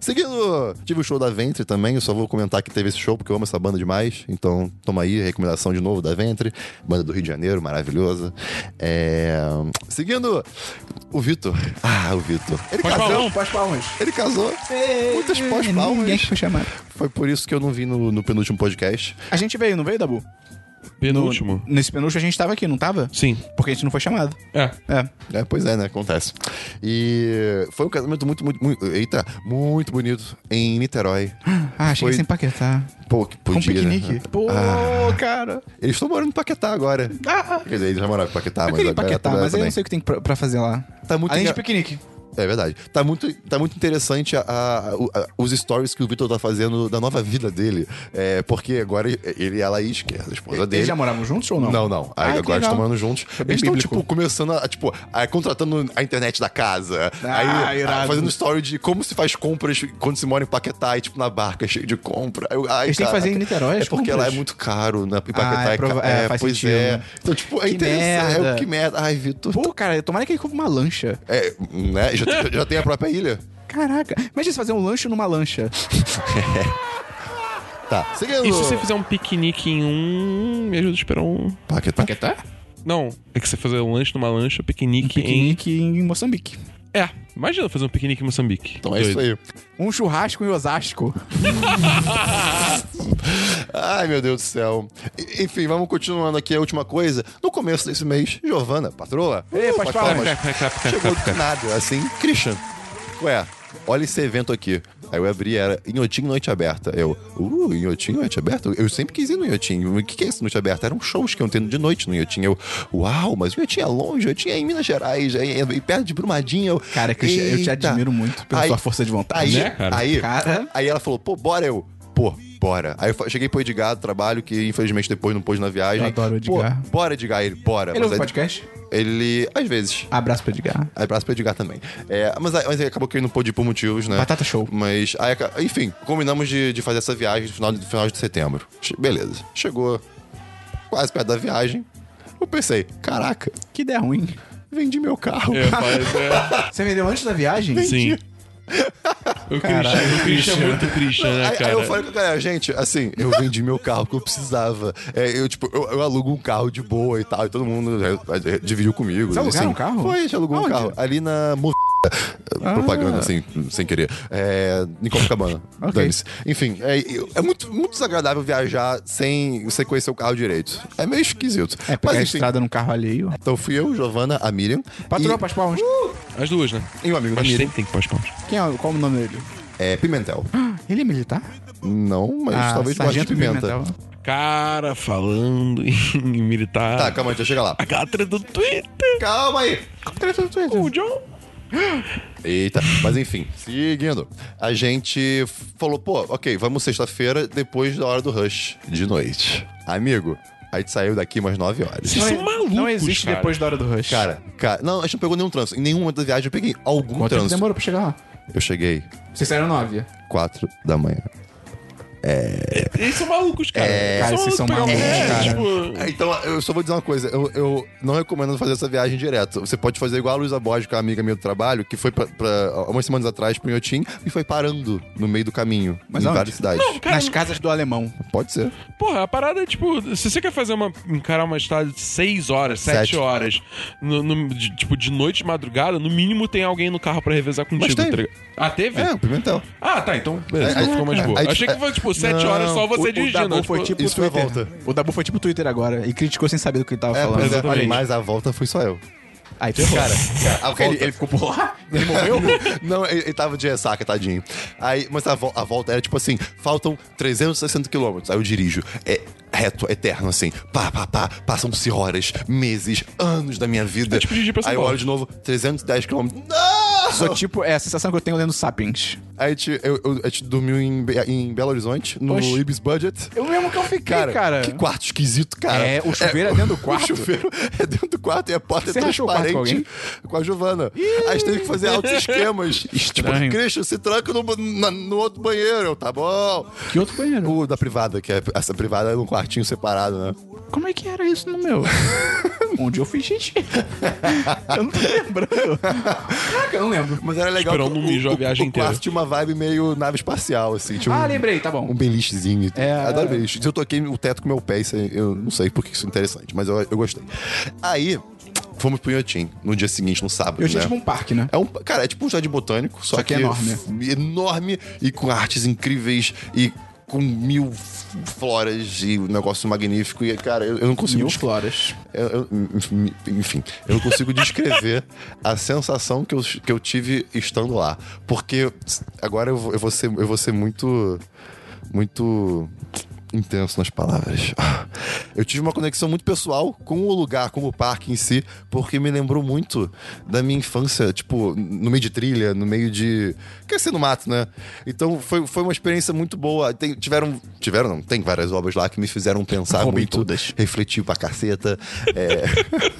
S2: Seguindo, tive o show da Ventre também, eu só vou comentar que teve esse show, porque eu amo essa banda demais. Então, toma aí, recomendação de novo da Ventre, banda do Rio de Janeiro, maravilhosa. É, Seguindo, o Vitor. Ah, o Vitor. Ele casou.
S1: pós palmas.
S2: Ele casou. Muitas
S1: É, Ninguém que
S2: pós-palmas.
S1: foi chamado.
S2: Foi por isso que eu não vi no, no penúltimo podcast.
S1: A gente veio, não veio, Dabu?
S3: Penúltimo.
S1: No- nesse penúltimo a gente tava aqui, não tava?
S3: Sim.
S1: Porque a gente não foi chamado.
S3: É.
S1: É.
S2: É, pois é, né? Acontece. E foi um casamento muito, muito, muito. Eita, muito bonito em Niterói.
S1: Ah, achei
S2: Foi-
S1: sem paquetar.
S2: Pô, que
S1: Com
S2: podia, né?
S1: um piquenique. Ah. Pô, cara.
S2: Eles estão morando em Paquetá agora.
S1: Ah,
S2: Quer dizer, eles já moravam em Paquetá,
S1: eu
S2: mas
S1: queria
S2: agora
S1: paquetar,
S2: tá-
S1: mas eu
S2: também.
S1: não sei o que tem pra, pra fazer lá.
S2: Tá muito
S1: Além de
S2: engra-
S1: piquenique.
S2: É verdade. Tá muito, tá muito interessante a- a- o- a- os stories que o Vitor tá fazendo da nova vida dele. É, porque agora ele e a Laís, que é a esposa dele.
S1: Eles já moravam juntos ou não?
S2: Não, não.
S1: Ah,
S2: Aí
S1: que
S2: agora
S1: legal.
S2: estão morando juntos.
S1: É bem
S2: Eles estão,
S1: bíblico.
S2: tipo, começando a, tipo, a- contratando a internet da casa.
S1: Ah,
S2: aí
S1: irado.
S2: a- fazendo story de como se faz compras quando se mora em Paquetá e, tipo, na barca, cheio de compra. Aí, ai,
S1: Eles têm que
S2: caraca.
S1: fazer em Niterói
S2: É
S1: as
S2: porque
S1: compras?
S2: lá é muito caro, né? Em Paquetá
S1: Ah, é
S2: é, ca-
S1: prova- é,
S2: é,
S1: faz
S2: Pois
S1: sentido,
S2: é.
S1: né?
S2: Então, tipo, é
S1: Que
S2: interessante.
S1: merda.
S2: É, que merda. Ai, Vitor.
S1: Pô, cara, tomara que ele compre uma lancha.
S2: É, né? Já, tem- já tem a própria ilha.
S1: Caraca. Imagina se fazer um lanche numa lancha.
S2: Tá. Seguindo.
S3: E se você fizer um piquenique em um. Me ajuda a esperar um.
S2: Paquetá.
S1: Paquetá?
S3: Não, é que você fazer um lanche numa lancha,
S2: Um
S3: piquenique, em.
S1: Piquenique em Moçambique.
S3: É, imagina fazer um piquenique em Moçambique.
S2: Então é isso aí.
S1: Um churrasco em Osasco.
S2: Ai, meu Deus do céu. E- Enfim, vamos continuando aqui a última coisa. No começo desse mês, Giovana, patroa,
S1: Ei, faz palmas.
S3: Clap, clap, clap, clap,
S2: chegou
S3: clap,
S2: do
S3: clap.
S2: nada, assim, Christian, ué, olha esse evento aqui. Aí eu abri, era Inhotim Noite Aberta. Eu, uh, Inhotim Noite Aberta? Eu sempre quis ir no Inhotim. O que que é isso, Noite Aberta? Eram shows que eu tendo de noite no Inhotim. Eu, uau, mas o Inhotim é longe, o Inhotim é em Minas Gerais, é, é, é perto de Brumadinho. Eu,
S1: Cara, Christian, eu te
S2: "Eita."
S1: admiro muito pela sua força de vontade.
S2: Aí,
S3: Né, cara?
S2: aí,
S1: Cara.
S2: aí ela falou, pô, bora eu. Pô, bora. Aí eu fa- cheguei pro Edgar do trabalho, que infelizmente depois não pôs na viagem.
S1: Eu adoro o
S2: Pô,
S1: Edgar.
S2: bora, Edgar. Ele, bora.
S1: Ele
S2: Mas
S1: ouve
S2: aí-
S1: podcast?
S2: Ele, às vezes.
S1: Abraço pro Edgar.
S2: Abraço pro Edgar também. É, mas, aí- mas aí acabou que ele não pôde ir por motivos, né?
S1: Batata show.
S2: Mas, aí aca- enfim, combinamos de, de fazer essa viagem no final, de- final de setembro. Che- Beleza. Chegou quase perto da viagem. Eu pensei, caraca,
S1: Que ideia ruim.
S2: vendi meu carro.
S3: É, faz, é.
S1: Você vendeu antes da viagem?
S3: Sim. O Christian, o Christian é muito Christian, né,
S2: Aí,
S3: cara?
S2: aí eu falei com a galera, gente, assim, eu vendi meu carro que eu precisava. É, eu, tipo, eu, eu alugo um carro de boa e tal, e todo mundo é, é, dividiu comigo.
S1: Vocês alugaram
S2: assim.
S1: um carro?
S2: Foi, a gente alugou
S1: Aonde? Ah.
S2: um carro. Ali na Mo... Propaganda, assim, sem querer. É, em Copacabana.
S1: Ok.
S2: Dane-se. Enfim, é, é muito, muito desagradável viajar sem você conhecer o carro direito. É meio esquisito.
S1: É, pegar a
S2: enfim,
S1: estrada num carro alheio.
S2: então fui eu, Giovana, a Miriam.
S1: Patroa,
S2: e-
S1: faz palmas.
S3: As duas, né?
S2: E um amigo da
S3: Mas
S2: Miriam.
S3: sempre tem que pôr as palmas.
S1: Quem é, qual é o nome dele?
S2: É, Pimentel.
S1: Ele é militar?
S2: Não, mas
S1: Ah,
S2: talvez goste de
S1: Sargento
S2: pimenta.
S3: Cara falando em militar.
S2: Tá, calma aí, deixa eu chegar lá.
S3: Aquela treta do Twitter.
S2: Calma aí!
S1: Como tá no Twitter?
S3: O John.
S2: Eita, mas enfim, seguindo. A gente falou, pô, ok, vamos sexta-feira depois da hora do rush de noite. Amigo, a gente saiu daqui umas 9 horas.
S3: Vocês
S1: Não,
S3: são
S1: é-
S3: malucos,
S1: não existe
S3: cara.
S1: depois da hora do rush.
S2: Cara, cara, não, a gente não pegou nenhum trânsito. Em nenhum momento da viagem eu peguei algum
S1: quanto tempo
S2: trânsito.
S1: demorou pra chegar lá?
S2: Eu cheguei
S1: Vocês saíram nove.
S2: 4 da manhã.
S3: Eles são malucos, cara.
S1: É, cara, vocês são
S3: pegar um-
S1: malucos,
S3: é,
S1: cara.
S3: tipo,
S2: Ah, Então, eu só vou dizer uma coisa. Eu, eu não recomendo fazer essa viagem direto. Você pode fazer igual a Luísa Borges, que é uma amiga minha do trabalho, que foi pra, pra, umas semanas atrás pro Inhotim e foi parando no meio do caminho.
S1: Mas
S2: em
S1: aonde?
S2: várias cidades.
S3: cara,
S1: Nas casas do alemão.
S2: Pode ser.
S3: Porra, a parada é tipo, se você quer fazer uma. encarar uma estrada de 6 horas, 7
S2: Sete.
S3: horas, no, no- de- tipo, de noite de madrugada, no mínimo tem alguém no carro pra revezar contigo,
S2: teve.
S3: tá ligado? Ah, teve?
S2: É, o Pimentel.
S3: Ah, tá, então. Beleza,
S2: É,
S3: então ficou mais
S2: é,
S3: boa.
S2: aí-
S3: Achei que foi, tipo, 7
S2: Não,
S3: horas só você
S1: o, o
S3: dirigindo.
S1: Dabu foi
S3: tipo,
S1: tipo
S2: isso foi a
S1: Twitter.
S2: volta.
S1: O Dabu foi tipo Twitter agora e criticou sem saber do que ele tava
S2: É,
S1: falando.
S2: pois é,
S3: Exatamente.
S2: mas a volta foi só eu. Ah,
S1: Aí tu errou. Cara,
S2: A
S1: ele, ele ficou por lá? Ele morreu?
S2: Não, ele, ele tava de ressaca, tadinho. Aí, mas a, vol- a volta era tipo assim: faltam 360 quilômetros. Aí eu dirijo. É reto, eterno, assim. Pá, pá, pá. Passam-se horas, meses, anos da minha vida.
S3: É tipo dirigir pra São
S2: Aí eu
S3: Paulo.
S2: olho de novo: 310 quilômetros. Não!
S1: Sou tipo, é a sensação que eu tenho lendo Sapiens.
S2: Aí a gente, eu- eu- a gente dormiu em, Be- em Belo Horizonte, no
S1: Oxi.
S2: Ibis Budget.
S1: Eu mesmo que eu fiquei,
S2: Cara,
S1: cara.
S2: que quarto esquisito, cara.
S1: É, o chuveiro é dentro do quarto?
S2: O chuveiro é dentro do quarto e a porta
S1: Você
S2: é
S1: rachou o quarto com
S2: transparente. Com, a Giovana. Aí a gente teve que fazer altos esquemas. tipo,
S1: Estranho.
S2: Christian, se tranca no, ba- na- no outro banheiro. Eu, Tá bom.
S1: Que outro banheiro?
S2: O da privada, que é, essa privada é num quartinho separado, né?
S1: Como é que era isso no meu? Onde eu fiz xixi? eu não tô lembrando. Caraca, eu não lembro.
S2: Mas era legal.
S3: Esperando
S2: que o-
S3: um mijo a
S2: o-
S3: viagem
S2: o
S3: inteira.
S2: quarto tinha uma vibe meio nave espacial, assim. Tinha
S1: Ah,
S2: um-
S1: lembrei, tá bom.
S2: Um belichezinho.
S1: É.
S2: Adoro beliche. Eu toquei o teto com meu pé, isso aí, eu não sei por que isso é interessante, mas eu, eu gostei. Aí, fomos pro Inhotim no dia seguinte, no sábado.
S1: Eu tinha
S2: né?
S1: tipo um parque, né?
S2: É um, cara, é tipo um jardim botânico, só,
S1: Só que é enorme.
S2: f- enorme e com artes incríveis e com mil f- floras e um negócio magnífico. E, cara, eu, eu não consigo.
S1: Mil
S2: des-
S1: floras.
S2: eu- eu- enfim, enfim, eu não consigo descrever a sensação que eu, que eu tive estando lá. Porque agora eu vou, eu vou ser, eu vou ser muito. Muito. Intenso nas palavras. Eu tive uma conexão muito pessoal com o lugar, com o parque em si, porque me lembrou muito da minha infância, tipo, no meio de trilha, no meio de. Quer ser no mato, né? Então foi, foi uma experiência muito boa. Tem- tiveram. Tiveram, não, tem várias obras lá que me fizeram pensar
S1: Roubei
S2: muito.
S1: todas.
S2: Refletir pra caceta. É.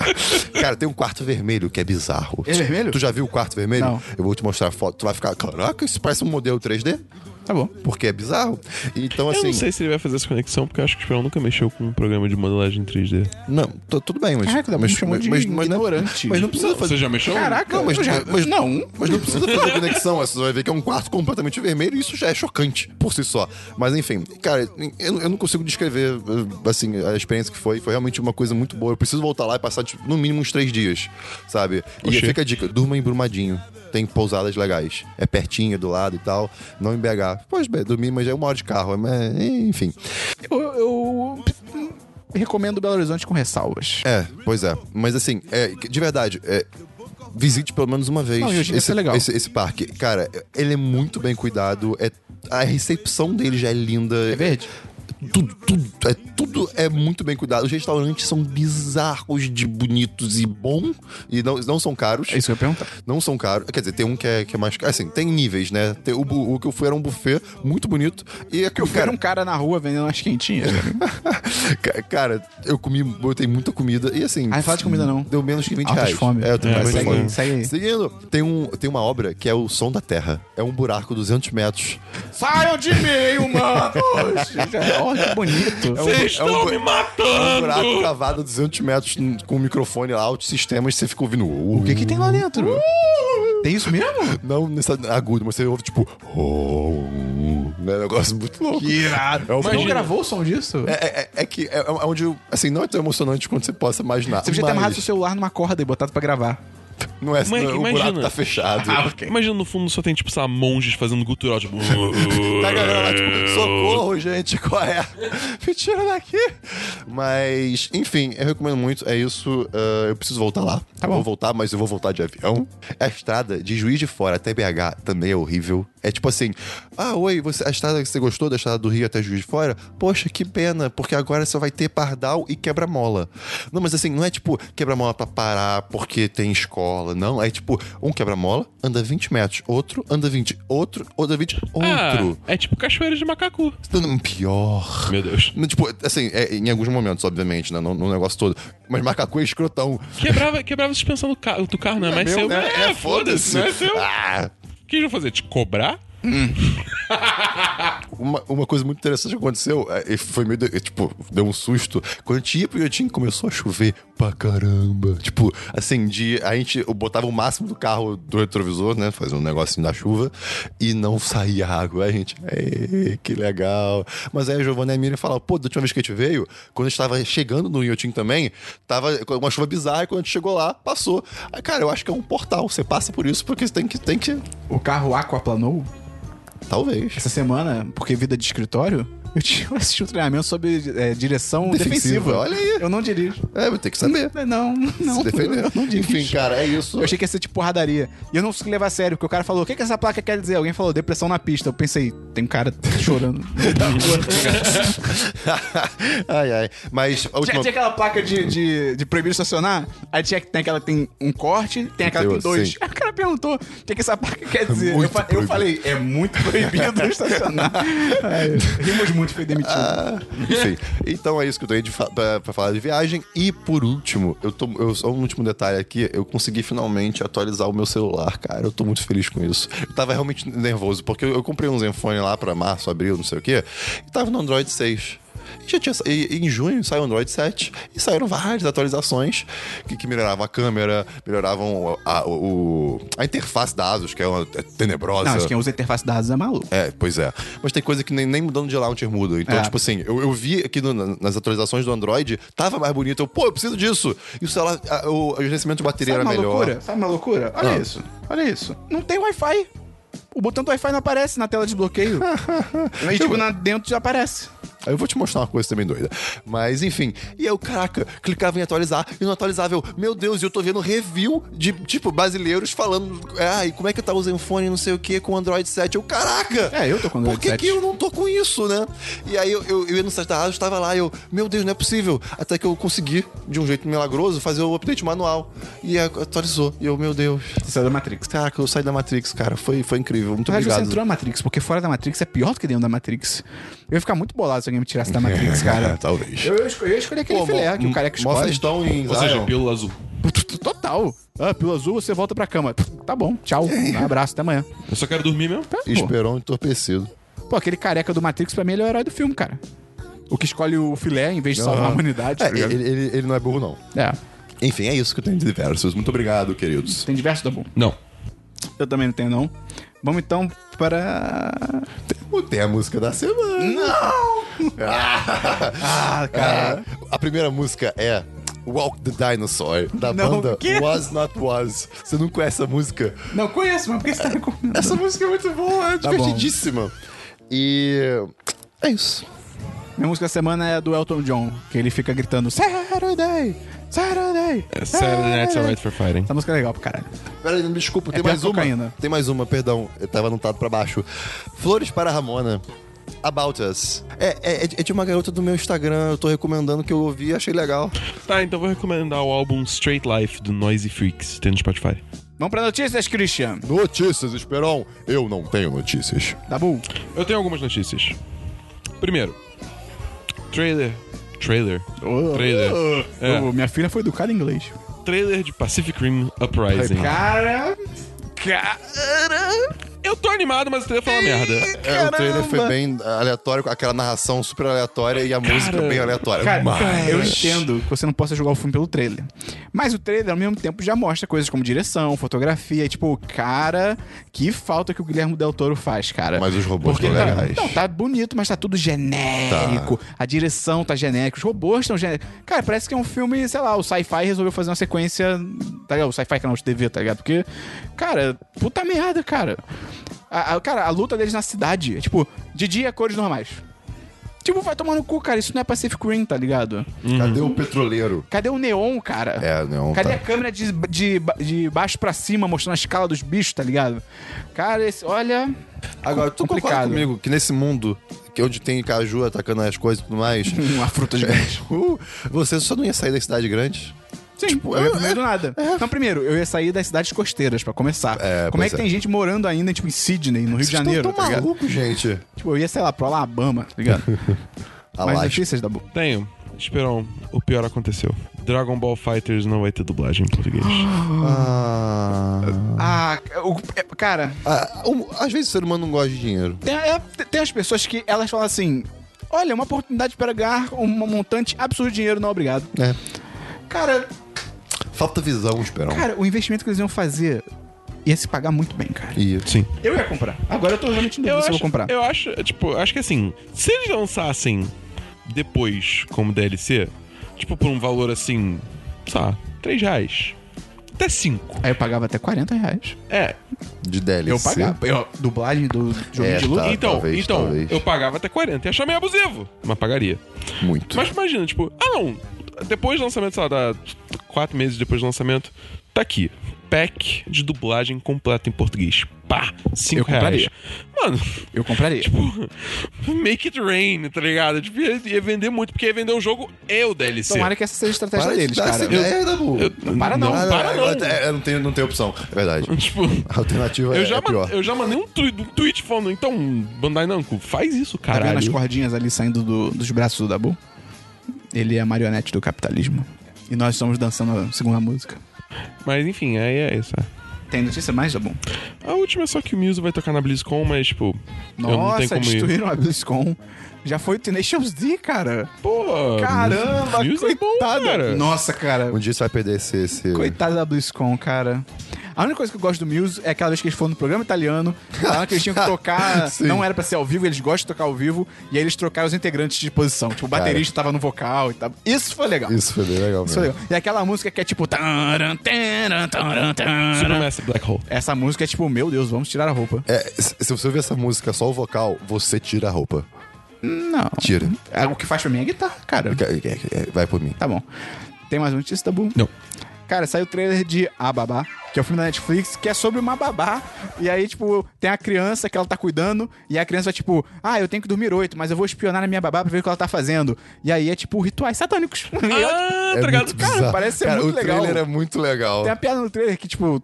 S2: Cara, tem um quarto vermelho que é bizarro.
S1: É vermelho?
S2: Tu já viu o quarto vermelho?
S1: Não.
S2: Eu vou te mostrar a foto. Tu vai ficar, caraca, isso parece um modelo 3D?
S1: Tá bom.
S2: Porque é bizarro. Então,
S3: Eu
S2: assim.
S3: não sei se ele vai fazer essa conexão, porque eu acho que o Esperão nunca mexeu com um programa de modelagem 3D.
S2: Não, tu- tudo bem, mas.
S1: Caraca, dá pra
S2: mas,
S1: me chamar de
S2: não-
S1: ignorante.
S2: mas não precisa fazer.
S3: Você já mexeu?
S1: Caraca,
S2: Não, mas,
S1: eu já-
S2: mas-
S1: não.
S2: Mas não precisa fazer conexão. Você vai ver que é um quarto completamente vermelho e isso já é chocante por si só. Mas enfim, cara, eu, eu não consigo descrever eh, assim, a experiência que foi. Foi realmente uma coisa muito boa. Eu preciso voltar lá e passar, tipo, no mínimo uns três dias, sabe? E
S3: Oxê.
S2: fica a dica: durma em Brumadinho. Tem pousadas legais. É pertinho, do lado e tal. Não em BH. Pois bem, dormir, mas é uma hora de carro. Mas, enfim.
S1: Eu, eu recomendo Belo Horizonte com ressalvas.
S2: É, pois é. Mas assim, é, de verdade, é, visite pelo menos uma vez
S1: Não, e hoje em dia
S2: esse,
S1: tá legal.
S2: esse- esse parque. Cara, ele é muito bem cuidado. É, a recepção dele já é linda.
S1: É verde?
S2: Tudo, tudo é, tudo é muito bem cuidado. Os restaurantes são bizarros de bonitos e bom. E não, não são caros.
S1: É isso que eu ia perguntar.
S2: Não são caros. Quer dizer, tem um que é, que é mais caro. Assim, tem níveis, né? Tem, o, bu- o que eu fui era um buffet muito bonito. E é que eu
S1: Era um cara na rua vendendo umas quentinhas.
S2: Ca- Cara, eu comi, botei muita comida e assim.
S1: Ah, não fala de comida, não.
S2: Deu menos que 20
S1: Altas
S2: reais.
S1: fome.
S2: É, eu tenho
S3: É,
S2: mais
S3: segue
S2: fome.
S3: aí,
S1: segue aí.
S2: Seguindo, tem, um, tem uma obra que é o Som da Terra. É um buraco 200 metros.
S1: Saiam de mim, humanos! Olha que bonito.
S2: É um,
S3: Vocês
S2: é um
S3: estão
S2: bu-
S3: me
S2: é um buraco
S3: matando!
S2: cavado 200 metros n- com um microfone lá, altos sistemas, e você fica ouvindo. "Uh".
S1: O que que tem lá dentro? Tem isso mesmo?
S2: Não nessa agudo, mas você ouve tipo. Oh, né? um negócio muito louco.
S1: irado.
S2: É um-
S1: Você não gravou o som disso?
S2: É, é- é que é, é onde. eu- Assim, não é tão emocionante quanto você possa imaginar.
S1: Você podia ter
S2: mas
S1: amarrado seu celular numa corda e botado pra gravar.
S2: Não é
S3: Mãe,
S2: não, o buraco
S3: imagina.
S2: tá fechado.
S3: Imagina no fundo só tem, tipo, sabe, monges fazendo gutural, tipo.
S2: Tá a galera lá, tipo, socorro, gente, qual é? Me tira daqui. Mas, enfim, eu recomendo muito, é isso. ah, eu preciso voltar lá. Tá
S1: bom.
S2: Vou voltar, mas eu vou voltar de avião. A estrada de Juiz de Fora até BH também é horrível. É tipo assim, ah, oi, você, a estrada que você gostou da estrada do Rio até Juiz de Fora? Poxa, que pena, porque agora só vai ter pardal e quebra-mola. Não, mas assim, não é tipo quebra-mola pra parar porque tem escola, não. É tipo, um quebra-mola anda 20 metros, outro anda 20, outro anda 20, outro.
S3: Ah, é tipo cachoeira de macacu.
S2: Não, Pior.
S3: Meu Deus.
S2: Não, Tipo, assim, é, em alguns momentos, obviamente, né? No, no negócio todo. Mas macacu é escrotão.
S3: Quebrava, quebrava a suspensão do, ca do carro, não é, mais
S2: meu,
S3: seu.
S2: né?
S3: É,
S2: É,
S3: foda-se, não é seu.
S2: Ah,
S3: O que eles vão fazer? Te cobrar?
S2: uma, uma coisa muito interessante que aconteceu, é, e foi meio. de- tipo, deu um susto. Quando a gente ia pro Iotim, começou a chover pra caramba. Tipo, assim, de, a gente botava o máximo do carro do retrovisor, né? Fazia um negocinho da chuva. E não saía água. Aí a gente, "Ê, que legal. Mas aí a Giovanna e a Miriam falaram, pô, da última vez que a gente veio, quando a gente tava chegando no Iotim também, tava com uma chuva bizarra. E quando a gente chegou lá, passou. Aí, cara, eu acho que é um portal. Você passa por isso porque você tem que. Tem que
S1: O carro aquaplanou?
S2: talvez.
S1: Essa semana, porque vida de escritório, eu tinha assisti um treinamento sobre é, direção
S2: Defensiva,
S1: defensiva.
S2: olha aí.
S1: Eu não dirijo.
S2: É, vou ter que saber.
S1: Não, não.
S2: se defender.
S1: Eu Não dirijo.
S2: Enfim, cara, é isso.
S1: Eu achei que ia ser tipo porradaria. E eu não consegui levar a sério, porque o cara falou: o que, que essa placa quer dizer? Alguém falou depressão na pista. Eu pensei, tem um cara chorando.
S2: ai, ai. Mas a
S1: tinha,
S2: última.
S1: tinha aquela placa de, de, de proibir estacionar, aí tinha que tem aquela que tem um corte, tem aquela que tem
S2: Deu,
S1: dois.
S2: sim.
S1: Aí o cara perguntou o que, que essa placa quer dizer. Eu,
S2: muito
S1: fa- eu
S2: proibido.
S1: falei, é muito proibido estacionar. Ai, rimos muito, foi demitido.
S2: Ah, enfim, então é isso que eu tenho de fa- pra, pra falar de viagem. E por último, eu tô, eu, só um último detalhe aqui: eu consegui finalmente atualizar o meu celular, cara. Eu tô muito feliz com isso. Eu tava realmente nervoso, porque eu, eu comprei um Zenfone lá pra março, abril, não sei o quê, e tava no Android 6. E Já tinha, sa- e, e em junho saiu o Android 7 e saíram várias atualizações que, que melhoravam a câmera, melhoravam a, a- o- a interface da ASUS, que é, uma, é tenebrosa.
S1: Não, acho que quem usa a interface da Asus é maluco.
S2: É, pois é. Mas tem coisa que nem, nem mudando de launcher muda. Então,
S1: É.
S2: tipo assim, eu, eu vi aqui no- na- nas atualizações do Android, tava mais bonito. Eu, pô, eu preciso disso. E o celular, a- o, o gerenciamento de bateria
S1: Sabe
S2: era
S1: uma
S2: melhor.
S1: loucura? Sabe uma loucura? Olha
S2: Ah.
S1: isso, olha isso. Não tem Wi-Fi. O botão do Wi-Fi não aparece na tela de bloqueio. e, tipo, na, dentro já aparece.
S2: Aí eu vou te mostrar uma coisa também doida. Mas enfim. E eu, caraca, clicava em atualizar e não atualizava. Eu, meu Deus, e eu tô vendo review de, tipo, brasileiros falando. Ai, como é que eu tava usando fone não sei o que com Android 7? Eu, caraca!
S1: É, eu tô com Android
S2: Por que
S1: 7.
S2: que eu não tô com isso, né? E aí eu, eu, eu ia no site da rádio, estava lá, eu, meu Deus, não é possível. Até que eu consegui, de um jeito milagroso, fazer o update manual. E a- atualizou. E eu, meu Deus.
S1: Isso é da Matrix.
S2: Caraca, eu saí da Matrix, cara. Foi, foi incrível. Muito
S1: Na verdade, você
S2: obrigado.
S1: entrou na Matrix, porque fora da Matrix é pior do que dentro da Matrix. Eu ia ficar muito bolado se alguém me tirasse da Matrix, cara.
S2: É, Talvez.
S1: Eu, eu, escolhi, eu escolhi aquele
S2: Pô,
S1: filé
S2: mó-
S1: que o cara é que
S2: Mó
S1: escolhe.
S2: festão em
S3: Ou seja,
S2: Zion.
S3: pílula azul.
S1: Total. Ah, pílula azul, você volta pra cama. Tá bom, tchau. Um abraço, até amanhã.
S3: Eu só quero dormir mesmo.
S1: Tá, pô.
S2: Esperão entorpecido.
S1: Pô, aquele careca do Matrix, pra mim, ele é o herói do filme, cara. O que escolhe o filé em vez de salvar a humanidade.
S2: É,
S1: tá ligado?
S2: ele, ele- ele não é burro, não.
S1: É.
S2: Enfim, é isso que eu tenho de diversos. Muito obrigado, queridos.
S1: Tem diverso, Dabu?
S3: Não.
S1: Eu também não tenho, não. Vamos então para.
S2: Tem a música da semana.
S1: Ah,
S2: Ah, a primeira música é Walk the Dinosaur, da
S1: Não,
S2: banda
S1: o quê?
S2: Was Not Was. Você não conhece essa música?
S1: Não conheço, mas por que você tá recomendando?
S2: Essa música é muito boa, é
S1: Tá bom.
S2: divertidíssima. E. É isso.
S1: Minha música da semana é a do Elton John, que ele fica gritando Saturday! Saturday!
S3: É Saturday
S1: né,
S3: Night's Alright for Fighting.
S1: Essa música é legal pra caralho.
S2: Peraí, me desculpa, É, tem
S1: pior
S2: mais
S1: que
S2: uma.
S1: cocaína.
S2: Tem mais uma, perdão. Eu tava anotado pra baixo. Flores para Ramona. About Us. É, é, é de uma garota do meu Instagram, eu tô recomendando que eu ouvi, achei legal.
S3: Tá, então vou recomendar o álbum Straight Life do Noisy Freaks, tem no Spotify.
S1: Vamos pra notícias, Christian.
S2: Notícias, Esperão. Eu não tenho notícias.
S1: Tá bom?
S3: Eu tenho algumas notícias. Primeiro, trailer. Trailer. Trailer. É.
S1: Ô, minha filha foi educada em inglês.
S3: Trailer de Pacific Rim Uprising.
S1: Cara. Cara.
S3: Eu tô animado, mas o trailer foi uma merda.
S2: É, o trailer foi
S1: Caramba.
S2: bem aleatório, com aquela narração super aleatória e a música bem aleatória.
S1: Cara,
S2: Mas-
S1: eu entendo que você não possa jogar o filme pelo trailer. Mas o trailer, ao mesmo tempo, já mostra coisas como direção, fotografia. E, tipo, cara, que falta que o Guilherme Del Toro faz, cara.
S2: Mas os robôs
S1: Porque
S2: estão
S1: tá-
S2: legais.
S1: Não, tá bonito, mas tá tudo genérico. A direção tá genérica, os robôs estão genéricos. Cara, parece que é um filme, sei lá, o Sci-Fi resolveu fazer uma sequência. Tá ligado? O Sci-Fi canal de TV, tá ligado? Porque, cara, puta merda, cara. A- a- cara, a luta deles na cidade é tipo, de dia, cores normais. Tipo, vai tomar no cu, cara. Isso não é Pacific Rim, tá ligado?
S2: Cadê o petroleiro?
S1: Cadê o neon, cara?
S2: É, o neon
S1: Cadê
S2: tá-
S1: a câmera de, de, de baixo pra cima mostrando a escala dos bichos, tá ligado? Cara, esse, olha.
S2: Tá Agora, tu concorda
S1: complicado.
S2: comigo que nesse mundo que onde tem caju atacando as coisas e tudo mais,
S1: Uma fruta gigante.
S2: uh, você só não ia sair da cidade grande?
S1: Sim,
S2: Tipo,
S1: eu
S2: é,
S1: ia pro
S2: né?
S1: meio do nada. Então, primeiro, eu ia sair das cidades costeiras, pra começar.
S2: É,
S1: Como é
S2: pois
S1: que
S2: é.
S1: tem gente morando ainda, tipo, em Sydney, no Rio de
S2: Vocês tão
S1: Janeiro,
S2: tão
S1: tá ligado?
S2: maluco, gente.
S1: Tipo, eu ia, sei lá, pro Alabama, tá ligado? Mais
S2: Alasca.
S1: notícias da boca.
S3: Tenho. Esperão, o pior aconteceu. Dragon Ball Fighters não vai ter dublagem em português.
S2: Ah,
S1: Ah, o- é, cara,
S2: ah, um- às vezes o ser humano não gosta de dinheiro.
S1: tem, é, tem as pessoas que elas falam assim: olha, uma oportunidade para ganhar um montante absurdo de dinheiro, não obrigado.
S2: É.
S1: Cara,
S2: Falta visão, Esperão.
S1: cara, o investimento que eles iam fazer ia se pagar muito bem, cara.
S2: E
S3: Sim.
S1: Eu ia comprar. Agora eu tô realmente em dúvida
S3: Eu
S1: se eu
S3: acho,
S1: vou comprar.
S3: eu acho, tipo, acho que assim, se eles lançassem depois como DLC, tipo, por um valor assim, sei lá, 3 reais. Até 5.
S1: Aí eu pagava até 40 reais.
S3: É,
S2: de DLC.
S1: Eu pagava. Eu, dublagem do jogo
S2: É,
S1: de luta.
S2: tá.
S3: então,
S2: talvez,
S3: então
S2: talvez.
S3: eu pagava até 40. Ia achar meio abusivo, mas pagaria.
S2: Muito.
S3: Mas imagina, tipo, ah não, depois do lançamento, sei lá, da, quatro meses depois do lançamento, tá aqui. Pack de dublagem completa em português. Pá!
S1: Eu
S3: Cinco
S1: compraria.
S3: reais. Mano,
S1: Eu compraria.
S3: tipo, make it rain, tá ligado? Tipo, ia, ia vender muito, porque ia vender o jogo e o DLC.
S1: Tomara que essa seja a estratégia
S2: Para
S1: é deles,
S2: de dar
S1: cara.
S2: essa ideia, Dabu.
S3: Eu-
S1: Para não,
S2: Ah,
S3: para não.
S2: agora- é, não, tem, não tem opção. É verdade.
S3: Tipo,
S2: A alternativa
S3: eu
S2: é,
S3: já,
S2: é
S3: man-
S2: pior.
S3: eu já mandei um, twi- um tweet falando, então, Bandai Namco, faz isso,
S1: Tá vendo as
S3: caralho.
S1: cordinhas ali saindo do- dos braços do Dabu? Ele é a marionete do capitalismo. E nós estamos dançando a segunda música.
S3: Mas enfim, aí é isso. é.
S1: Tem notícia mais, Dabu?
S3: A última é só que o Muse vai tocar na BlizzCon, mas, tipo, eu não tenho
S1: Nossa,
S3: como ir.
S1: destruíram a BlizzCon. Já foi o Tenacious D, cara.
S3: Pô,
S1: Caramba,
S3: Muse é bom,
S1: coitada.
S3: cara.
S1: Nossa, cara.
S2: Um dia você vai perder esse. esse...
S1: Coitada da BlizzCon, cara. A única coisa que eu gosto do Muse é aquela vez que eles foram no programa italiano, falaram que eles tinham que tocar,
S2: Sim.
S1: não era pra ser ao vivo, eles gostam de tocar ao vivo, e aí eles trocaram os integrantes de posição. Tipo, o baterista tava no vocal e tal. Isso foi legal.
S2: Isso foi bem legal
S1: Isso foi
S2: mesmo.
S1: legal. E aquela música que é tipo. taran, taran, taran, taran.
S3: Supermassive Black Hole.
S1: Essa música é tipo, meu Deus, vamos tirar a roupa.
S2: É, se se você ouvir essa música só o vocal, você tira a roupa.
S1: Não.
S2: Tira.
S1: É, O que faz pra mim é guitarra, cara.
S2: É, é, é, Vai por mim.
S1: Tá bom. Tem mais notícias, Tabu?
S3: Não.
S1: Cara, saiu o trailer de A Babá, que é o filme da Netflix, que é sobre uma babá. E aí, tipo, tem a criança que ela tá cuidando, e a criança vai, tipo, ah, eu tenho que dormir oito, mas eu vou espionar na minha babá pra ver o que ela tá fazendo. E aí é tipo rituais satânicos. E eu-
S3: Ah,
S2: É
S3: tá ligado?
S2: muito
S1: Cara,
S2: bizarro.
S1: parece ser
S2: Cara,
S1: muito
S2: o
S1: legal.
S2: trailer é muito legal.
S1: Tem a piada no trailer que, tipo,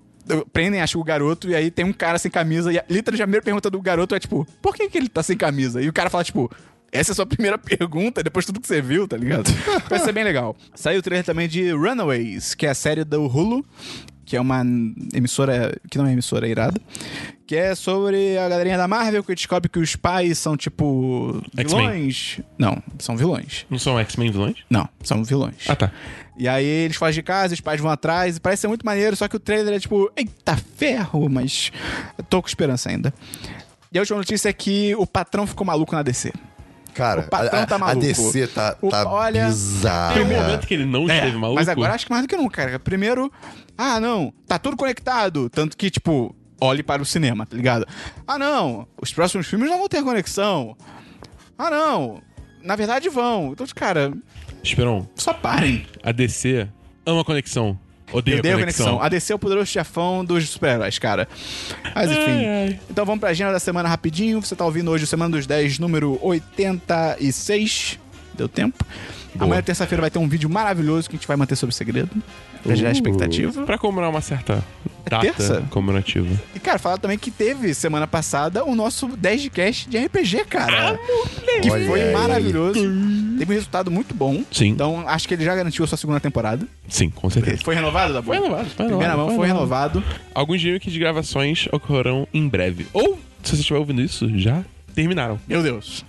S1: prendem, acho, o garoto, e aí tem um cara sem camisa, e a literalmente a primeira pergunta do garoto é, tipo, por que, que ele tá sem camisa? E o cara fala, tipo, essa é a sua primeira pergunta, depois de tudo que você viu, tá ligado? Vai ser bem legal. Saiu o trailer também de Runaways, que é a série do Hulu, que é uma emissora, que não é emissora, é irada, que é sobre a galerinha da Marvel que descobre que os pais são, tipo,
S3: X-Men.
S1: vilões. Não, são vilões.
S3: Não são X-Men vilões?
S1: Não, são vilões.
S3: Ah, tá.
S1: E aí eles fogem de casa, os pais vão atrás, e parece ser muito maneiro, só que o trailer é tipo, eita ferro, mas eu tô com esperança ainda. E a última notícia é que o patrão ficou maluco na DC.
S2: Cara,
S1: O patrão
S2: a,
S1: tá
S2: a-
S1: maluco.
S2: A DC tá,
S1: O-
S2: tá
S1: olha,
S3: Tem
S2: bizarra.
S3: um momento que ele não esteve maluco.
S1: É. Mas agora acho que mais do que nunca, cara. Primeiro, ah, não, tá tudo conectado. Tanto que, tipo, olhe para o cinema, tá ligado? Ah, não, os próximos filmes não vão ter conexão. Ah, não, na verdade vão. Então, cara,
S3: Esperon,
S1: só parem.
S3: a DC ama conexão. Odeia,
S1: Odeio a
S3: conexão.
S1: conexão. A DC é o poderoso chefão dos super-heróis, cara. Mas enfim.
S3: É,
S1: Então vamos pra agenda da semana rapidinho. Você tá ouvindo hoje o Semana dos 10, número 86. Deu tempo. Amanhã, terça-feira, vai ter um vídeo maravilhoso que a gente vai manter sobre o segredo. Pra gerar expectativa.
S3: Uh. Pra comemorar uma certa data
S1: É terça?
S3: comemorativa.
S1: E, cara, falar também que teve semana passada o nosso 10 de cast de RPG,
S3: Ah,
S1: cara. que
S2: Olha
S1: foi
S2: aí.
S1: maravilhoso. Teve um resultado muito bom.
S3: Sim.
S1: Então, acho que ele já garantiu a sua segunda temporada.
S3: Sim, com certeza.
S1: Foi renovado, da
S3: Foi renovado, foi
S1: Primeira
S3: renovado,
S1: mão
S3: foi
S1: foi
S3: renovado.
S1: renovado.
S3: Alguns gimmicks de gravações ocorrerão em breve. Ou, se você estiver ouvindo isso, já terminaram.
S1: Meu Deus.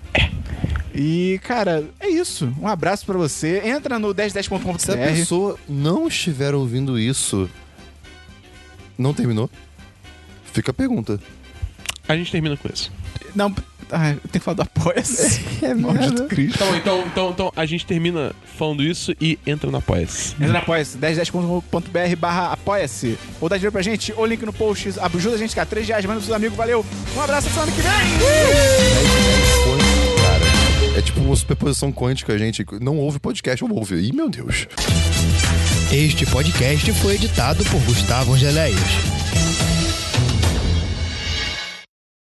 S1: E, cara, é isso. Um abraço pra você. Entra no
S2: Se a
S1: 1010.com.br.
S2: pessoa não estiver ouvindo isso, não terminou? Fica a pergunta.
S3: A gente termina com isso.
S1: Não, ai, eu tenho que falar do Apoia-se. É,
S2: né?
S1: Maldito Cristo.
S3: Então, então, então, então, a gente termina falando isso e entra no Apoia-se.
S1: Entra no Apoia-se, 1010.com.br barra Apoia-se. Ou dá dinheiro pra gente, ou link no post. Ajuda a gente, cara. 3 reais, manda pros seus amigos. Valeu. Um abraço, até semana que vem.
S2: Cara, é tipo uma superposição quântica, gente. Não ouve podcast, ou ouve. Ih, meu Deus.
S8: Este podcast foi editado por Gustavo Angeléias.